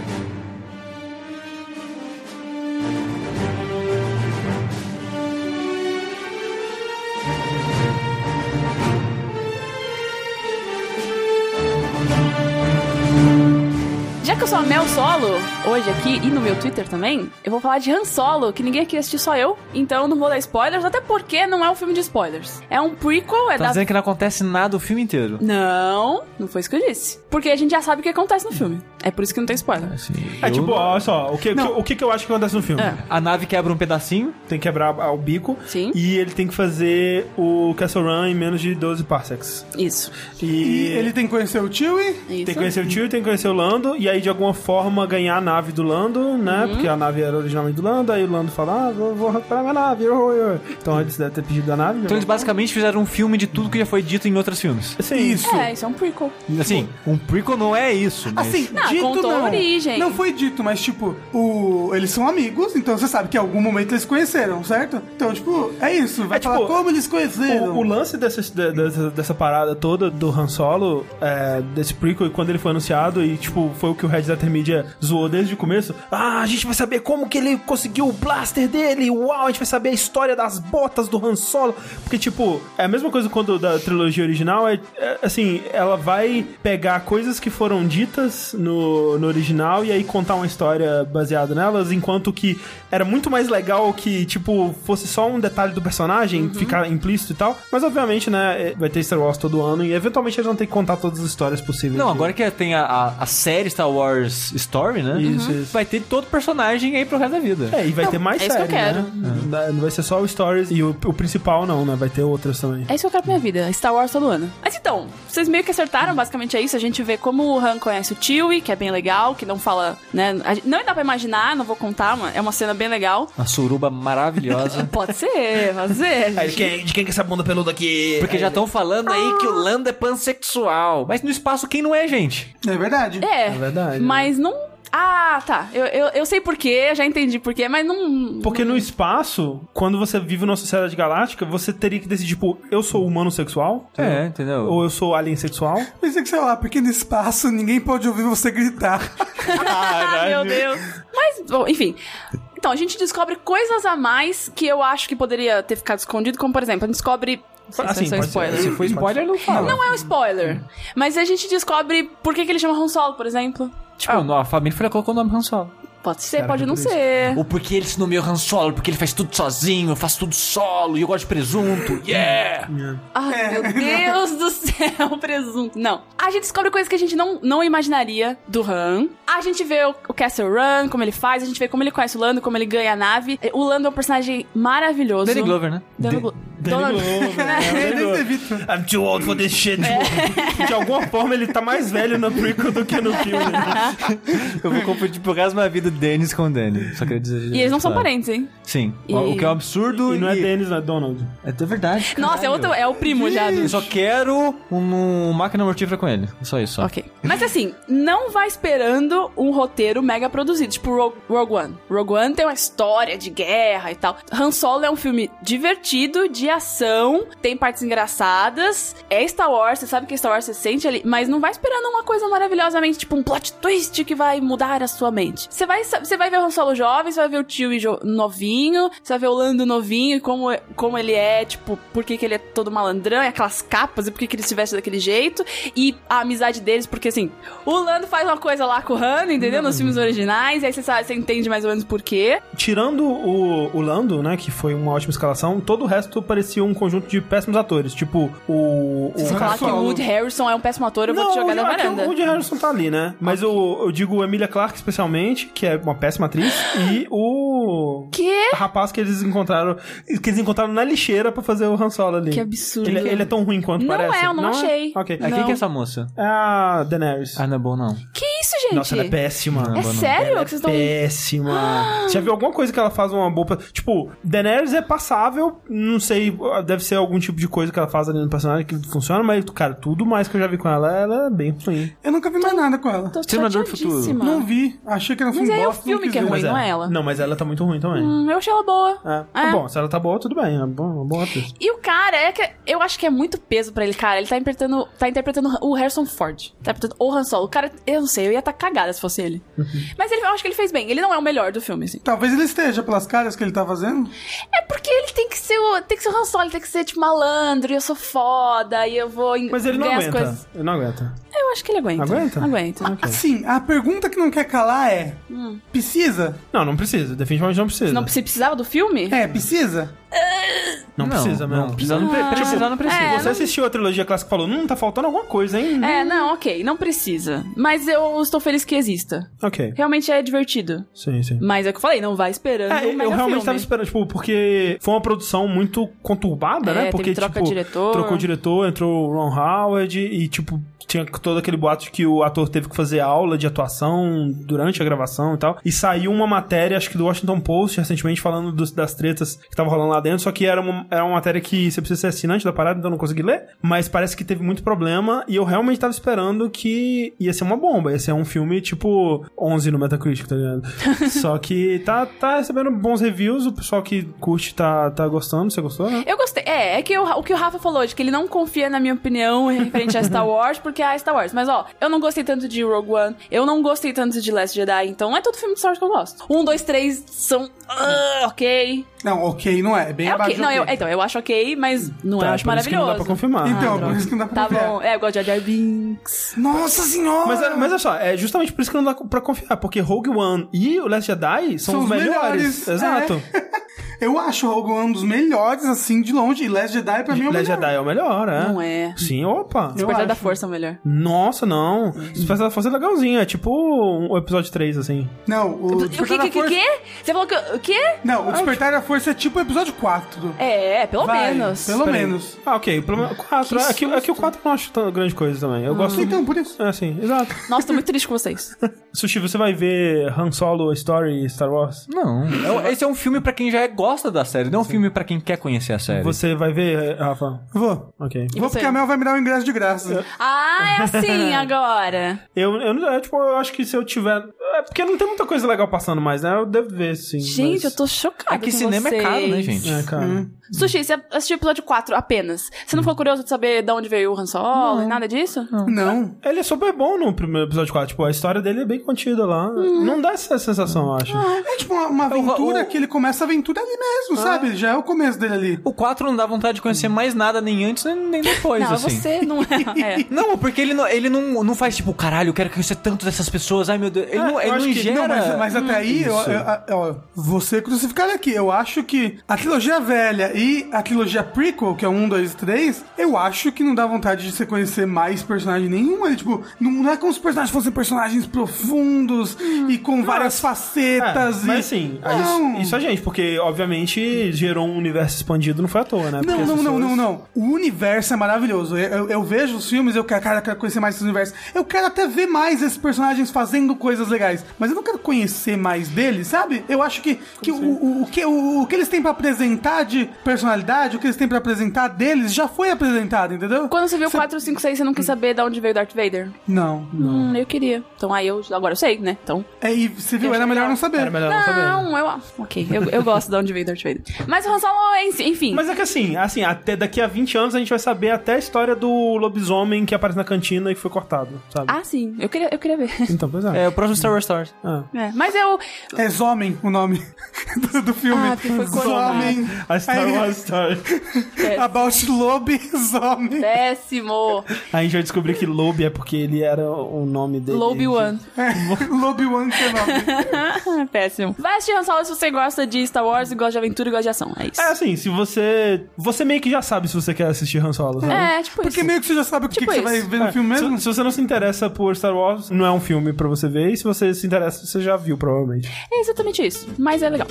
Já que eu sou a Mel Solo, hoje aqui e no meu Twitter também, eu vou falar de Han Solo, que ninguém aqui assistiu, só eu. Então não vou dar spoilers, até porque não é um filme de spoilers. É um prequel, é Tá da... dizendo que não acontece nada o filme inteiro. Não, não foi isso que eu disse. Porque a gente já sabe o que acontece no filme. É por isso que não tem spoiler. Assim, É eu- tipo, ó, olha só, o que, o que- o que que eu acho que acontece no filme? É. A nave quebra um pedacinho. Tem que quebrar a- o bico Sim. e ele tem que fazer o Castle Run em menos de 12 parsecs. Isso. E, E ele ele tem que conhecer o tio e. Isso. É. tem que conhecer o tio, tem que conhecer o Lando, e aí de alguma forma ganhar a nave do Lando, né? Porque a nave era originalmente do Lando, aí o Lando fala, ah, vou, vou recuperar minha nave. oh, oh, oh." Então eles devem ter pedido a nave. né? Então eles basicamente fizeram um filme de tudo que já foi dito em outros filmes. Sim. Isso. É, isso é um prequel. Assim, Tipo, um prequel não é isso, mas... Assim, Não, dito contou a não. origem. Não foi dito, mas tipo, o... eles são amigos, então você sabe que em algum momento eles se conheceram, certo? Então, tipo, é isso. Vai É, falar tipo, como eles se conheceram. O, o lance dessa, de- dessa, dessa parada toda do Han Solo, é, desse prequel, e quando ele foi anunciado, e tipo, foi o que o Red Dead Media zoou desde o começo. Ah, a gente vai saber como que ele conseguiu o blaster dele, uau, a gente vai saber a história das botas do Han Solo. Porque, tipo, é a mesma coisa quando da trilogia original, é, é, assim, ela vai pegar coisas que foram ditas no, no original e aí contar uma história baseada nelas, enquanto que era muito mais legal que, tipo, fosse só um detalhe do personagem, ficar implícito e tal. Mas, obviamente, né, é- vai ter Star Wars todo ano e, eventualmente, eles vão ter que contar todas as histórias possíveis. Não, de- agora que tem a, a, a série Star Wars Story, né? Isso, isso. Vai ter todo personagem aí pro resto da vida. É, e vai ter mais é isso que série, eu quero. né? Uhum. Não- Não vai ser só o Stories e o, o principal, não, né? Vai ter outras também. É isso que eu quero pra minha vida, Star Wars todo ano. Mas então, vocês meio que acertaram, basicamente é isso. A gente vê como o Han conhece o Chewie, que é bem legal, que não fala, né? a gente- Não dá pra imaginar, não vou contar, mas é uma cena bem legal. Uma suruba maravilhosa. Pode ser, pode ser. de quem, que é essa bunda peluda aqui? Porque já estão falando aí que o Lando é pansexual. Mas no espaço, quem não é, gente? É verdade. É, verdade, né? Mas não. Ah, tá. Eu, eu, eu sei porquê, já entendi porquê, mas não. Porque no espaço, quando você vive numa sociedade galáctica, você teria que decidir, tipo, eu sou humano sexual? É, Entendeu? entendeu? Ou eu sou alien sexual? Pensei é que, sei lá, pequeno espaço, ninguém pode ouvir você gritar. Ah, meu Deus. Mas, bom, enfim. Então, a gente descobre coisas a mais que eu acho que poderia ter ficado escondido, como por exemplo, a gente descobre. Não sei se Assim, isso é pode ser. spoiler. Se for spoiler, não fala. Não é um spoiler. Mas a gente descobre por que, que ele chama Han Solo, por exemplo. Ah, não, a família foi lá que colocou o nome Han Solo. Pode ser, Cara, pode que é não triste. ser. É. Ou porque ele se nomeou Han Solo, porque ele faz tudo sozinho, eu faço tudo solo, e eu gosto de presunto, yeah! Ai, meu Deus do céu, presunto. Não. A gente descobre coisas que a gente não, não imaginaria do Han. A gente vê o, o Castle Run, como ele faz, a gente vê como ele conhece o Lando, como ele ganha a nave. O Lando é um personagem maravilhoso. Danny Glover, né? Danny Glo- Donald. Danny DeVito. I'm too old for this shit. Tipo, De alguma forma, ele tá mais velho na prequel do que no filme. Eu vou confundir pro resto da minha vida Dennis com Danny. Só queria dizer. E eles não são sabe? parentes, hein? Sim. E- O que é um absurdo. E não é e- Dennis, não é Donald. É verdade. Nossa, é, caralho. outro, é o primo já do. Eu só quero um, um máquina mortífera com ele. Só isso. só. Ok. Mas assim, não vai esperando um roteiro mega produzido, tipo Rogue, Rogue One. Rogue One tem uma história de guerra e tal. Han Solo é um filme divertido, de ação, tem partes engraçadas. É Star Wars, você sabe que Star Wars você sente ali, mas não vai esperando uma coisa maravilhosamente, tipo um plot twist que vai mudar a sua mente. Você vai, sa- você vai ver o Han Solo jovem, você vai ver o tio e jo- novinho, você vai ver o Lando novinho e como, como ele é, tipo, por que, que ele é todo malandrão, e aquelas capas e por que, que ele se veste daquele jeito, e a amizade deles, porque assim, o Lando faz uma coisa lá com o Han, entendeu? Nos filmes originais, e aí você, sabe, você entende mais ou menos por quê. Tirando o, o Lando, né, que foi uma ótima escalação, todo o resto parecia um conjunto de péssimos atores. Tipo, o... o- Se falar que o Solo. Wood Harrison é um péssimo ator, eu vou te jogar é o- da aqui varanda. O Woody Harrison tá ali, né? Mas eu, eu digo o Emilia Clarke, especialmente, que é uma péssima atriz, e o... Quê? rapaz que eles encontraram que eles encontraram na lixeira pra fazer o Han Solo ali. Que absurdo. Ele, ele é tão ruim quanto Não parece. é, eu não achei. Ok. Ah, Não. quem que é essa moça? É a Daenerys. Ah, não é bom não. Que isso, gente? Nossa, ela é péssima. É sério Ela que vocês é estão. péssima. Você já viu alguma coisa que ela faz uma boa... Tipo, Daenerys é passável, não sei, deve ser algum tipo de coisa que ela faz ali no personagem que funciona, mas, cara, tudo mais que eu já vi com ela, ela é bem ruim. Eu nunca vi mais nada com ela. Tô Exterminador é do Futuro. chateadíssima. Não vi. Achei que era um filme Mas aí é o bosta, não filme quis que é ver. ruim. é. não é ela. Não, mas ela tá muito ruim também. Hum, eu achei ela boa. É. É. Bom, se ela tá boa, tudo bem. É bom, é uma boa atriz. E o cara, é que eu acho que é muito peso pra ele, cara. Ele tá interpretando, tá interpretando o Harrison Ford. Tá interpretando o Han Solo. O cara, eu não sei, eu ia estar cagada se fosse ele. Uhum. Mas ele, eu acho que ele fez bem. Ele não é o melhor do filme, assim. Talvez ele esteja pelas caras que ele tá fazendo. É porque ele tem que ser o, tem que ser o Han Solo, ele tem que ser tipo malandro, e eu sou foda, e eu vou en- Mas ele não ganhar as aguenta. coisas. Ele não aguenta. Eu acho que ele aguenta. Aguenta? Ah, Aguenta. Assim, a pergunta que não quer calar é: Hum. precisa? Não, não precisa. Definitivamente não precisa. Não, você precisava do filme? É, precisa? Não precisa mesmo. Não precisa, não pre- precisar, não precisa. É, Você assistiu a trilogia clássica e falou, hum, tá faltando alguma coisa, hein? É, não, ok, não precisa. Mas eu estou feliz que exista. Ok. Realmente é divertido. Sim, sim. Mas é o que eu falei, não vai esperando. É, um eu mega realmente filme. tava esperando, tipo, porque foi uma produção muito conturbada, É, né? teve Porque, troca tipo, de diretor. trocou o diretor, entrou o Ron Howard e, tipo, tinha todo aquele boato de que o ator teve que fazer aula de atuação durante a gravação e tal. E saiu uma matéria, acho que do Washington Post, recentemente, falando dos- das tretas que estavam rolando lá dentro, só que era uma, era uma matéria que você precisa ser assinante da parada, então eu não consegui ler, mas parece que teve muito problema e eu realmente tava esperando que ia ser uma bomba, ia ser um filme, tipo, 11 no Metacritic, tá ligado? Só que tá, tá recebendo bons reviews, o pessoal que curte tá, tá gostando. Você gostou, né? Eu gostei. É, é que o- o que o Rafa falou, de que ele não confia na minha opinião referente a Star Wars, porque é a Star Wars. Mas ó, eu não gostei tanto de Rogue One, eu não gostei tanto de Last Jedi, então não é todo filme de Star Wars que eu gosto. Um, dois, três são. ah, ok. Não, ok, não é. É bem É abaixo ok. de Não, ok. eu, então, eu acho ok, mas não eu Tá, por acho isso que Não dá pra maravilhoso. confirmar. Então, droga. por isso que não dá pra Tá confiar. bom. É, eu gosto de Jar Jar Binks. Nossa senhora! Mas, é- mas olha só, é justamente por isso que não dá pra confiar, porque Rogue One e o Last Jedi são, os melhores. Exato. É, Eu acho o Rogue One um dos melhores, assim, de longe. E Last Jedi, pra mim, é o Last melhor. Jedi é o melhor, é. Não é. Sim, opa. Eu Despertar da acho. Força é o melhor. Nossa, não. Despertar da Força é legalzinho, é tipo o episódio 3, assim. Não, o O que, Despertar que, da que, Força... que? Você falou que. O quê? Não, o Despertar da Força é tipo o episódio 4. É, é, pelo Vai, menos. Pelo Peraí. menos. Ah, ok. Pelo menos 4. Que Ah. Aqui, aqui é o 4 eu não acho tão grande coisa também. Eu gosto. Então, por isso. É assim, exato. Nossa, tô muito triste com vocês. Sushi, você vai ver Han Solo, A Story, Star Wars? Não. É- Esse é um filme pra quem já gosta da série, não é um filme pra quem quer conhecer a série. Você vai ver, Rafa? Vou. Ok. E Vou você? porque a Mel vai me dar um ingresso de graça. Ah, é assim agora. Eu, eu, não- é, tipo, eu acho que se eu tiver. É porque não tem muita coisa legal passando mais, né? Eu devo ver, sim. Gente, mas- eu tô chocada. É que com cinema é caro, né, vocês. gente? É, cara. Hum. Sushi, você assistiu o episódio 4 apenas. Você não ficou curioso de saber de onde veio o Han Solo e nada disso? Não. Ele é super bom no primeiro episódio 4. Tipo, a história dele é bem contida lá. Uhum. Não dá essa sensação, eu acho. Ah, É tipo uma, uma aventura o- que ele começa a aventura ali mesmo, sabe? Já é o começo dele ali. O 4 não dá vontade de conhecer mais nada, nem antes, nem nem depois, Hum. não, assim. você não é. é. Não, porque ele não, ele não, não faz tipo, caralho, eu quero conhecer tanto dessas pessoas, ai meu Deus. Ele, não, ele mas acho não que- gera. Não, mas, mas até aí, eu, isso. eu, eu- ó, vou ser crucificado aqui. Eu acho que a trilogia velha e a trilogia prequel, que é 1, 2 e 3, eu acho que não dá vontade de você conhecer mais personagem nenhum. É, tipo, não, não é como se os personagens fossem personagens profundos e com várias facetas. É, mas e... assim, aí tá não. isso, isso a gente, porque obviamente gerou um universo expandido, não foi à toa, né? Porque Não, as não, não, pessoas- não, não. O universo é maravilhoso. Eu, eu- eu vejo os filmes, eu quero, cara, eu quero conhecer mais esse universo. Eu quero até ver mais esses personagens fazendo coisas legais. Mas eu não quero conhecer mais deles, sabe? Eu acho que, que assim? o, o- o que o, o que eles têm pra apresentar de personalidade, o que eles têm pra apresentar deles, já foi apresentado, entendeu? Quando você viu o 4, 5, 6, você não quis saber de onde veio o Darth Vader? Não. Hum, eu queria. Então aí eu. Agora eu sei, né? Então. É, e você viu, era melhor não saber. Era melhor não saber. Não, eu. Ok, eu, eu gosto de onde veio o Darth Vader. Mas o Han Solo, é em si- enfim. Mas é que assim, assim, até daqui a 20 anos a gente vai saber até a história do lobisomem que aparece na cantina e que foi cortado, sabe? Ah, sim. Eu queria, eu queria ver. Então, pois é. É, o próximo Star Wars Stars. Ah. É, mas eu. É Zomem o nome do, do filme. Ah, porque foi coronado. Zomem. A é Star Aí- Wars Story. About É. Lobisomem. Décimo. Aí a gente vai descobrir que Lobe é porque ele era o nome dele. Lobe One. É, Lobi-Wan Kenobi. Péssimo. Vai assistir Han Solo se você gosta de Star Wars, e gosta de aventura e gosta de ação. É isso. É assim, se você. Você meio que já sabe se você quer assistir Han Solo, sabe? É, tipo Porque isso. meio que você já sabe o que, Tipo que você isso. vai ver no É filme Se- mesmo. né? Se, você não se interessa por Star Wars, não é um filme pra você ver. E se você se interessa, você já viu, provavelmente. É exatamente isso. Mas é legal.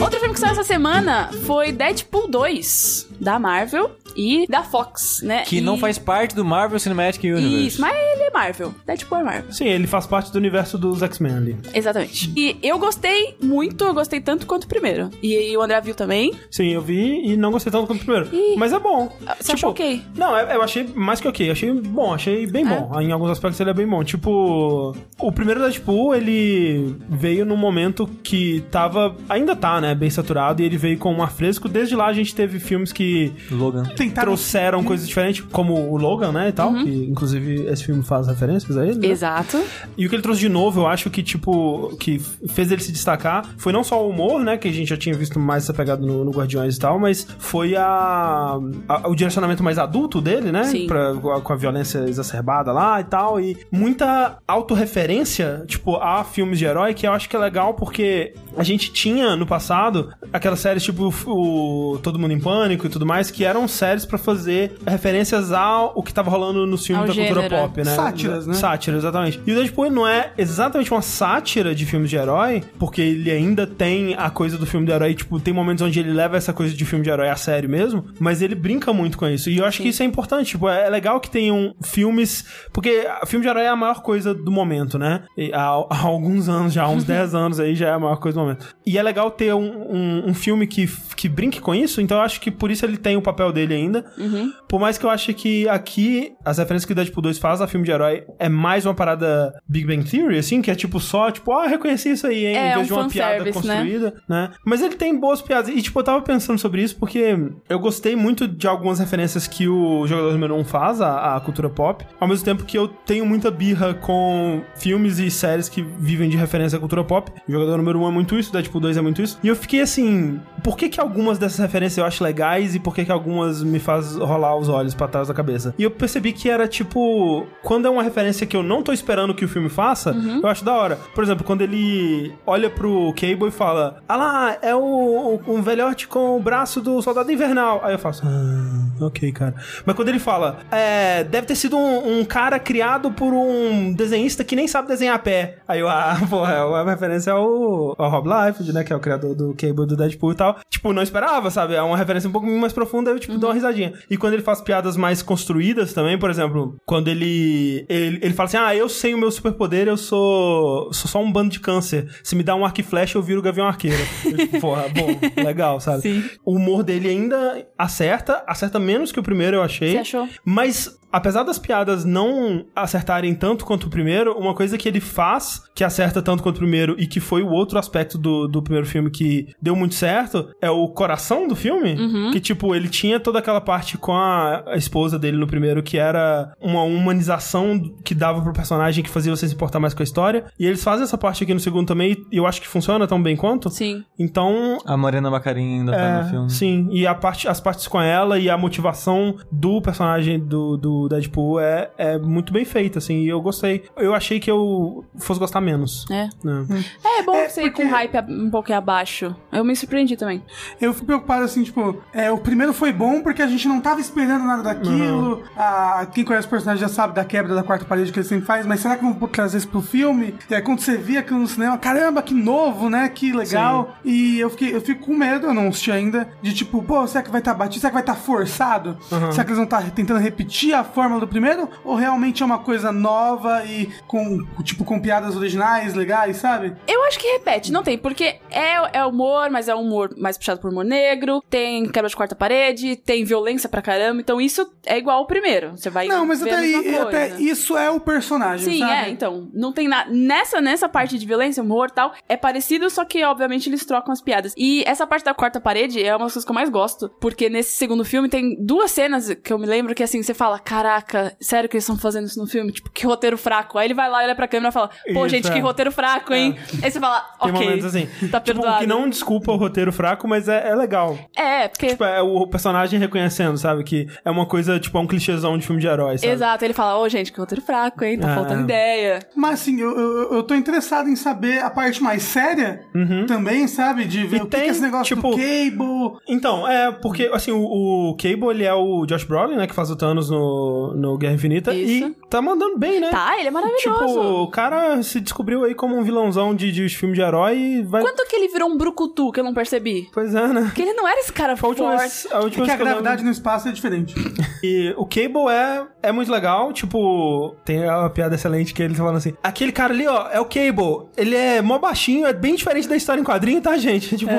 Outro filme que saiu essa semana foi Deadpool 2, da Marvel e da Fox, né? Que E- não faz né? parte do Marvel Cinematic Universe. Isso, mas ele é Marvel. Deadpool é Marvel. Sim, ele faz parte do universo dos X-Men ali. Exatamente. E eu gostei muito, eu gostei tanto quanto o primeiro. E o André viu também. Sim, eu vi e não gostei tanto quanto o primeiro. Ih. Mas é bom. Você achou ok? Não, é, eu eu achei mais que ok. Achei bom, achei bem bom. Em alguns aspectos ele é bem bom. Tipo, o primeiro Deadpool, ele veio num momento que tava. Ainda tá, né? Bem saturado. E ele veio com um ar fresco. Desde lá a gente teve filmes que Logan. Tentaram trouxeram coisas diferentes, como o Logan, né? E tal. Uhum. Que inclusive esse filme faz referências a ele. né? Exato. E o que ele trouxe de novo, eu acho que, tipo, que fez ele se destacar foi não só o humor, né? Que a gente já tinha visto mais essa pegada no, no Guardiões e tal, mas foi a, a- o direcionamento mais adulto dele, né? Sim. Pra- com a- com a violência exacerbada lá e tal. E muita autorreferência, tipo, a filmes de herói, que eu acho que é legal porque a gente tinha no passado aquelas séries tipo o Todo Mundo em Pânico e tudo mais, que eram séries pra fazer referências ao o que tava rolando nos Ao filmes da cultura gênero. pop, né? Sátiras, né? Sátira, exatamente. E o Deadpool não é exatamente uma sátira de filmes de herói, porque ele ainda tem a coisa do filme de herói, tipo, tem momentos onde ele leva essa coisa de filme de herói a sério mesmo, mas ele brinca muito com isso. E eu acho que isso é importante, tipo, é é legal que tenham filmes, porque ah, filme de herói é a maior coisa do momento, né? E há, há alguns anos já, há uns 10 anos aí, já é a maior coisa do momento. E é legal ter um, um- um filme que, que brinque com isso, então eu acho que por isso ele tem o papel dele ainda. Uhum. Por mais que eu ache que aqui as referências que o Deadpool 2 faz a filme de herói é mais uma parada Big Bang Theory, assim, que é tipo só, tipo, ah, reconheci isso aí, hein? É, em vez um de uma piada fanservice, né? construída, né? Mas ele tem boas piadas. E, tipo, eu tava pensando sobre isso porque eu gostei muito de algumas referências que o jogador número 1 faz à, à cultura pop, ao mesmo tempo que eu tenho muita birra com filmes e séries que vivem de referência à cultura pop. O jogador número 1 é muito isso, Deadpool 2 é muito isso. E eu fiquei assim, por que que algumas dessas referências eu acho legais e por que que algumas me faz rolar os olhos pra trás da cabeça? E eu percebi que era tipo, quando é uma referência que eu não tô esperando que o filme faça, eu acho da hora. Por exemplo, quando ele olha pro Cable e fala: Ah lá, é o, um velhote com o braço do soldado invernal. Aí eu faço: Ah, ok, cara. Mas quando ele fala: É, deve ter sido um, um cara criado por um desenhista que nem sabe desenhar a pé. Aí eu, ah, porra, é uma referência ao, ao Rob Liefeld, né? Que é o criador do Cable do Deadpool e tal. Tipo, não esperava, sabe? É uma referência um pouco mais profunda, eu, tipo, Uhum. dou uma risadinha. E quando ele faz piadas mais construídas também, por exemplo, quando ele. Ele, ele fala assim: ah, eu sei o meu superpoder, eu sou. sou só um bando de câncer. Se me dá um arco e flecha, eu viro o Gavião Arqueiro. Eu, tipo, porra, bom, legal, sabe? Sim. O humor dele ainda acerta, acerta menos que o primeiro, eu achei. Você achou? Mas, apesar das piadas não acertarem tanto quanto o primeiro, uma coisa que ele faz que acerta tanto quanto o primeiro e que foi o outro aspecto do, do primeiro filme que deu muito certo é o coração do filme. Que, tipo, ele tinha toda aquela parte com a a esposa dele no primeiro, que era uma humanização que dava pro personagem que fazia você se importar mais com a história. E eles fazem essa parte aqui no segundo também e eu acho que funciona tão bem quanto. Sim. Então, A Mariana Macarinha ainda tá no filme. Sim, e a parte, as partes com ela e a motivação do personagem do, do Deadpool é, é muito bem feita, assim, e eu gostei. Eu achei que eu fosse gostar menos. É. né? É, é bom É, você ir porque- com hype a- um pouquinho abaixo. Eu me surpreendi também. Eu fico preocupado assim, tipo, é, o primeiro foi bom porque a gente não tava esperando nada daquilo. Uhum. Ah, quem conhece o personagem já sabe da quebra da quarta parede que ele sempre faz, mas será que vão trazer isso pro filme? E aí quando você via aquilo no cinema, caramba, que novo, né? Que legal. E eu, fiquei, eu fico com medo, eu não assisti ainda, de tipo, pô, será que vai estar tá batido? Será que vai estar forçado? Uhum. Será que eles vão estar tentando repetir a fórmula do primeiro? Ou realmente é uma coisa nova e com, tipo, com piadas originais, legais, sabe? Eu acho que repete, não tem, porque é, é humor, mas é um humor mais puxado por humor negro, tem quebra de quarta parede, tem violência pra caramba, então isso é igual ao primeiro. Você vai Não, mas ver até, a mesma aí, coisa. até isso é o personagem, Sim, sabe? é, então. Não tem nada. Nessa, nessa parte de violência, humor e tal, é parecido, só que, obviamente, eles trocam as piadas. E essa parte da quarta parede é uma das coisas que eu mais gosto. Porque nesse segundo filme tem duas cenas que eu me lembro que assim, você fala: Caraca, sério que eles estão fazendo isso no filme? Tipo, que roteiro fraco. Aí ele vai lá, olha pra câmera e fala: Pô, Isso, gente, é. que roteiro fraco, hein? Aí você fala, Tem ok. momentos assim. Tá tipo, perdoado. que não desculpa o roteiro fraco, mas é, é legal. É, porque. Tipo, é o personagem reconhecendo, sabe? Que é uma coisa, tipo, é um clichêzão de filme de herói, sabe? Exato, ele fala, ô gente, que roteiro fraco, hein? Tá Ah. faltando ideia. Mas assim, eu, eu, eu tô interessado em saber a parte mais séria também, sabe? De ver Uhum. E o que tem, que é esse negócio tipo- do Cable. Então, é, porque, assim, o, o Cable, ele é o Josh Brolin, né? Que faz o Thanos no, no Guerra Infinita. Isso. E tá mandando bem, né? Tá, ele é maravilhoso. Tipo, o cara se descobriu aí como um vilãozão de, de filme de herói e vai... Quanto que ele virou um brucutu que eu não percebi? Pois é, né? Porque ele não era esse cara Foi a forte. última vez, a última É que a vez tipo, que eu lembro. gravidade no espaço é diferente. E o Cable é, é muito legal, tipo, tem uma piada excelente que ele tá falando assim, aquele cara ali, ó, é o Cable, ele é mó baixinho, é bem diferente da história em quadrinho, tá, gente? Tipo,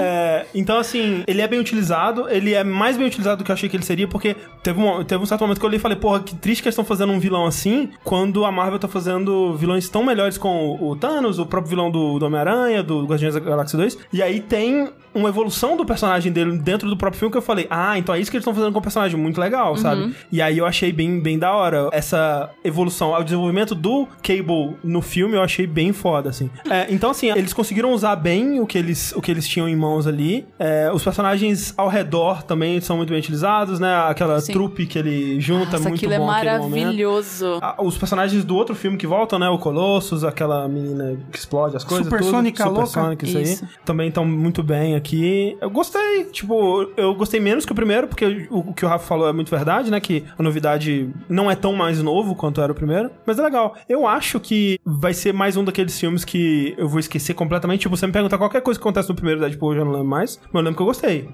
é, então assim, ele é bem utilizado, ele é mais bem utilizado do que eu achei que ele seria, porque teve um, teve um certo momento que eu olhei e falei, porra, que triste que eles estão fazendo um vilão assim, quando a Marvel tá fazendo vilões tão melhores com o, o Thanos, o próprio vilão do, do Homem-Aranha, do Guardiões da Galáxia 2, e aí tem uma evolução do personagem dele dentro do próprio filme que eu falei, ah, então é isso que eles estão fazendo com o personagem, muito legal, Uhum. sabe? E aí eu achei bem, bem da hora essa evolução, o desenvolvimento do Cable no filme eu achei bem foda, assim. É, então, assim, eles conseguiram usar bem o que eles, o que eles tinham em mãos ali, É, os personagens ao redor também são muito bem utilizados, né? Aquela Sim. trupe que ele junta, Nossa, muito aquilo é bom aquele momento. maravilhoso. Ah, Os personagens do outro filme que voltam, né? O Colossus, aquela menina que explode as coisas. Supersônica tudo. louca? Supersônica, isso, Isso. aí. Também estão muito bem aqui. Eu gostei. Tipo, eu gostei menos que o primeiro, porque o, o que o Rafa falou é muito verdade, né? Que a novidade não é tão mais novo quanto era o primeiro. Mas é legal. Eu acho que vai ser mais um daqueles filmes que eu vou esquecer completamente. Tipo, você me perguntar qualquer coisa que acontece no primeiro Deadpool, eu já não lembro mais. Mas eu lembro que eu gostei.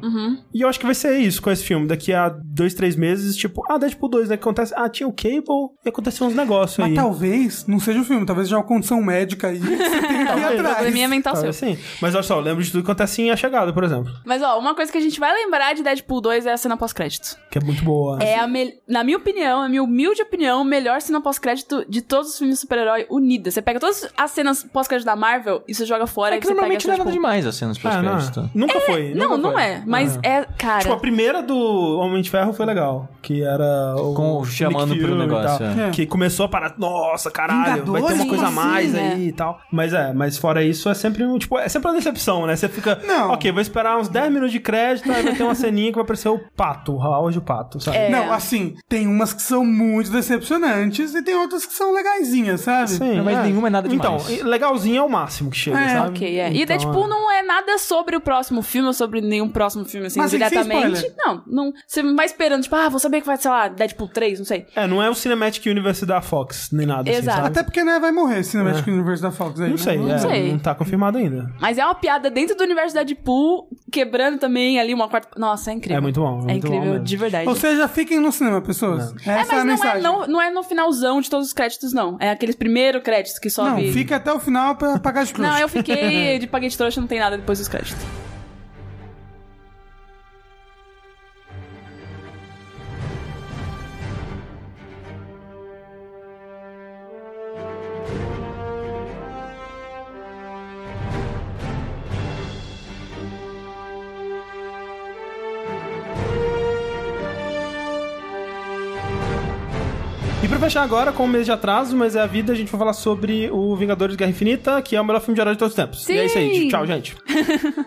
E eu acho que vai ser isso com esse filme. Daqui a dois, três meses, tipo, ah, Deadpool 2, né? Que acontece. Ah, tinha o Cable e aconteceu uns negócios Mas aí. tá talvez não seja o filme, talvez seja uma condição médica aí. que Você tem Tá, que ir atrás. Probleminha mental seu. Talvez sim. assim? Mas olha só, eu lembro de tudo que acontece em A Chegada, por exemplo. Mas ó, uma coisa que a gente vai lembrar de Deadpool 2 é a cena pós-crédito. Que é muito boa. É a me... na minha opinião, na minha humilde opinião, a melhor cena pós-crédito de todos os filmes de super-herói unida. Você pega todas as cenas pós-crédito da Marvel e você joga fora É e que você pega normalmente essa, não é nada tipo... demais as cenas Ah, não. pós-crédito. Nunca foi. Não, nunca não foi. é, mas Ah. é, cara. Tipo, a primeira do Homem de Ferro foi legal. Que era o. Com o Nick chamando pelo Fury e negócio, tal, é. É. Que começou a parar. Nossa, caralho, vai ter Vingadores, uma coisa a mais assim, aí e tal. Mas é, mas fora isso, é sempre um. Tipo, é sempre uma decepção, né? Você fica. Não. Ok, vou esperar uns 10 minutos de crédito, aí vai ter uma ceninha que vai aparecer o pato, o Howard o pato, sabe? É. Não, assim, tem umas que são muito decepcionantes e tem outras que são legaisinhas, sabe? Não, mas nenhuma é nada demais. Então, legalzinho é o máximo que chega, É. sabe? Ok, é. e Então, Deadpool não é nada sobre o próximo filme ou sobre nenhum próximo filme, assim, Mas, assim, sem diretamente. spoiler. Não, não. Você vai esperando, tipo, ah, vou saber que vai, sei lá, Deadpool 3, não sei. É, não é o Cinematic Universe da Fox, nem nada Exato. assim, sabe? Até porque, né, vai morrer esse Cinematic Universe da Fox aí. É. Não né? sei, é, sei. não tá confirmado ainda. Mas é uma piada dentro do universo da Deadpool, quebrando também ali uma quarta. Nossa, é incrível. É muito bom, É, é muito bom incrível, mesmo. de verdade. Ou seja, fiquem no cinema, pessoas. É, Essa é a mas não, é, mensagem. não, não é no finalzão de todos os créditos, não. É aqueles primeiros créditos que sobe. Não, fica até o final pra pagar de um Não, trouxa. eu fiquei de paguei de trouxa, não tem nada depois dos créditos. E pra fechar agora, com um mês de atraso, mas é a vida, a gente vai falar sobre o Vingadores Guerra Infinita, que é o melhor filme de herói de todos os tempos. E é isso aí. Sim. Tchau, gente.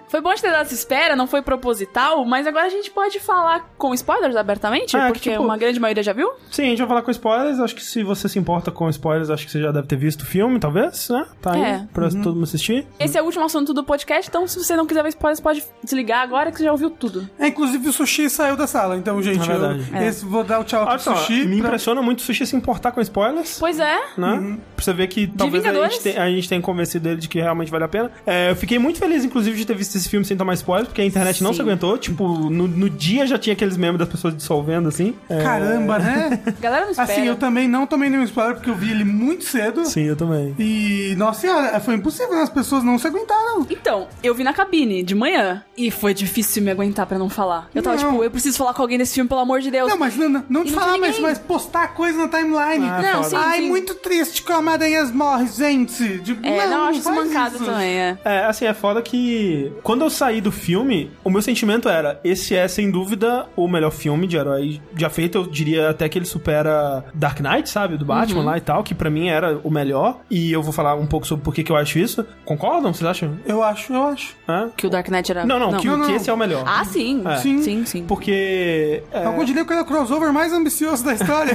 Foi bom de ter dado essa espera, não foi proposital, mas agora a gente pode falar com spoilers abertamente, É, que porque tipo- uma grande maioria já viu. Sim, a gente vai falar com spoilers. Acho que se você se importa com spoilers, acho que você já deve ter visto o filme, talvez, né? Tá aí É. pra todo mundo assistir. Esse é o último assunto do podcast, então se você não quiser ver spoilers, pode desligar agora que você já ouviu tudo. É, inclusive o sushi saiu da sala, então, gente, É eu, verdade. esse- vou dar o tchau Olha pro só, sushi. me pra- impressiona muito o Sushi se importar com spoilers. Pois é, né? Pra você ver que talvez a Vingadores? gente, tenha, a gente tenha convencido ele de que realmente vale a pena. É, eu fiquei muito feliz, inclusive, de ter visto esse filme sem tomar spoiler, porque a internet não Sim. se aguentou. Tipo, no, no dia já tinha aqueles memes das pessoas dissolvendo, assim. É, Caramba, né? galera não espera. assim, eu também não tomei nenhum spoiler, porque eu vi ele muito cedo. Sim, eu também. E, nossa senhora, foi impossível, né? As pessoas não se aguentaram. Então, eu vi na cabine de manhã e foi difícil me aguentar pra não falar. Eu tava Não. tipo, eu preciso falar com alguém desse filme, pelo amor de Deus. Não, mas não, não, não te não falar, tinha mas, ninguém. mas postar coisa na timeline. Ah, Não, foda. sim, Ai, sim. muito triste que o Homem-Aranha morre, gente. De, É, não, eu acho isso faz mancada isso. também, é. É, assim, é foda que quando eu saí do filme, o meu sentimento era: esse é sem dúvida o melhor filme de herói já feito. Eu diria até que ele supera Dark Knight, sabe? Do Batman lá e tal, que pra mim era o melhor. E eu vou falar um pouco sobre por que, que eu acho isso. Concordam? Vocês acham? Eu acho, eu acho. Hã? Que o Dark Knight era. Não, não, que, Não, não, que não. esse é o melhor. Ah, sim. É. Sim, sim, sim. Porque. é, Algum diria que ele é o crossover mais ambicioso da história.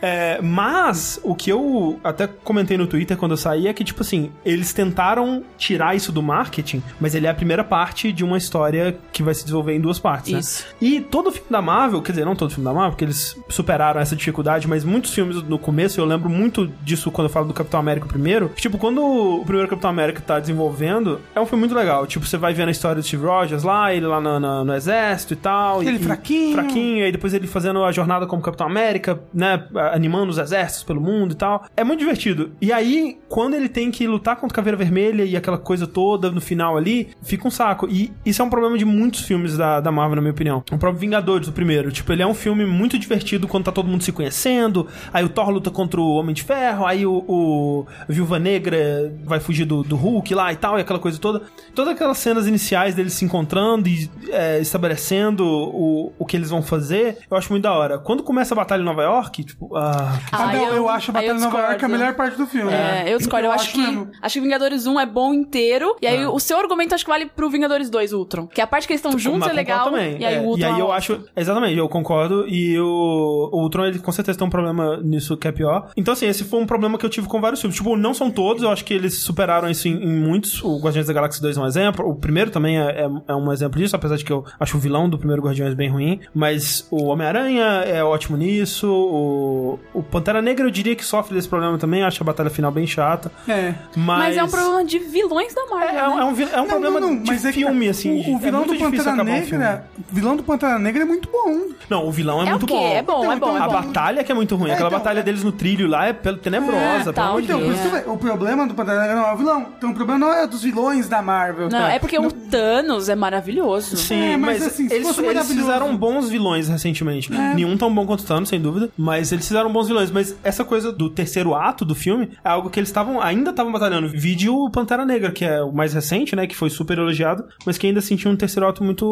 é, mas o que eu até comentei no Twitter quando eu saí é que, tipo assim, eles tentaram tirar isso do marketing, mas ele é a primeira parte de uma história que vai se desenvolver em duas partes, né? Isso. E todo filme da Marvel, quer dizer, não todo filme da Marvel, porque eles superaram essa dificuldade, mas muitos filmes no começo, eu lembro muito disso quando eu falo do Capitão América primeiro. que, Tipo, quando o primeiro Capitão América tá desenvolvendo, é um filme muito legal. Tipo, você vai vendo a história do Steve Rogers lá, ele lá na- na- no, exército e tal. Ele e, fraquinho. Fraquinho, aí depois ele fazendo a jornada como Capitão América, né? Animando os exércitos pelo mundo e tal. É muito divertido. E aí, quando ele tem que lutar contra o Caveira Vermelha e aquela coisa toda no final ali, fica um saco. E isso é um problema de muitos filmes da, da Marvel, na minha opinião. O próprio Vingadores, o primeiro. Tipo, ele é um filme muito divertido quando tá todo mundo se conhecendo. Aí o Thor luta contra o Homem de Ferro. Aí o, o Viúva Negra vai fugir do, do Hulk lá e tal. E aquela coisa toda. Todas aquelas cenas iniciais deles se encontrando e é, estabelecendo o, o que eles vão fazer. Eu acho muito da hora. Quando começa a batalha em Nova York, tipo. Ah, que Ah, Ah, não, eu, eu- acho a aí eu Batalha de Nova York a discordo. melhor parte do filme. É, eu discordo. Eu, acho, que mesmo. acho que Vingadores 1 é bom inteiro. E aí o seu argumento acho que vale pro Vingadores 2 Ultron. Que a parte que eles estão juntos É. é Mas legal. concordo também. E aí É, o Ultron. é eu ótimo. acho. Exatamente, eu concordo. E o, o Ultron, ele com certeza tem um problema nisso que é pior. Então, assim, esse foi um problema que eu tive com vários filmes. Tipo, não são todos, eu acho que eles superaram isso em, em muitos. O Guardiões da Galáxia 2 é um exemplo. O primeiro também é, é- é um exemplo disso, apesar de que eu acho o vilão do primeiro Guardiões bem ruim. Mas o Homem-Aranha é ótimo nisso. O, o Pantera Negra eu diria que sofre desse problema também. Acho a batalha final bem chata. É. Mas... é um problema de vilões da É, Marvel. é um, né? é um vi- é um Não, problema não, não, de mas é que filme, o- assim. O, vilão do é muito difícil Pantera acabar um filme. Negra. O vilão do Pantera Negra é muito bom. Não, o vilão é, É o muito quê? bom. É bom, é bom, é A bom. batalha que é muito ruim. É, Aquela então, batalha é. deles no trilho lá é pel- tenebrosa. É, tá, pelo amor de então, Então, por Deus. isso que eu falei, o problema do Pantera Negra não é o vilão. Então, o problema não é dos vilões da Marvel. tá? Não, é porque Não- o Thanos é maravilhoso. Sim, É, mas mas, assim, se eles, fosse eles maravilhoso- É. fizeram bons vilões recentemente. Nenhum tão bom quanto o Thanos, sem dúvida. Mas eles fizeram bons vilões. Mas essa coisa do terceiro ato do filme é algo que eles estavam ainda estavam batalhando. Vídeo o Pantera Negra, que é o mais recente, né? Que foi super elogiado, mas que ainda sentiu um terceiro ato muito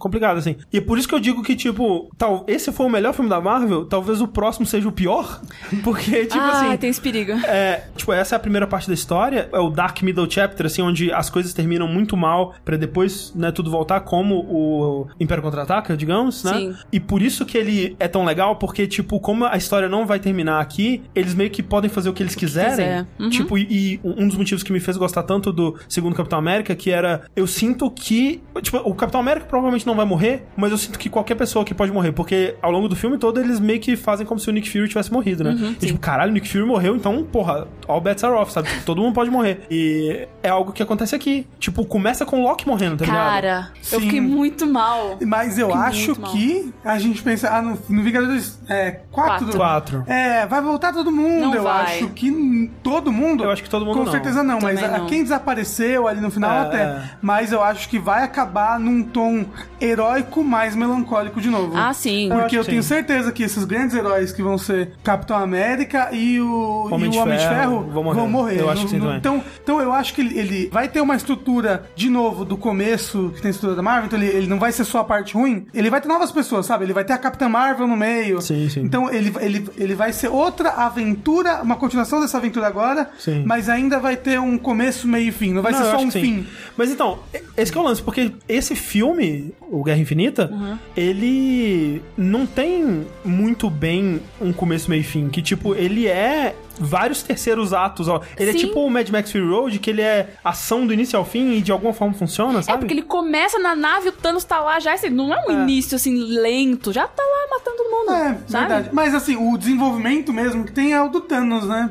complicado, assim. E é por isso que eu digo que, tipo, tal, esse foi o melhor filme da Marvel, talvez o próximo seja o pior. Porque, tipo ah, assim. tem esse perigo. É, tipo, essa é a primeira parte da história, é o Dark Middle Chapter, assim, onde as coisas terminam muito mal pra depois, né, tudo voltar como o Império Contra-Ataca, digamos, né? Sim. E por isso que ele é tão legal, porque, tipo, como a história não vai terminar aqui, eles meio que podem fazer o que eles quiserem. quiser. Uhum. Tipo, e, e um dos motivos que me fez gostar tanto do segundo Capitão América, que era, eu sinto que, tipo, o Capitão América provavelmente não vai morrer, mas eu sinto que qualquer pessoa aqui pode morrer, porque ao longo do filme todo eles meio que fazem como se o Nick Fury tivesse morrido, né? E, tipo, caralho, o Nick Fury morreu, então, porra, all bets are off, sabe? Tipo, todo mundo pode morrer. E é algo que acontece aqui. Tipo, começa com o Loki morrendo, tá ligado? Cara, eu Sim. fiquei muito mal. Mas eu Fiquei acho muito mal. que a gente pensa, ah, no, no Vingadores é, 4, Quatro. Quatro. É, vai voltar todo mundo. Não eu vai. acho que n- todo mundo. Eu acho que todo mundo Com não. certeza não, mas Também a- não. quem desapareceu ali no final É, até. é. Mas eu acho que vai acabar num tom heróico mais melancólico de novo. Ah, sim. Eu acho Porque eu, que tenho sim. certeza que esses grandes heróis que vão ser Capitão América e o e o Homem, Homem de de Ferro Ferro vão vão morrer. morrer. Eu acho que sim Não- não- também. então, então eu acho que ele- ele vai ter uma estrutura, de novo, do começo, que tem a estrutura da Marvel, então ele, ele não vai ser só a parte ruim. Ele vai ter novas pessoas, sabe? Ele vai ter a Capitã Marvel no meio. Sim, sim. Então eu, ele, ele, ele vai ser outra aventura, uma continuação dessa aventura agora, Sim. mas ainda vai ter um começo, meio e fim. Não vai Não, ser eu só acho um que sim. fim. Mas então, e- esse que é o lance, porque esse filme, o Guerra Infinita, ele não tem muito bem um começo, meio e fim. Que, tipo, ele é vários terceiros atos. Ó. Ele é Sim. tipo o Mad Max Fury Road, que ele é ação do início ao fim e de alguma forma funciona, É sabe? porque ele começa na nave, o Thanos tá lá já, assim, não é um início assim lento, já tá lá matando todo mundo. É, sabe? verdade. Mas assim, o desenvolvimento mesmo que tem é o do Thanos, né?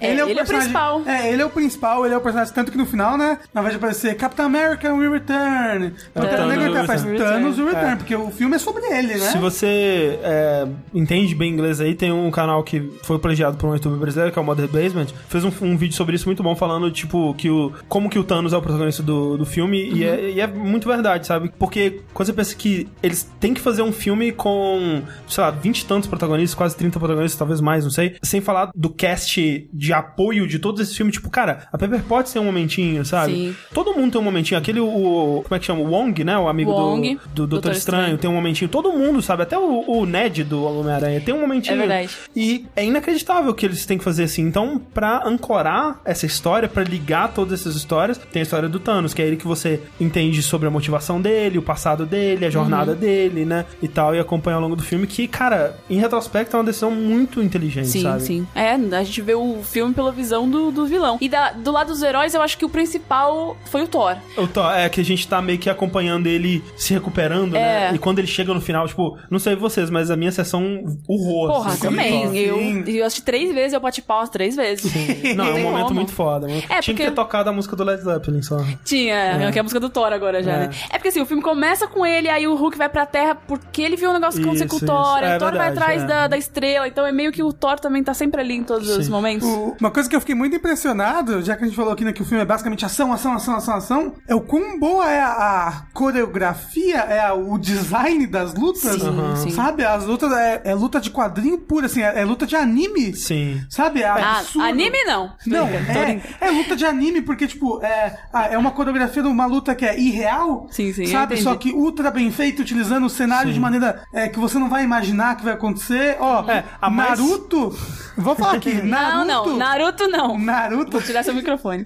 É, ele é o personagem- principal. É, ele é o principal, ele é o personagem. Tanto que no final, né? Na vez de aparecer Capitão America We Return. Pantera É Thanos Negra We tá, faz Return. Thanos We É. Return, porque o filme é sobre ele, né? Se você é, entende bem inglês aí, tem um canal que foi plagiado por um youtuber brasileiro, que é o Mother Basement, fez um, um vídeo sobre isso muito bom, falando, tipo, que o, como que o Thanos é o protagonista do, do filme, e, é, e é muito verdade, sabe? Porque quando você pensa que eles têm que fazer um filme com, sei lá, 20 e tantos protagonistas, quase 30 protagonistas, talvez mais, não sei, sem falar do cast de apoio de todos esses filmes, tipo, cara, a Pepper Potts tem um momentinho, sabe? Sim. Todo mundo tem um momentinho, aquele, o, como é que chama? O Wong, né? O amigo Wong, do, do Doutor Doutor Estranho, Estranho. tem um momentinho. Todo mundo sabe, até o, o Ned do Homem-Aranha tem um momentinho. É verdade. E é inacreditável o que eles têm que fazer assim. Então, pra ancorar essa história, pra ligar todas essas histórias, tem a história do Thanos, que é ele que você entende sobre a motivação dele, o passado dele, a jornada Uhum. dele, né? E tal, e acompanha ao longo do filme, que, cara, em retrospecto, é uma decisão muito inteligente, Sim, sabe? sim. É, a gente vê o filme pela visão do, do vilão. E da- do lado dos heróis, eu acho que o principal foi o Thor. O Thor, é que a gente tá meio que acompanhando ele se recuperando, né? É. E quando ele chega no final, tipo, não sei vocês, mas a minha sessão horror. Porra, assim, também. Thor. Eu, Sim. eu assisti três vezes, eu bati pau três vezes. Não, é um tem momento como. muito foda. né? mano. Tinha que porque- ter tocado a música do Led Zeppelin só. Tinha, que é a música do Thor agora já, É. né? É porque assim, o filme começa com ele, aí o Hulk vai pra Terra porque ele viu um negócio que aconteceu com Isso, o Thor, isso. aí É o Thor vai verdade, atrás é. da, da estrela, então é meio que o Thor também tá sempre ali em todos os Sim. momentos. O- Uma coisa que eu fiquei muito impressionado, já que a gente falou aqui né, que o filme é basicamente ação, ação, ação, ação, ação, é o quão boa é a, a coreografia, é a- o design das lutas, Sim, Uhum. sim. sabe? As lutas é, é luta de quadrinho pura, assim, é, é luta de anime, Sim. sabe? É Ah, absurdo. anime não. Não, é, é luta de anime, porque, tipo, é, ah, é uma coreografia de uma luta que é irreal, Sim, sim, eu sabe? entendi. Só que ultra bem feita, utilizando o cenário de maneira é, que você não vai imaginar que vai acontecer. Ó, É, a mais- Naruto... Vou falar aqui, Uhum. Não, Naruto... não, Naruto não. Naruto, Vou tirar seu microfone.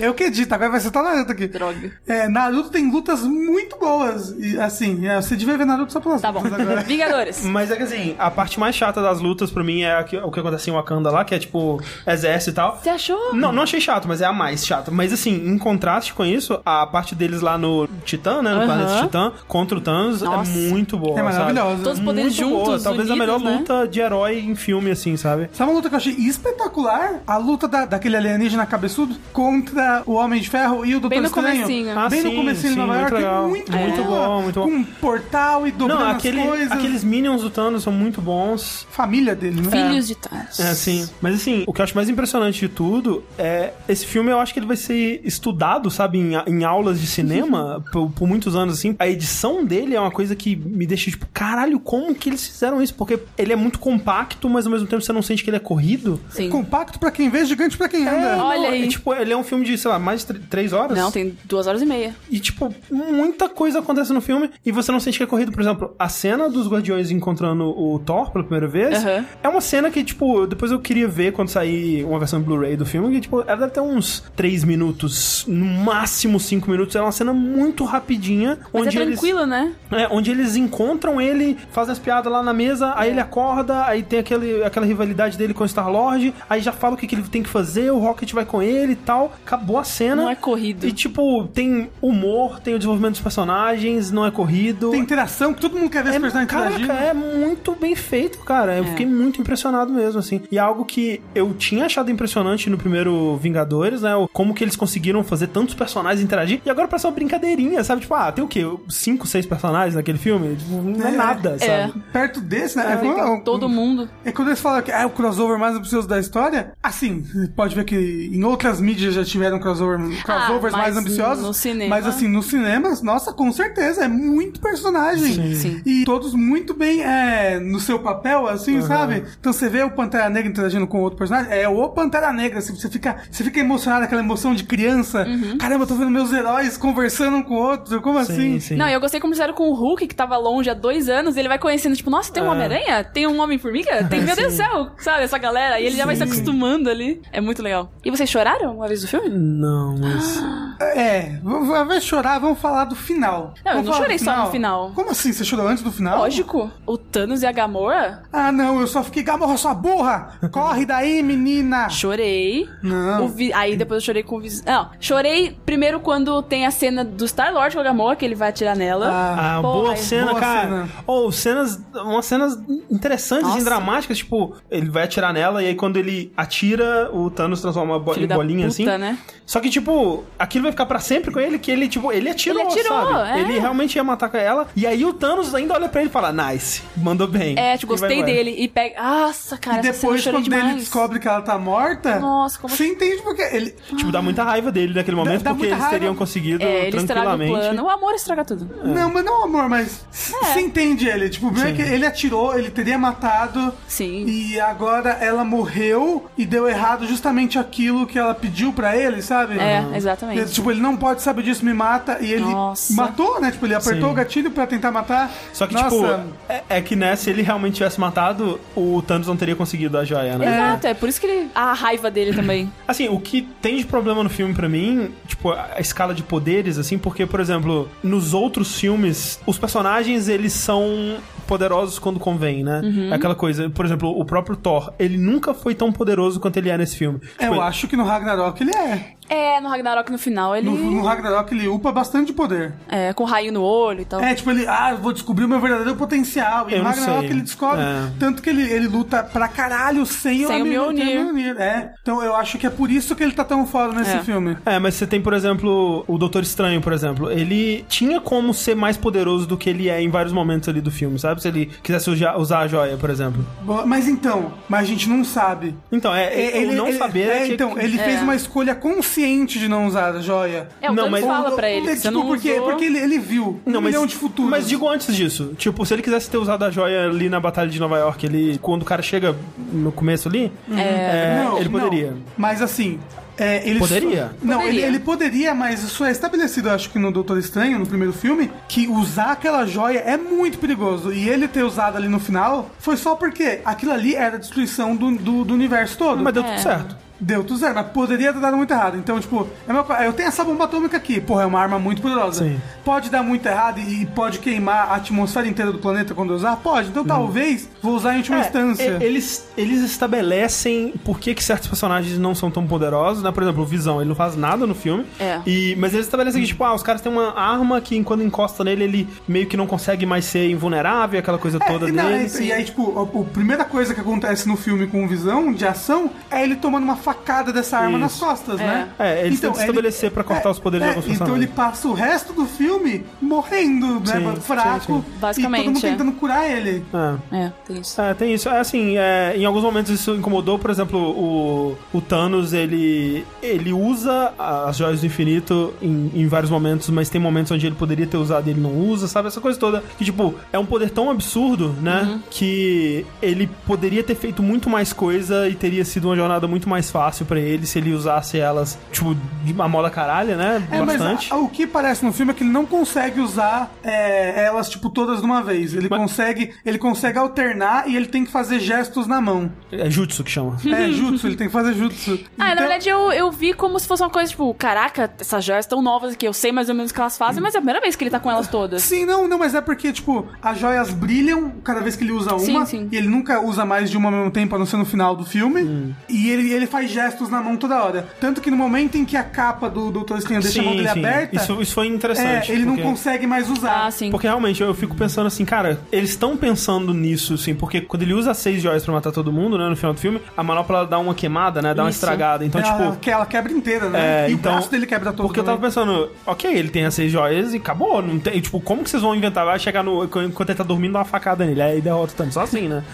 eu que edito, agora vai ser só Naruto aqui. Droga. É, Naruto tem lutas muito boas. E, assim, é, você devia ver Naruto só pelas Tá bom. lutas agora. Vingadores. Mas é que assim, a parte mais chata das lutas pra mim é a que- o que acontece em Wakanda lá, que é tipo exército e tal. Você achou? Não, não achei chato, mas é a mais chata. Mas assim, em contraste com isso, a parte deles lá no Titã, né? No Aham. planeta Titã, contra o Thanos Nossa. é muito boa. É maravilhosa. sabe? Todos os poderes muito boa. juntos, Talvez a unidos, melhor né? luta de herói em filme, assim, sabe? Sabe uma luta que eu achei espetacular? A luta da, daquele alienígena cabeçudo contra o Homem de Ferro e o Doutor Bem no Estranho. comecinho. Ah, Bem no sim, comecinho de sim, Nova muito York. é legal. É. Muito, Muito boa, bom, muito bom. Com um portal e dobrando Não, as aquele, coisas. aqueles minions do Thanos são muito bons. Família dele, né? Filhos de Thanos. É, sim. Mas assim, o que eu acho mais impressionante de tudo é. Esse filme eu acho que ele vai ser estudado, sabe, em, a- em aulas de cinema por, por muitos anos, assim. A edição dele é uma coisa que me deixa tipo, caralho, como que eles fizeram isso? Porque ele é muito compacto, mas ao mesmo tempo você não sente que ele é corrido. Sim. Compacto pra quem vê, gigante pra quem anda. Olha Não, aí. é, tipo, ele é um filme de, sei lá, mais de tr- três horas. Não, tem duas horas e meia. E, tipo, muita coisa acontece no filme e você não sente que é corrido. Por exemplo, a cena dos Guardiões encontrando o Thor pela primeira vez Aham. é uma cena que, tipo, depois eu queria ver quando sair uma versão Blu-ray do filme, que, tipo, ela deve ter uns 3 minutos, no máximo 5 minutos. É uma cena muito rapidinha. Mas é onde eles- tranquilo, né? é, onde eles encontram ele, fazem as piadas lá na mesa, É. aí ele acorda, aí tem aquele, aquela rivalidade dele com o Star-Lord, aí já fala o que, que ele tem que fazer, o Rocket vai com ele e tal. Acabou a cena. Não é corrido. E, tipo, tem humor, tem o desenvolvimento dos personagens, não é corrido. Tem interação que todo mundo quer ver esse É, personagem caraca, interagindo. é muito bem feito, cara. Eu fiquei muito impressionado mesmo, assim. E algo que eu tinha achado impressionante no primeiro Vingadores, né? o- Como que eles conseguiram fazer tantos personagens interagir. E agora parece uma brincadeirinha, sabe? Tipo, ah, tem o quê? Cinco, seis personagens naquele filme? Tipo, Não é nada, É. sabe? Perto desse, né? É, Tem como- todo mundo. é quando eles falam que ah, o crossover mais ambicioso da história? Assim, pode ver que em outras mídias já tiveram crossover, crossovers Ah, mas mais ambiciosos. no cinema- Mas assim, nos cinemas, nossa, com certeza, é muito personagem. Sim, sim. E todos muito bem é, no seu papel, assim, sabe? Então você vê o Pantera Negra interagindo com outro personagem, é o Pantera Negra, assim, você fica, você fica emocionado, aquela emoção de criança. Uhum. Caramba, eu tô vendo meus heróis conversando um com o outro, como assim? sim. Não, eu gostei como fizeram com o Hulk, que tava longe há dois anos, e ele vai conhecendo, tipo, nossa, tem um É. Homem-Aranha? Tem um Homem-Formiga? Tem, meu Deus do céu, sabe, essa galera. E ele já vai se acostumando ali. É muito legal. E vocês choraram uma vez do filme? Não, mas. É, v- v- vai chorar, vamos falar do final. Não, eu Vamos não falar chorei do só no final. Como assim? Você chorou antes do final? Lógico. O Thanos e a Gamora? Ah, não, eu só fiquei, Gamorra, sua burra! Corre daí, menina! Chorei. Não. O vi- Aí depois eu chorei com o Vis... Não, chorei primeiro quando tem a cena do Star-Lord com a Gamora, que ele vai atirar nela. Ah, Porra, boa é cena, boa cara. cena. Ou cenas. Umas cenas interessantes Nossa. e dramáticas, tipo, ele vai atirar nela e aí quando ele atira, o Thanos transforma a bo- Filho em da puta, bolinha assim. né? Só que, tipo, aquilo vai ficar pra sempre com ele, que ele, tipo, ele atirou, Ele atirou, sabe? é. Ele realmente ia matar com ela. E aí o Thanos ainda olha pra ele e fala, nice, mandou bem. É, tipo, E vai gostei embora. dele. E pega... Nossa, cara, E Ah, essa cena eu depois, chorei quando ele demais. descobre que ela tá morta, Nossa, como- você entende porque ele. Tipo, dá muita raiva dele naquele momento, dá porque muita eles raiva. teriam conseguido É, ele estraga o tranquilamente. plano. O amor estraga tudo. Não, mas não, amor, mas É. você entende ele. Tipo, primeiro Sim. que ele atirou, ele teria matado. Sim. E agora ela morreu e deu errado justamente aquilo que ela pediu pra ele, sabe? É, Ele, exatamente. tipo, ele não pode saber disso, me mata. E ele Nossa. matou, né? Tipo, ele apertou Sim. o gatilho pra tentar matar. Só que, Nossa, tipo, é, é que, né, se ele realmente tivesse matado, o Thanos não teria conseguido a joia, né? Exato, é por isso que ele. A raiva dele também. Assim, o que tem de problema no filme pra mim, tipo, a a escala de poderes, assim, porque, por exemplo, nos outros filmes, os personagens, eles são poderosos quando convém, né? Uhum. É aquela coisa, por exemplo, o próprio Thor, ele nunca foi tão poderoso quanto ele é nesse filme. Tipo, eu acho que no Ragnarok ele é. É, no Ragnarok no final ele. No, no Ragnarok ele upa bastante de poder. É, com raio no olho e tal. É, tipo, ele, ah, eu vou descobrir o meu verdadeiro potencial. E Então- Eu o não Ragnarok sei. ele descobre. É. Tanto que ele, ele luta pra caralho sem, Sem o Mjolnir. sem o Mjolnir, É. Então eu acho que é por isso que ele tá tão foda nesse É. filme. É, mas você tem, por exemplo, o Doutor Estranho, por exemplo. Ele tinha como ser mais poderoso do que ele é em vários momentos ali do filme, sabe? Se ele quisesse uja- usar a joia, por exemplo. Boa, Mas então, mas a gente não sabe. Então, é, É, ele, não saber é, que- então, que- ele É. fez uma escolha consciente de não usar a joia. É, o Não, Thanos mas- fala pra ele. É, que você não porque, usou. porque ele, ele viu um milhão de futuros. Mas digo antes disso. Tipo, se ele quisesse ter usado a joia ali na Batalha de Nova York, ele, quando o cara chega no começo ali, Uhum. é, Não, ele não. poderia. Mas assim. é, ele Poderia? Não, Poderia. Ele, ele poderia, mas isso é estabelecido, eu acho que no Doutor Estranho, no primeiro filme, que usar aquela joia é muito perigoso. E ele ter usado ali no final foi só porque aquilo ali era a destruição do, do, do universo todo. Mas deu É. tudo certo. Deu tudo certo, mas poderia ter dado muito errado. Então, tipo, é uma co- eu tenho essa bomba atômica aqui. Porra, é uma arma muito poderosa. Sim. Pode dar muito errado e e pode queimar a atmosfera inteira do planeta quando eu usar? Pode. Hum. Então, talvez, vou usar em última É, instância. e- eles, eles estabelecem por que, que certos personagens não são tão poderosos, né? Por exemplo, o Visão, ele não faz nada no filme. É. E, mas eles estabelecem que, tipo, ah, os caras têm uma arma que quando encosta nele, ele meio que não consegue mais ser invulnerável, aquela coisa É, toda e não, dele. assim. e- E aí, tipo, a, a primeira coisa que acontece no filme com o Visão, de ação, é ele tomando uma facada dessa arma Isso. nas costas, né? É, eles tentam ele- estabelecer pra cortar os poderes de alguns Então personagens. ele passa o resto do filme morrendo, né? Sim, fraco. sim, sim. Basicamente, E todo mundo é. tentando curar ele. É. É, tem isso. É, tem isso. É assim, é, em alguns momentos isso incomodou. Por exemplo, o, o Thanos, ele, ele usa as joias do infinito em, em vários momentos, mas tem momentos onde ele poderia ter usado e ele não usa, sabe? Essa coisa toda. Que, tipo, é um poder tão absurdo, né? Que ele poderia ter feito muito mais coisa e teria sido uma jornada muito mais fácil pra ele se ele usasse elas, tipo, de uma moda caralha, né? É, Bastante. mas a- o que parece no filme é que ele não consegue usar é, elas, tipo, todas de uma vez. Ele Mas- consegue ele consegue alternar e ele tem que fazer gestos na mão. É jutsu que chama. É, jutsu, ele tem que fazer jutsu. Uhum. Ah, na Então- verdade eu, eu vi como se fosse uma coisa tipo, caraca, essas joias estão novas aqui, eu sei mais ou menos o que elas fazem, mas é a primeira vez que ele tá com elas todas. Sim, não, não, mas é porque, tipo, as joias brilham cada vez que ele usa uma. Sim, sim. Hum. E ele nunca usa mais de uma ao mesmo tempo, a não ser no final do filme. E ele, ele faz vários gestos na mão toda hora. Tanto que no momento em que a capa do Doutor Estranho deixa a mão dele aberta, Isso, isso foi é, interessante. ele não porque- consegue mais usar. Ah, sim. Porque realmente eu fico pensando assim, cara, eles estão pensando nisso, assim, porque quando ele usa as seis joias pra matar todo mundo, né, no final do filme, a manopla ela dá uma queimada, né, dá uma Isso. estragada. Então, ela, tipo. ela quebra inteira, né? É, É, e então, o braço dele quebra todo. Porque eu tava também. pensando, ok, ele tem as seis joias e acabou. Não tem, tipo, como que vocês vão inventar? Vai chegar no. Enquanto ele tá dormindo, dá uma facada nele. Aí derrota o Thanos, só assim, né?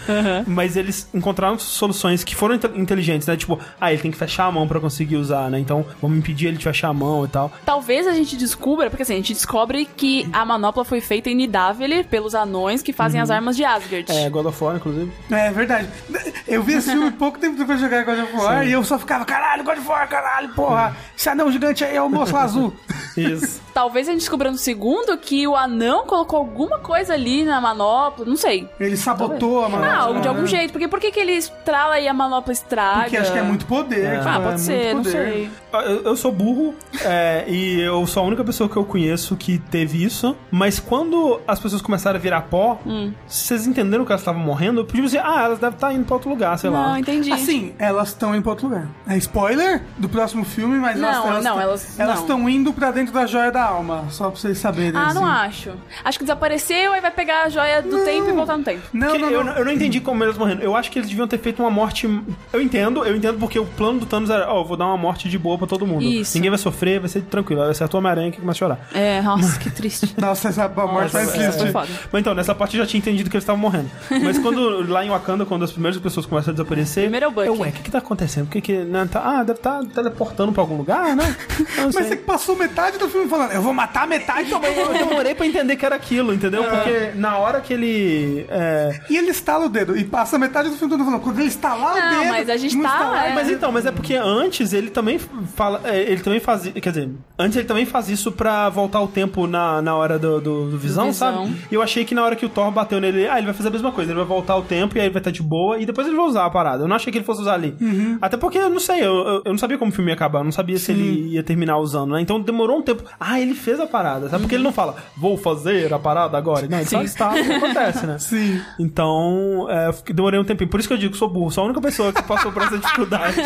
Mas eles encontraram soluções que foram inte- inteligentes, né? Tipo, ah, ele tem que fechar a mão pra conseguir usar, né? Então, vamos impedir ele de fechar a mão e tal. Talvez a gente descubra, porque assim, a gente descobre que a manopla foi feita em Nidavellir pelos anões que fazem Uhum. as armas de Asgard. É, God of War, inclusive. É verdade. Eu vi esse filme pouco tempo depois de jogar God of War e eu só ficava, caralho, God of War, caralho, porra. Esse anão gigante aí é o moço lá azul. Isso. Talvez a gente descubra no segundo que o anão colocou alguma coisa ali na manopla, não sei. Ele sabotou a manopla. Ah, de algum né? jeito. Porque por que, que ele estrala e a manopla estraga? Porque acho que é muito poder. tipo, Ah, é pode muito ser, não poder. sei. Ah, Eu, eu sou burro é, e eu sou a única pessoa que eu conheço que teve isso. Mas quando as pessoas começaram a virar pó, vocês entenderam que elas estavam morrendo? Eu pedi assim, ah, elas devem estar indo pra outro lugar, sei Não, lá. entendi. Assim, elas estão indo pra outro lugar. É spoiler do próximo filme, mas elas- Não, elas não, tão- elas- elas não. estão indo pra dentro da joia da alma, só pra vocês saberem. ah, não assim. acho. Acho que desapareceu, aí vai pegar a joia do tempo e voltar no tempo. Não, Porque não, eu, não. eu não entendi como eles morrendo. Eu acho que eles deviam ter feito uma morte. Eu entendo, eu entendo porque o plano do Thanos era: ó, eu vou dar uma morte de boa pra todo mundo. Isso. Ninguém vai sofrer, vai ser tranquilo. Aí acertou o Homem-Aranha que começa a chorar. É, nossa, que triste. Nossa, essa a morte Nossa, vai essa foi existir. foda. Mas então, nessa parte eu já tinha entendido que eles estavam morrendo. Mas quando lá em Wakanda, quando as primeiras pessoas começam a desaparecer. Primeiro é o Bucky. eu, Ué, o que, que tá acontecendo? Por que que. Né, tá, ah, deve estar teleportando pra algum lugar, né? Eu não Mas sei. você que passou metade do filme falando, eu vou matar metade do Eu demorei pra entender que era aquilo, entendeu? Porque na hora que ele. é, E ele estala o dedo. E passa metade do filme todo falando. Quando ele estalar o Não, dedo. mas a gente não tá estala, lá, é. Mas então, mas é porque antes ele também fala. é, Ele também faz. Quer dizer, antes ele também faz isso pra voltar o tempo na, na hora do, do- do visão, Do Visão. sabe? E eu achei que na hora que o Thor bateu nele, ah, ele vai fazer a mesma coisa, ele vai voltar o tempo e aí ele vai estar de boa e depois ele vai usar a parada. Eu não achei que ele fosse usar ali. Uhum. Até porque, eu não sei, eu, eu, eu não sabia como o filme ia acabar, eu não sabia se ele ia terminar usando, né? Então demorou um tempo. Ah, ele fez a parada, sabe? Porque ele não fala, vou fazer a parada agora. Não, ele só está, acontece, né? Sim. Então, é, eu fiquei- demorei um tempinho. Por isso que eu digo que sou burro. Sou a única pessoa que passou por essa dificuldade.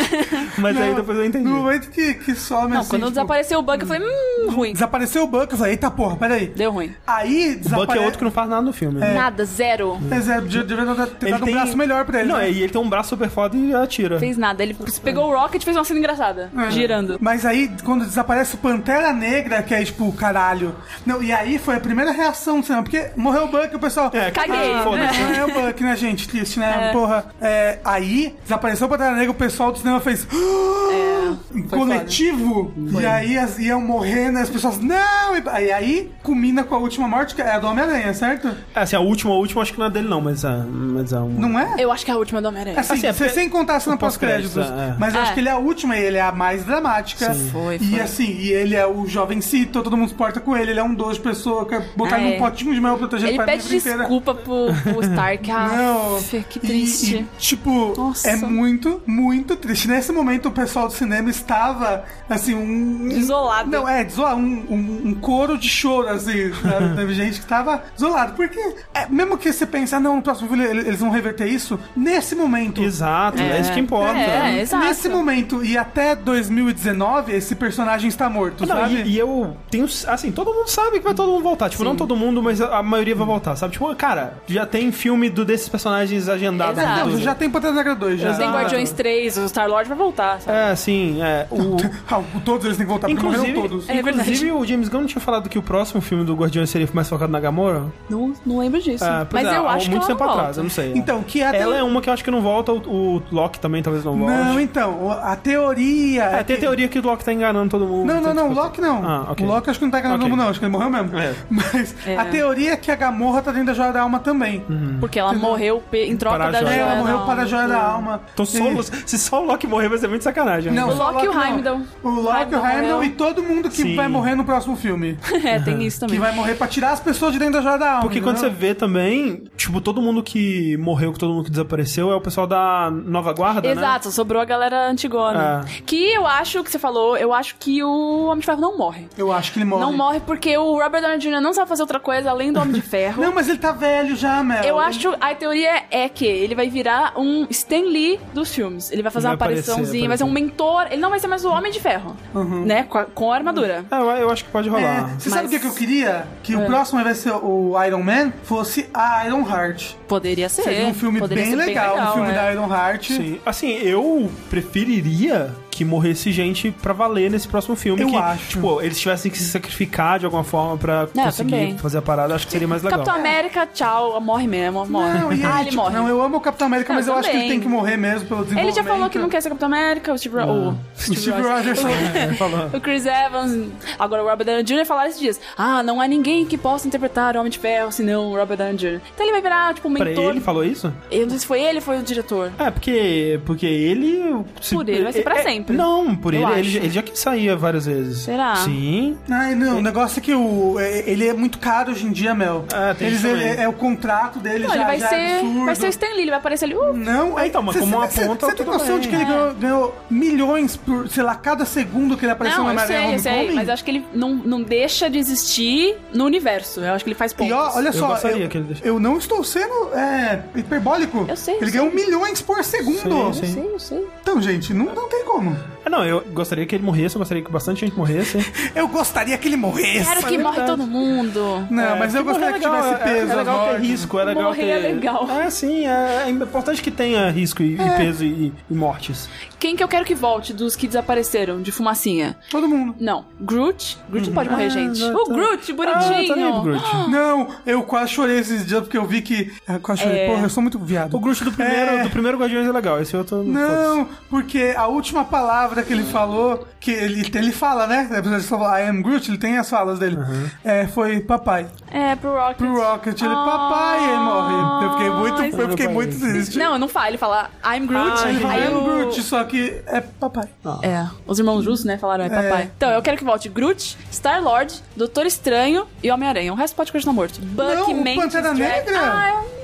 Mas aí depois eu entendi. No momento que, que some Não, assim, quando tipo, desapareceu o Buck, eu falei, hum, ruim. Desapareceu o Buck, eu falei, eita porra, peraí. Deu ruim. Aí O Buck é desapareceu. outro que não faz nada no filme. né? Nada, zero. Mas é, devia ter dado É, um braço melhor pra ele. Não, né? e ele tem um braço super foda e atira. Fez nada. Ele pegou o Rocket e fez uma cena engraçada. É. Girando. Mas aí, quando desaparece o Pantera Negra, que é tipo, caralho. Não, e aí foi a primeira reação do cinema, porque morreu o Buck, o pessoal. É, Caguei, ah, foda-se. Morreu o Buck, né, gente? Triste, né? Porra. É, aí, desapareceu o Pantera Negra, o pessoal do cinema fez. "Ah!" coletivo. E aí as, iam morrendo, as pessoas. Não! E aí, aí culmina com a última morte, que é a do Homem-Aranha, certo? É, assim, a última, a última acho que não é dele, não, mas é, mas é um. Não é? Eu acho que é a última do Homem-Aranha. Assim, Assim, é você- porque- sem contar a cena o pós-crédito, pós-créditos. é. Mas eu É. acho que ele é a última e ele é a mais dramática. Foi, e foi. assim, e ele é o jovem cito, todo mundo se porta com ele, ele é um doce pessoa, quer botar É. ele num potinho de mel proteger Ele pra pede vida inteira. desculpa pro, pro Stark. Ah, Não. f- que E- triste. e, tipo, Nossa. é muito, muito triste. Nesse momento, o pessoal do cinema estava, assim, um. Desolado. Não, é, desolado. Um, um, um coro de choro, assim. sabe? Teve gente que estava desolado. Porque, é, mesmo que você pense, ah, não, no próximo filme ele- eles vão reverter isso, nesse momento. Exato, é. isso que importa. É, é, exato. Nesse momento e até 2019, esse personagem está morto, Não, sabe? e, e eu tenho. Assim, todo mundo sabe que vai todo mundo voltar. Tipo, não todo mundo, mas a, a maioria vai voltar, sabe? Tipo, cara, já tem filme do, desses personagens agendados. Exato. no- Não, já tem Pantera Negra 2, já. tá Exato. Tem Guardiões 3, o Star-Lord vai voltar, sabe? É, sim, é. O, Ah, todos eles têm que voltar, porque Inclusive, morreram todos. É verdade. inclusive o James Gunn não tinha falado que o próximo filme do Guardiões seria mais focado na Gamora? Não, não lembro disso. Ah, pois Mas é, eu há acho muito que ela tempo não atrás, volta. eu não sei. é. Então, que até... Ela é uma que eu acho que não volta, o, o Loki também talvez não volte. Não, então, o- a teoria... É, tem a que- teoria que o Loki tá enganando todo mundo. Não, não, Tem, não, o tipo, Loki não. Ah, ok. O Loki acho que não tá enganando Ok. não, acho que ele morreu mesmo. É. Mas É. a teoria é que a Gamorra tá dentro da Joia da Alma também. Porque ela morreu pe- em troca Para a da joia. joia. É, ela da morreu alma. para a Joia da Alma. Então só o E- Lo- se só o Loki morrer vai ser muito sacanagem. né? Não, O só Loki e o não. Heimdall. O Loki, o Heimdall Heimdall morreu. e todo mundo que Sim. vai morrer no próximo filme. É, tem isso Que também. vai morrer pra tirar as pessoas de dentro da Joia da Alma. Porque quando você entendeu? vê também, tipo, todo mundo que morreu, todo mundo que desapareceu é o pessoal da nova guarda, né? Exato, Ah. sobrou a galera antigona. Que eu acho que você falou, eu acho que o Homem de Ferro não morre. Eu acho acho que ele morre. Não morre porque o Robert Downey Jr. não sabe fazer outra coisa além do Homem de Ferro. Não, mas ele tá velho já, Mel. Eu acho, a teoria é que ele vai virar um Stan Lee dos filmes. Ele vai fazer Vai uma aparecer, apariçãozinha, vai ser um mentor. Ele não vai ser mais o Homem de Ferro, Uhum. né? Com a, com a armadura. É, eu- eu acho que pode É, rolar. Mas- você É. sabe o que, que eu queria? Que o próximo vai ser o Iron Man, fosse a Iron Heart. Poderia ser. Seria um filme É, Poderia bem ser legal, um filme é. da Iron Heart. Sim. Assim, eu preferiria que morresse gente pra valer nesse próximo filme. Eu que, acho. tipo, eles tivessem que se sacrificar de alguma forma pra Não, conseguir também. fazer a parada. Acho que seria mais legal. Capitão América, tchau, morre mesmo, morre. Não, e ah, ele, ele tipo, morre. Não, eu amo o Capitão América, Não, mas eu acho que ele também. tem que morrer mesmo pelo Ele desenvolvimento. já falou que não quer ser Capitão América, o Steve, Ro- o Ah. O Steve Steve Rogers. Rogers falou. É, falou. O Chris Evans, agora o Robert Downey Jr. falaram esses dias. Ah, não há ninguém que possa interpretar o Homem de Ferro senão o Robert Downey Jr. Então ele vai virar, tipo, um Pra mentor. ele falou isso? Eu não sei se foi ele ou foi o diretor. É, porque, porque ele. se- Por ele vai ser pra é- sempre. Não, por Eu ele, acho. ele. já- Ele já que saía várias vezes. Será? Sim. Ai, não, o negócio é que o, é- ele é muito caro hoje em dia, Mel. Ah, tem Eles, isso ele, também. é o contrato dele Não, já, ele vai já é ser. absurdo. vai ser o Stan Lee, ele vai aparecer ali. Uh, Não, É, então, mas como uma ponta, Você tem tudo noção bem. É. de que ele ganhou, ganhou milhões por, sei lá, cada segundo que ele apareceu não, na eu Maria sei, eu Homecoming? sei. Mas acho que ele não, não deixa de existir no universo. Eu acho que ele faz pontos. E ó, olha só, gostaria eu, que ele deixasse. eu não estou sendo é, hiperbólico. Eu sei, eu Ele sei. ganhou milhões por segundo. Sim, sim. Sim, eu sei. Então, gente, não, não tem como. Ah, não, eu gostaria que ele morresse, eu gostaria que bastante gente morresse. Eu gostaria que ele morresse. Quero que morre todo mundo. Não, É, Ah, mas eu porque gostaria morrer que tivesse é legal, é- peso. É, as legal ter mortes. risco, é legal Morrer ter... é legal. É. É, sim, é, é importante que tenha risco e, e peso e, e mortes. Quem que eu quero que volte dos que desapareceram de fumacinha? Todo mundo. Não. Groot. Groot não pode morrer, gente. não, O tá. Groot, Ah, tá bonitinho. lindo, Groot. Não, eu quase chorei esses dias porque eu vi que. Eu quase chorei. É. Porra, eu sou muito viado. O Groot do primeiro, É. do primeiro Guardiões é legal, esse outro... foda-se. Não, porque a última palavra que ele falou, que ele, ele fala, né? Apesar de falar I am Groot, ele tem as falas dele. Uhum. É, foi papai. É, pro Rocket. Pro Rocket, ele papai, e aí morre. Eu fiquei muito, eu é fiquei muito triste. Ah, Não, não fala. Ele fala I'm Groot. Ah, ele fala aí I am o- Groot, só que é papai. É, os irmãos justos, né? Falaram, é papai. Então, eu quero que volte Groot, Star-Lord, Doutor Estranho e Homem-Aranha. O resto pode continuar morto. Bucky, o Mantis, Pantera Drax- Negra. Ah, eu...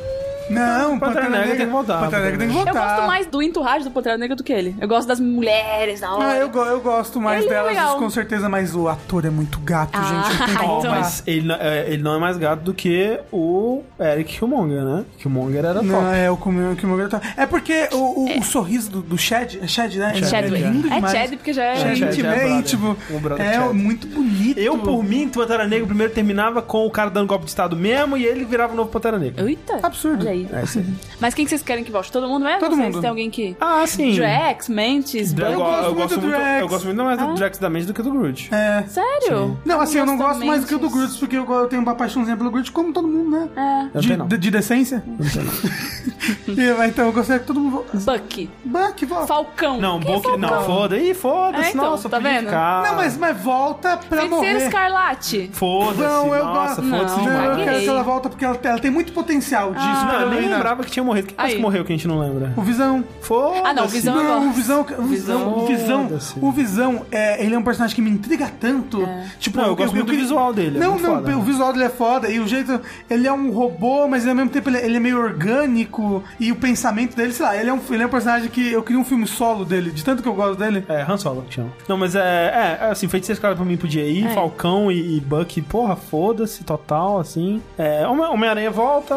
Não, Pantera Pantera Negra Negra tem que voltar, Pantera Negra tem que eu voltar. gosto mais do entourage do Pantera Negra do que ele. Eu gosto das mulheres na hora. Ah, eu, go- eu gosto mais Ele é delas, legal. com certeza, mas o ator é muito gato, Ah, gente. Não tem então. como. Então- Mas ele, não- é, ele não é mais gato do que o Eric Killmonger, né? Killmonger era Não, top. é o Kumio Kimogra tá. É porque o, o, o sorriso do, do Chad, é Chad, né? Chadwick. É lindo É demais. Chad, porque já é... Chad, Chad, íntimo, é é brother. íntimo. O brother É Chad. muito bonito. Eu, por mim, que o Pantera Negra primeiro terminava com o cara dando golpe de estado mesmo e ele virava o novo Pantera Negra. Eita. Tá Absurdo. Olha aí. É isso aí. Mas quem que vocês querem que volte? Todo mundo mesmo? Todo Vocês mundo. Tem alguém que... Ah, sim. Drax, Mantis, Eu, Bucky... go- gosto eu muito gosto do muito, Drax. eu gosto muito mais do Ah. Drax da mente do que do Groot. É. Sério? Não, assim, eu não gosto mais do que o do Mantis. Groot, porque eu, go- eu tenho uma paixãozinha pelo Groot, como todo mundo, né? É. Eu De, tenho não. de, de decência? E, mas então, eu gostaria que todo mundo. vo- Bucky. Buck, volta. Falcão. Não, Quem é Boca, não, Falcão? foda-se. Ih, foda-se, É, então, nossa, tá podia vendo? ficar. Não, mas, mas volta pra Feiticeiro morrer. Escarlate. Foda-se, Não, eu nossa, gosto. foda-se Não, demais. eu quero Caguei. que ela volta porque ela, ela tem muito potencial disso. né? Não, Ah, eu pra nem ela- lembrava que tinha morrido. Quem mais Ah, Aí. que morreu que a gente não lembra? O Visão. Foda-se. Ah, não, o Visão assim. eu Não, o gosto. Visão, o Visão, o Visão, Foda-se. o Visão, é, ele é um personagem que me intriga tanto. É. Tipo, Não, eu gosto muito do queria- visual dele, é Não, muito não, foda. o visual dele é foda e o jeito, ele é um robô, mas ao mesmo tempo ele, ele é meio orgânico e o pensamento dele, sei lá, ele é um, ele é um personagem que eu queria um filme solo dele, de tanto que eu gosto dele. É, Han Solo que chama. Não, mas é, é assim, Feiticeiro Escarlate pra mim podia ir, É. Falcão e, e Bucky, porra, foda-se, total, assim. É, Homem- Homem-Aranha volta.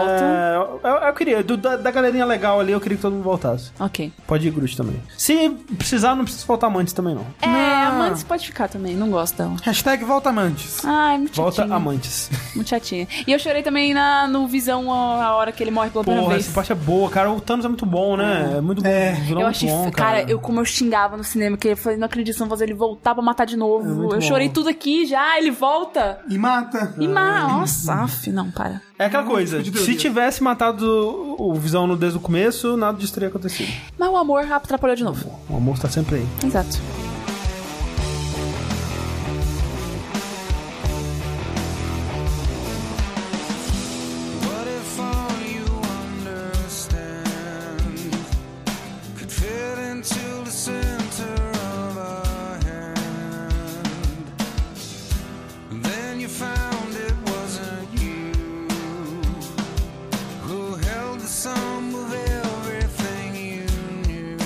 Volta. É, eu, eu queria, do- da, da galerinha legal ali, eu queria que todo mundo voltasse. Ok. Pode ir Groot também. Se precisar, não precisa faltar Mantis também, não. É, a Mantis pode ficar também, não gosto dela. Hashtag Volta Amantes. Ai, muito Volta chatinha. Amantes. Muito chatinha. E eu chorei também na, no Visão a, a hora que ele morre pela primeira Porra, vez. essa parte é boa, cara. O Thanos é muito bom, né? É muito bom. É. vilão Eu muito achei, bom, cara, eu como eu xingava no cinema, que eu falei, não acredito, não fazer ele voltar pra matar de novo. É muito eu chorei bom. tudo aqui já, "Ah, ele volta. E mata. E ma... Nossa, af, não, para. É aquela coisa, de se teoria. tivesse matado o o Visão no- desde o começo, nada disso teria acontecido. Mas o amor atrapalhou de novo. O amor tá sempre aí. Exato. But if all you understand could fit into the center of a hand, then you found it wasn't you who held the sum of everything you knew.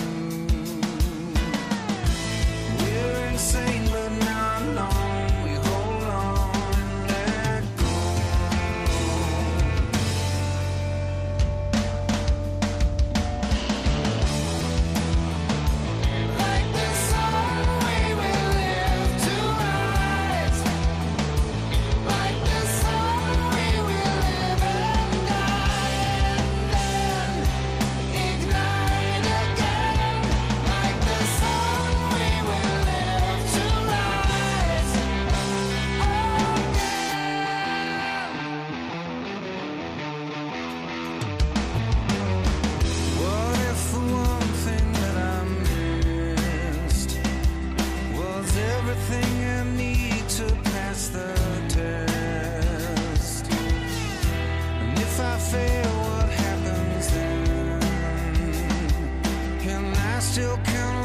I still count